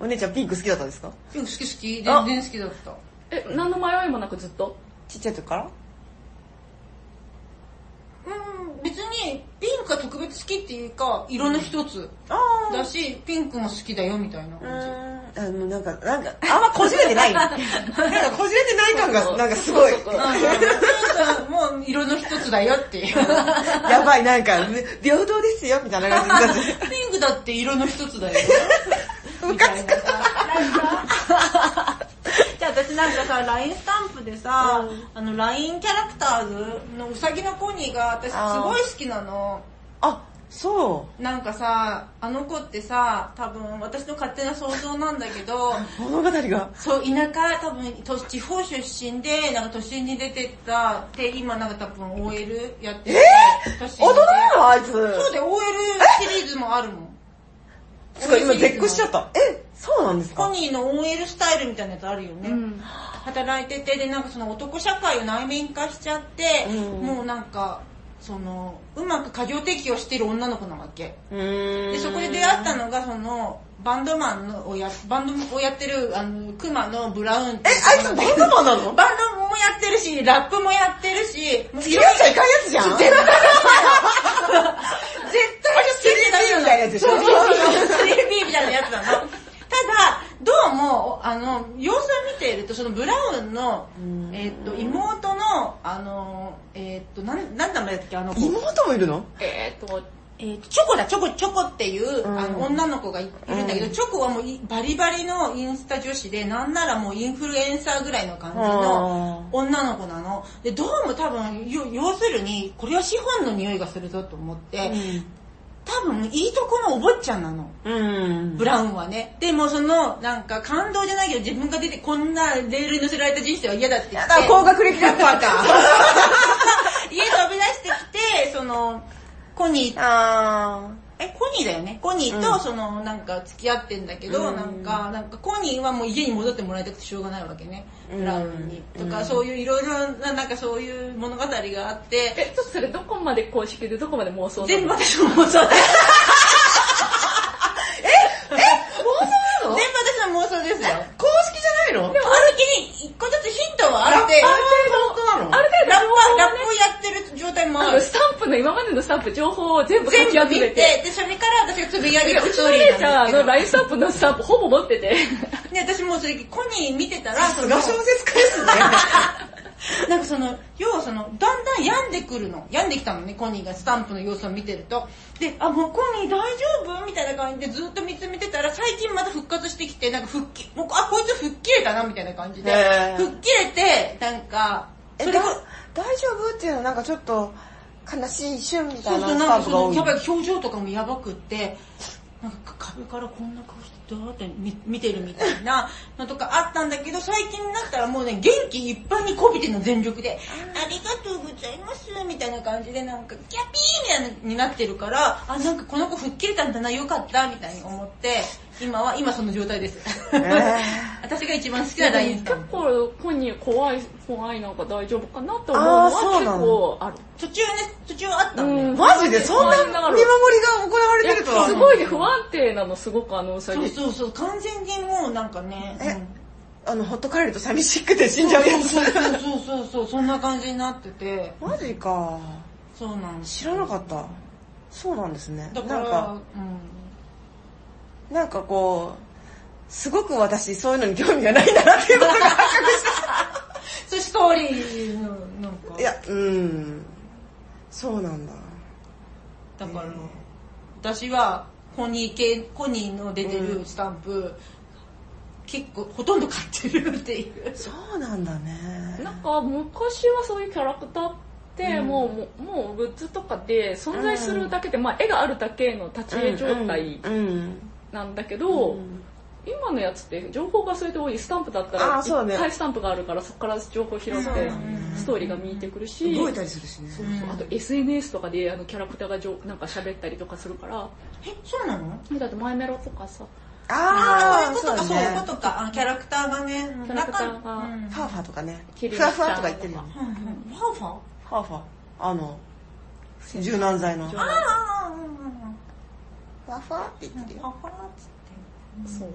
Speaker 2: お姉ちゃんピンク好きだったんですか
Speaker 1: 好き好き、全然好きだった。
Speaker 3: え、何の迷いもなくずっと
Speaker 2: ちっちゃい時から
Speaker 1: うん、別にピンクが特別好きっていうか、色の一つ
Speaker 2: あ
Speaker 1: だし、ピンクも好きだよみたいな
Speaker 2: う
Speaker 1: 感じ。
Speaker 2: ーん。あの、なんか、なんか、あんまこじれてない。なんかこじれてない感が、なんかすごい。
Speaker 1: うんもう色の一つだよっていう。
Speaker 2: やばい、なんか、ね平等ですよ、みたいな感じになっちゃ
Speaker 1: ピンクだって色の一つだよ。
Speaker 2: う。むかつく。
Speaker 1: じゃあ私なんかさ、LINE スタンプでさ、あの LINE キャラクターズのうさぎのコニーが私すごい好きなの。
Speaker 2: あ、そ
Speaker 1: なんかさ、あの子ってさ、多分私の勝手な想像なんだけど、
Speaker 2: う。物語が。
Speaker 1: そう、田舎、多分都地方出身で、なんか都心に出てった、で、今なんか多分 OL やってて、都心
Speaker 2: 大人
Speaker 1: で
Speaker 2: なの、あいつ。
Speaker 1: そうで、OL シリーズもあるもん。
Speaker 2: すごい、今、絶句しちゃった。え、そうなんです
Speaker 1: コ
Speaker 2: か
Speaker 1: ニーの OL スタイルみたいなやつあるよね。
Speaker 3: うん。
Speaker 1: 働いてて、で、なんかその男社会を内面化しちゃって、
Speaker 2: うん
Speaker 1: もうなんか、その、うまく家業適応してる女の子なわけ。
Speaker 2: うーん
Speaker 1: で、そこで出会ったのが、その、バンドマンのをや、バンドをやってる、あの、クマのブラウンって
Speaker 2: え、あいつバンドマンなの
Speaker 1: バンドもやってるし、ラップもやってるし、もう
Speaker 2: 付き合っちゃいかんやつじゃん。絶対
Speaker 1: 絶対
Speaker 2: みたいなやつでしょ。
Speaker 1: そうそうそう、3B みたいなやつなの。ただ、どうも、あの、様子を見ていると、そのブラウンの、えっと、妹の、あの、えっと、なん、なんだったっけ、あの子、
Speaker 2: 妹もいるの
Speaker 3: えーっと、
Speaker 1: えっと、チョコだ、チョコ、チョコっていう、
Speaker 2: うん
Speaker 1: あの、女の子がいいるんだけど、チョコはもういバリバリのインスタ女子で、なんならもうインフルエンサーぐらいの感じの女の子なの。で、どうも多分、よ要するに、これは資本の匂いがするぞと思って、多分、いいとこのお坊ちゃんなの。
Speaker 2: うん
Speaker 1: ブ。ラウンはね。でもその、なんか感動じゃないけど自分が出てこんなレールに乗せられた人生は嫌だって言って、
Speaker 2: あ、高学歴ラッパーか。
Speaker 1: 家飛び出してきて、その、コニー、
Speaker 2: あ
Speaker 1: え、コニーだよね。コニーとその、なんか付き合ってんだけど、なんか、なんかコニーはもう家に戻ってもらいたくてしょうがないわけね。ブラウンに。とか、そういういろいろな、なんかそういう物語があって、
Speaker 3: え、ちょっとそれどこまで公式でどこまで妄想なの
Speaker 1: 全部私の妄想 です。え、え、妄想なの全部私の妄想ですよ。
Speaker 2: ー公式じゃないの
Speaker 1: でもある気に一個ずつヒントはあって、ラッ
Speaker 2: ある程度
Speaker 3: ある程度情
Speaker 1: パ
Speaker 3: 報
Speaker 1: ー、
Speaker 3: を
Speaker 1: ラ
Speaker 3: ね
Speaker 1: ップをやってる状態も
Speaker 3: あ
Speaker 1: あ
Speaker 3: の
Speaker 1: る。
Speaker 3: スタンプの今までのスタンプ情報を全部書
Speaker 1: 全
Speaker 3: き集
Speaker 1: 部見
Speaker 3: め
Speaker 1: て、
Speaker 3: て。
Speaker 1: で、それから私がつぶやいて
Speaker 3: う
Speaker 1: る
Speaker 3: ち
Speaker 1: スト
Speaker 3: の
Speaker 1: ーリ
Speaker 3: 姉
Speaker 1: ー
Speaker 3: ちゃん
Speaker 1: なんで
Speaker 3: あの
Speaker 1: すけど。
Speaker 3: ラインスタンプのスタンプほぼ持ってて。
Speaker 1: ね、私もうそれ、コニー見てたら、そ の
Speaker 2: 小説家ですね。
Speaker 1: なんかその、要はその、だんだん病んでくるの。病んできたのね、コニーがスタンプの様子を見てると。で、あ、もうコニー大丈夫みたいな感じでずっと見つめてたら、最近また復活してきて、なんか復帰、もう、あ、こいつ吹っ切れたな、みたいな感じで
Speaker 2: へー。
Speaker 1: 吹っ切れて、なんか、
Speaker 2: え、
Speaker 1: そ
Speaker 2: だ
Speaker 1: れこ
Speaker 2: 大丈夫っていうのはなんかちょっと悲しい瞬みた
Speaker 1: そ
Speaker 2: いうな
Speaker 1: そう、な
Speaker 2: スタ
Speaker 1: んか
Speaker 2: ン
Speaker 1: そ
Speaker 2: プが
Speaker 1: の、
Speaker 2: 多い
Speaker 1: や。ばい、表情とかもやばくって、なんか壁からこんな顔して、だーって見見てるみたい なのとかあったんだけど、最近になったらもうね、元気いっぱいにこびてるの、全力で。ありがとうございます、みたいな感じで、なんか、キャピーみたいなになってるから、あ、なんかこの子吹っ切れたんだな、よかった、みたいに思って、今は、今その状態です。
Speaker 2: ー
Speaker 1: 私が一番好きなラインスタンプ
Speaker 3: 結構、本人怖い、怖いなんか大丈夫かなって思うの
Speaker 2: あーそうなの
Speaker 3: は結構ある。
Speaker 1: 途中ね、途中あったんだよ。
Speaker 3: うん
Speaker 2: マジでそんな見守りが行われてるとは。
Speaker 3: すごいね、不安定なの、すごくあのうさ
Speaker 1: そう
Speaker 3: ぎ。
Speaker 1: そうそう、完全にもうなんかね、
Speaker 2: え
Speaker 1: うん
Speaker 2: あの、ほっとかれると寂しくて死んじゃうやつ
Speaker 1: そう。そうそうそう、そんな感じになってて、
Speaker 2: マジか。
Speaker 1: そうなんです。
Speaker 2: 知らなかった。そうなんですね。
Speaker 1: だ
Speaker 2: なん
Speaker 1: から、
Speaker 2: か、
Speaker 1: うん。
Speaker 2: なんかこう、すごく私そういうのに興味がないんだなって いうことが発覚し
Speaker 1: そう、ストーリーの、なんか、
Speaker 2: た。いや、うん。そうなんだ。
Speaker 1: だから、私は、コニー系、コニーの出てるスタンプ、結構、ほとんど買ってるっていう。
Speaker 2: そうなんだね。
Speaker 3: なんか昔はそういうキャラクターってもう、もうもうグッズとかで存在するだけで、まあ絵があるだけの立ち絵状態
Speaker 2: うんうん。
Speaker 3: なんだけど、
Speaker 2: ん
Speaker 3: 今のやつって情報がそれで多いスタンプだった
Speaker 2: あ
Speaker 3: ら
Speaker 2: ーそうね
Speaker 3: いっぱいスタンプがあるからそこから情報拾ってストーリーが見えてくるし、
Speaker 7: 動いたりするしね。
Speaker 1: うん
Speaker 3: あと SNS とかであのキャラクターがじょなんか喋ったりとかするから
Speaker 1: え、そうなの
Speaker 3: だってマイメロとかさ
Speaker 2: あ
Speaker 1: そういうこと
Speaker 2: あ、そう
Speaker 1: か
Speaker 2: だ
Speaker 1: そういうこ
Speaker 2: ね。
Speaker 1: とかあキャラクターがね
Speaker 3: キャラクタ
Speaker 1: 中
Speaker 3: ーが
Speaker 1: うん
Speaker 2: ファーファーとかね。
Speaker 3: キ
Speaker 2: ふ
Speaker 3: リン
Speaker 2: わふわとか言ってるよね。
Speaker 1: うんうんファンファンあ
Speaker 2: ファーファー。あの、柔軟剤の。ふわ
Speaker 1: あうんうんうん
Speaker 2: ふわって言ってる
Speaker 1: ファ
Speaker 2: よ。
Speaker 1: ンファンっつっ
Speaker 3: そうなん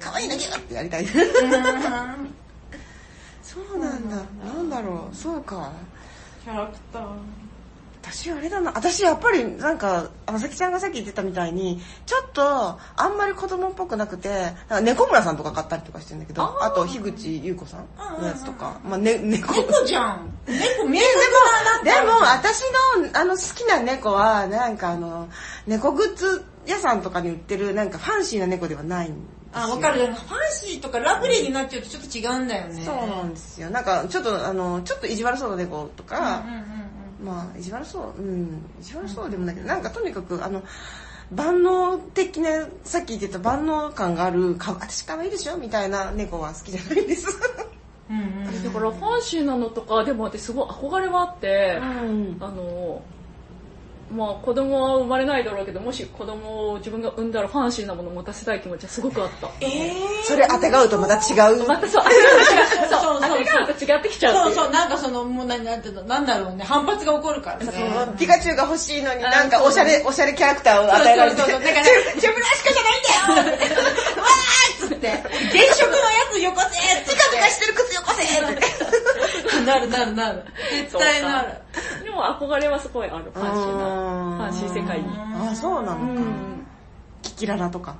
Speaker 3: だ
Speaker 2: かわいいのギューってやりたい。そうなんだ。なんだろう。そうか。
Speaker 1: てキャラクター
Speaker 2: 私あれだな。私やっぱりなんか、まさきちゃんがさっき言ってたみたいに、ちょっとあんまり子供っぽくなくて、なんか猫村さんとか買ったりとかしてるんだけど、あと樋口優子さんのやつとか、まあね、猫。
Speaker 1: 猫じゃん猫名作
Speaker 2: で
Speaker 1: だなって
Speaker 2: も私のあの好きな猫はなんかあの猫グッズ屋さんとかに売ってるなんかファンシーな猫ではないんですよ
Speaker 1: あわかるファンシーとかラブリーになっちゃうとちょっと違うんだよね
Speaker 2: そうなんですよなんかちょっとあのちょっと意地悪そうな猫とか
Speaker 1: うん、うんうん
Speaker 2: まあ意地悪そううん意地悪そうでもないけどなんかとにかくあの万能的なさっき言ってた万能感があるか私可愛いでしょみたいな猫は好きじゃないんです
Speaker 1: うんうん
Speaker 3: だからファンシーなのとかでも私すごい憧れはあって、
Speaker 2: うん
Speaker 3: あのまあ子供は生まれないだろうけどもし子供を自分が産んだらファンシーなものを持たせたい気持ちはすごくあった
Speaker 1: え
Speaker 2: それあてがうとまた違う
Speaker 3: またそうあれが違う
Speaker 1: そう
Speaker 3: そ
Speaker 1: そう
Speaker 3: うあれがまた違ってきちゃ
Speaker 1: ー、
Speaker 3: うって
Speaker 1: そうそ
Speaker 3: いう
Speaker 1: うなんかそのもう何なんていうのなんだろうね反発が起こるからね
Speaker 2: ピカチュウが欲しいのになんかおしゃれ、おしゃれキャラクターを与えられて。
Speaker 1: そうそうそうだから
Speaker 2: 自分らしくじゃないんだよ
Speaker 1: つって、現職のやつよこせって。ピカピカしてる靴よこせって。なるなるなる。絶対なる。
Speaker 3: でも憧れはすごいあるファンシー
Speaker 2: うん
Speaker 3: なファンシー世界に
Speaker 2: あ、そうな
Speaker 3: う
Speaker 2: のか。
Speaker 3: ん
Speaker 2: キキララとか。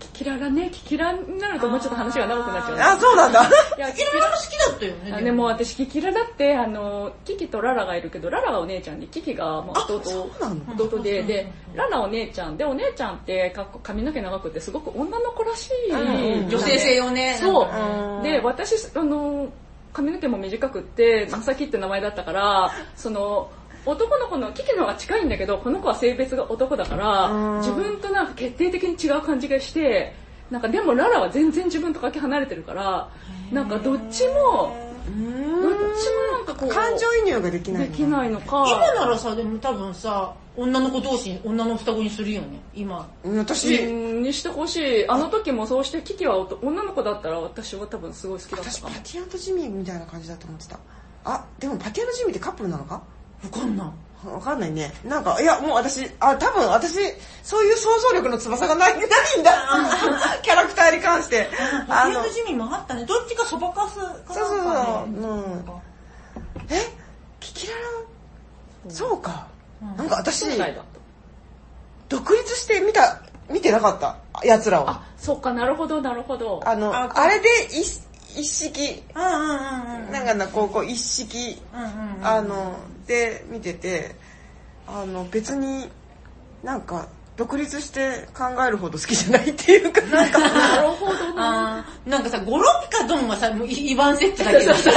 Speaker 3: キキララねキキラになるともうちょっと話が長くなっちゃう
Speaker 2: あ、そうなんだ。
Speaker 3: いや
Speaker 1: キララも好きだったよね。
Speaker 3: あでも私キキラだってあのキキとララがいるけどララがお姉ちゃんでキキがまあ弟
Speaker 2: そうなの
Speaker 3: 弟ででララお姉ちゃんでお姉ちゃんってかっこ髪の毛長くてすごく女の子らしい
Speaker 2: うん
Speaker 1: 女性性をね。
Speaker 3: そう
Speaker 2: うん
Speaker 3: で私あの髪の毛も短くってまさきって名前だったからその男の子のキキの方が近いんだけどこの子は性別が男だから
Speaker 2: うん
Speaker 3: 自分となんか決定的に違う感じがしてなんかでもララは全然自分とかけ離れてるからなんかどっちも
Speaker 2: う
Speaker 3: ど
Speaker 2: ん
Speaker 3: っちもなんかこう
Speaker 2: 感情移入ができない
Speaker 3: で
Speaker 2: の。
Speaker 3: きないのか
Speaker 1: 今ならさ、でも多分さ、女の子同士、女の双子にするよね。今。
Speaker 2: うん
Speaker 3: う
Speaker 2: 私、
Speaker 3: んにしてほしいあの時もそうしてキキは男女の子だったら私は多分すごい好きだった
Speaker 2: 私
Speaker 3: か
Speaker 2: パ
Speaker 3: も
Speaker 2: ティアンとジミーみたいな感じだと思ってた。あ、でもパティアンとジミーってカップルなのか
Speaker 1: わかんない。
Speaker 2: わかんないね。なんか、いや、もう私、あ、多分私、そういう想像力の翼がない、ないんだ。キャラクターに関して。あ
Speaker 1: あ
Speaker 2: の
Speaker 1: の、、ジミーもあったね。どっちかそばかすか
Speaker 2: そうそ
Speaker 1: なん
Speaker 2: うそ
Speaker 1: かね
Speaker 2: う。うん。えキキララそうか。なんか私、
Speaker 3: 兄弟だった
Speaker 2: 独立して見た、見てなかった。奴らを。あ
Speaker 3: あそっかなるほどなるほど
Speaker 2: の、
Speaker 1: あ
Speaker 2: あれで一一式、
Speaker 1: うんうんうんうん。
Speaker 2: なんかな、こう、こう一式、
Speaker 1: うんうんうん。
Speaker 2: あの、で見てて、あの、別になんか、独立して考えるほど好きじゃないっていう か、なんか、
Speaker 3: なるほど な
Speaker 1: あーなんかさ、ゴロピカドンはさ、もうイイバンセットだけど さ、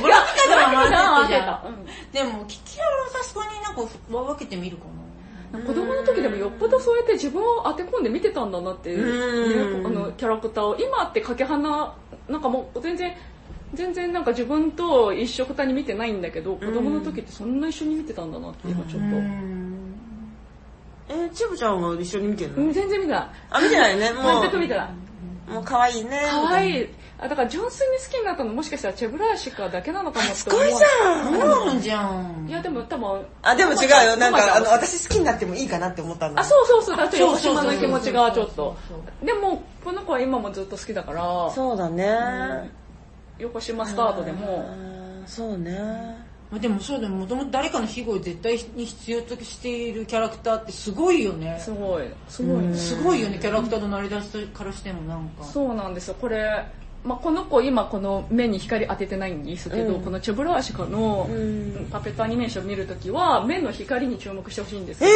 Speaker 1: ゴロピカドンはワンセットじゃん。でも、キキララはさすがになんか分けてみるかな。
Speaker 3: 子供の時でもよっぽどそうやって自分を当て込んで見てたんだなってい
Speaker 2: うん
Speaker 3: う、ねあのキャラクターを今ってかけ離なんかもう全然全然なんか自分と一緒くたに見てないんだけど子供の時ってそんな一緒に見てたんだなって今ちょっと、
Speaker 2: えー、チブちゃんは一緒に見てる
Speaker 3: う
Speaker 2: の
Speaker 3: ん全然見てな
Speaker 2: あ、見てないね、
Speaker 3: い
Speaker 2: も
Speaker 3: 全く見て
Speaker 2: う。
Speaker 3: ない
Speaker 2: もう可愛いね。
Speaker 3: 可愛いあだから純粋に好きになったのもしかしたらチェブラーシカだけなのかなっ
Speaker 2: す
Speaker 3: て思
Speaker 2: ご
Speaker 3: う
Speaker 2: いじゃん。
Speaker 1: うん、じゃん。
Speaker 3: いやでも多分
Speaker 2: あ、でも違うよ。なんか、あの、
Speaker 3: ママちゃん
Speaker 2: 私好きになってもいいかなって思ったんだ。
Speaker 3: あ、そうそうそう、だって
Speaker 1: そう
Speaker 3: 横
Speaker 1: そうそう
Speaker 3: 島の気持ちがちょっと。でも、この子は今もずっと好きだから、
Speaker 2: そうだね。
Speaker 3: 横島スタートでも、
Speaker 2: あーそうね。
Speaker 1: でもそうだよ、もともと誰かの庇護を絶対に必要としているキャラクターってすごいよね。
Speaker 3: すごい、すごいね。
Speaker 1: すごいよね、キャラクターの成り立ちからしてもなんか。
Speaker 3: そうなんですよ、これ、まあ、この子今この目に光当ててないんですけど、このチェブラーシカのパペットアニメーション見るときは、目の光に注目してほしいんですけど、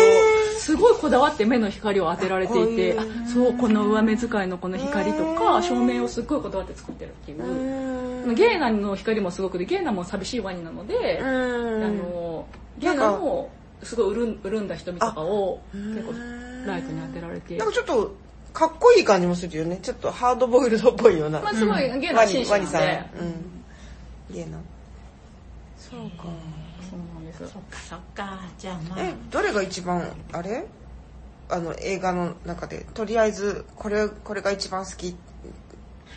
Speaker 3: すごいこだわって目の光を当てられていて、そう、この上目遣いのこの光とか、照明をすっごいこだわって作ってるっていう。ゲーナの光もすごくて、ゲーナも寂しいワニなので、あの、ゲーナもすごい潤潤んだ瞳とかを結構ライトに当てられて
Speaker 2: なん、かちょっと、かっこいい感じもするよね。ちょっとハードボイルドっぽいような。
Speaker 3: まあ、すごいゲーナ
Speaker 2: ワ
Speaker 3: は紳
Speaker 2: ニ、
Speaker 3: 士
Speaker 2: ワ
Speaker 3: な
Speaker 2: ニさ
Speaker 3: の
Speaker 2: ん。う
Speaker 3: で、
Speaker 2: ん。ゲーな。そうか。
Speaker 3: そうなんです。
Speaker 1: そっかそっか、じゃあまあ
Speaker 2: え、、誰が一番、あれあの映画の中でとりあえずこれこれが一番好き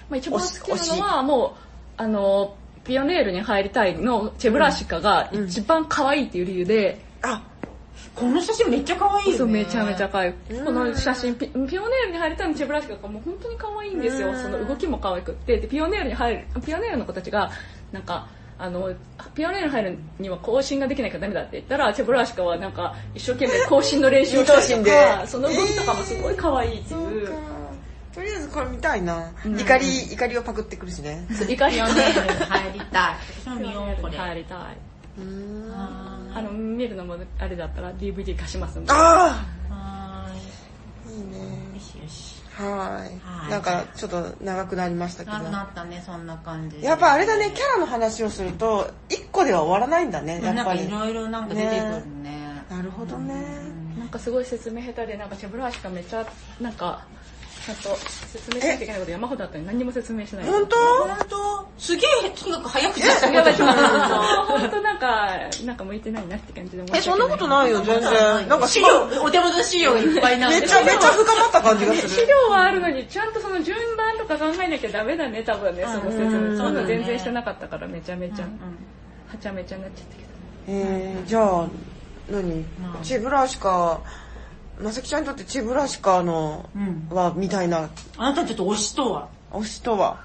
Speaker 3: まあ、一番好きなのはもうあのピオネールに入りたいのチェブラシカが一番可愛いっていう理由で、
Speaker 2: あ
Speaker 1: この写真めっちゃ可愛いよね。
Speaker 3: そうめちゃめちゃ可愛い。
Speaker 2: うん
Speaker 3: この写真ピ、ピオネールに入りたいのチェブラシカがもう本当に可愛いんです
Speaker 2: う
Speaker 3: よ。
Speaker 2: ん
Speaker 3: その動きも可愛くって。で、ピオネールに入る、ピオネールの子たちが、なんか、あの、ピオネールに入るには更新ができなきゃダメだって言ったら、チェブラシカはなんか一生懸命更新の練習をしたりと
Speaker 2: 二頭身
Speaker 3: か、
Speaker 2: で
Speaker 3: その動きとかもすごい可愛いっていう。
Speaker 2: とりあえずこれ見たいな、
Speaker 3: ん
Speaker 2: 怒り怒りをパクってくるしね
Speaker 3: そう、いかに
Speaker 1: ピオネールに入りたい。私も見よう、これ。
Speaker 3: 入りたい。
Speaker 2: うーん
Speaker 1: は
Speaker 3: あの、見るのもあれだったら DVD 貸しますんで。
Speaker 2: あ
Speaker 1: ー
Speaker 2: あいい
Speaker 1: い。よ
Speaker 2: ね
Speaker 1: しよし。
Speaker 2: はーい
Speaker 1: はい
Speaker 2: なんかちょっと長くなりましたけど
Speaker 1: なくなったね、そんな感じ。
Speaker 2: やっぱあれだねキャラの話をすると一個では終わらないんだねや
Speaker 1: なん
Speaker 2: っぱ
Speaker 1: か
Speaker 2: り
Speaker 1: い
Speaker 2: な
Speaker 1: ろいろなんか出てくるね。
Speaker 2: るほどね
Speaker 3: なんかすごい説明下手で、なんかシャブラーシがめっちゃ、なんか、ちゃんと説明しなきゃいけないこと山ほどあったのに何にも説明しない。
Speaker 2: 本当
Speaker 1: 本当すげえ、とにかく早口でした
Speaker 3: やばい、
Speaker 1: け
Speaker 3: そう
Speaker 1: ど。
Speaker 3: 本当なんか、なんか向いてないなって感じで
Speaker 2: えそんなことないよ全然なんか資
Speaker 1: 資
Speaker 2: 料
Speaker 1: 料、お手元の資料がいっぱいなん
Speaker 2: め
Speaker 1: で。
Speaker 2: ちゃめちゃ深まった感じがす
Speaker 3: 資
Speaker 2: る
Speaker 3: 料はあるのに、ちゃんとその順番とか考えなきゃダメだね、多分ね、その説
Speaker 2: う
Speaker 3: 明。
Speaker 2: ん
Speaker 3: そんなの全
Speaker 1: そうだね
Speaker 3: 然してなかったから、めちゃめちゃ、
Speaker 1: うん
Speaker 3: はちゃめちゃになっちゃったけど。
Speaker 2: えー、じゃあ何
Speaker 1: あ
Speaker 2: チェブラシカまさきちゃんにとってチェブラシカの
Speaker 1: うん
Speaker 2: はみたいな
Speaker 1: あなたにとって推しとは
Speaker 2: 推しとは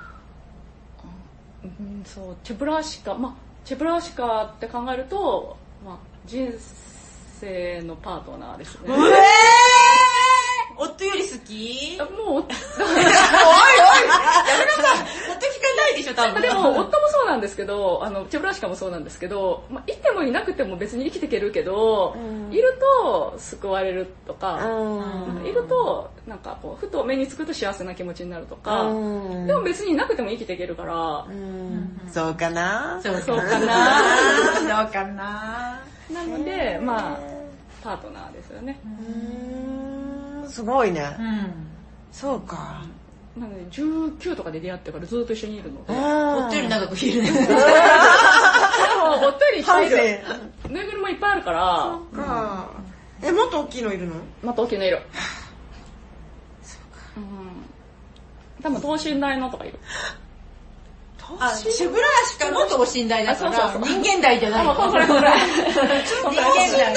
Speaker 3: うん、そう、チェブラーシカ、まあ、チェブラーシカって考えると、まあ、人生のパートナーですね。
Speaker 1: えー、夫より好き
Speaker 3: あもう、
Speaker 1: 夫聞かないでしょ、多
Speaker 3: まあ
Speaker 1: 分。
Speaker 3: でも、夫もそうなんですけど、あの、チェブラシカもそうなんですけど、まあ、いてもいなくても別に生きていけるけど、
Speaker 2: うん
Speaker 3: いると救われると
Speaker 2: う
Speaker 3: か、
Speaker 2: ん
Speaker 3: なんかいると、なんかこう、ふと目につくと幸せな気持ちになるとか、
Speaker 2: うん
Speaker 3: でも別にいなくても生きていけるから
Speaker 2: う、んそうかな
Speaker 1: そう
Speaker 3: そう
Speaker 1: か
Speaker 3: かな。
Speaker 1: どうかな
Speaker 3: なので、まあ、パートナーですよね。
Speaker 2: うーんすごいね
Speaker 1: うん。
Speaker 2: そうか
Speaker 3: なので、19とかで出会ってからずっと一緒にいるので、
Speaker 2: うん
Speaker 1: 夫より長くいるね。
Speaker 3: でもお二人いっぱい
Speaker 2: 半
Speaker 3: いる。
Speaker 2: 生
Speaker 3: ぬいぐるみもいっぱいあるから、
Speaker 2: かえもっと大きいのいるの
Speaker 3: また大きな色。うん。多分等身大のとかいる。
Speaker 1: あ、シェブラーシカのとお信頼だから、
Speaker 3: あそうそう
Speaker 1: 人間代じゃない。
Speaker 3: あ、これこれ。
Speaker 1: 人間代。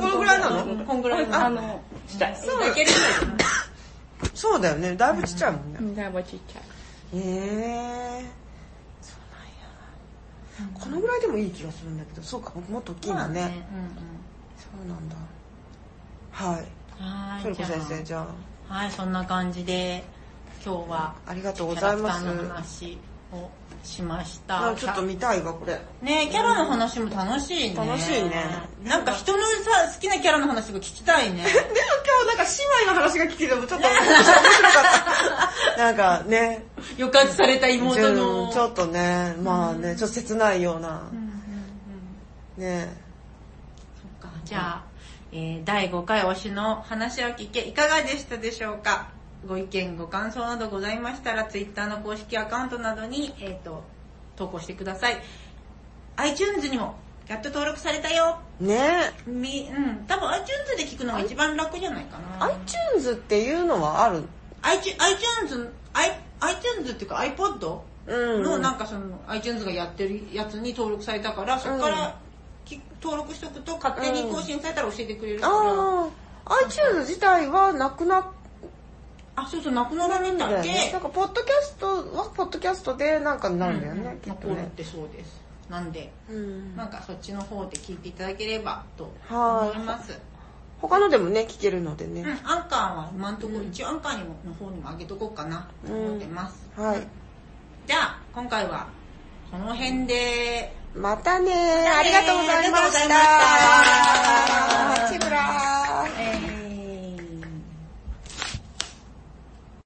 Speaker 2: このぐらいなの
Speaker 1: うんこんぐらいの。
Speaker 3: あの、ちっちゃい。
Speaker 1: そういけるぐらいだ
Speaker 2: そうだよねだいぶちっちゃいもんね
Speaker 3: みんなもちっちゃい。
Speaker 2: へえそうなんやこのぐらいでもいい気がするんだけどそうかもっと大きいんだ
Speaker 1: な。
Speaker 2: ねそうなんだ
Speaker 1: う
Speaker 2: はい
Speaker 1: んうんは
Speaker 2: ト
Speaker 1: ーい、
Speaker 2: ルコ
Speaker 1: じゃ
Speaker 2: 先生じゃ
Speaker 1: あ。はい、そんな感じで、今日は、
Speaker 2: あありがとう
Speaker 1: キャ
Speaker 2: ござ
Speaker 1: ラ
Speaker 2: い
Speaker 1: クタ
Speaker 2: ます
Speaker 1: ーの話をしまし
Speaker 2: あ
Speaker 1: た。
Speaker 2: ちょっと見たいわこれ
Speaker 1: ねえキャラの話も楽しいね。
Speaker 2: 楽しいね
Speaker 1: なんか人のさ、好きなキャラの話が聞きたいね。
Speaker 2: でも今日なんか姉妹の話が聞けてもちょっと面白かった。 なんかね、
Speaker 1: 抑圧された妹の。
Speaker 2: ちょっとね、まあね、ちょっと切ないような、ね。
Speaker 1: じゃあ、えー第5回推しの話を聞けいかがでしたでしょうかご意見、ご感想などございましたら、Twitter の公式アカウントなどに、えー、と投稿してください。iTunes にも、やっと登録されたよ。
Speaker 2: ね
Speaker 1: みうん、多分 iTunes で聞くのが一番楽じゃないかな。
Speaker 2: iTunes っていうのはある
Speaker 1: iTu- iTunes、i- iTunes っていうか iPod
Speaker 2: うん。
Speaker 1: のなんかその iTunes がやってるやつに登録されたから、そこからき、登録しとくと勝手に更新されたら教えてくれるから。
Speaker 2: ああ、iTunes 自体はなくなっ
Speaker 1: あ、そうそう、なくなられ
Speaker 2: たん
Speaker 1: た
Speaker 2: だ
Speaker 1: っ
Speaker 2: よ
Speaker 1: け、
Speaker 2: ね。なんか、ポッドキャストはポッドキャストでなんかになるんだよね、きっと
Speaker 1: 残るっ
Speaker 2: ね。
Speaker 1: てそうです。なんで、
Speaker 2: うん
Speaker 1: なんかそっちの方で聞いていただければと
Speaker 2: はい
Speaker 1: 思います。
Speaker 2: 他のでもね、聞けるので
Speaker 1: うん、
Speaker 2: ね。
Speaker 1: アンカーは今んところ、一応アンカーにもの方にも上げとこうかなと思ってます。
Speaker 2: はい。
Speaker 1: じゃあ、今回はこの辺で、
Speaker 2: またねありがとうございま
Speaker 1: ありがとうござ
Speaker 2: し
Speaker 1: いました
Speaker 2: た。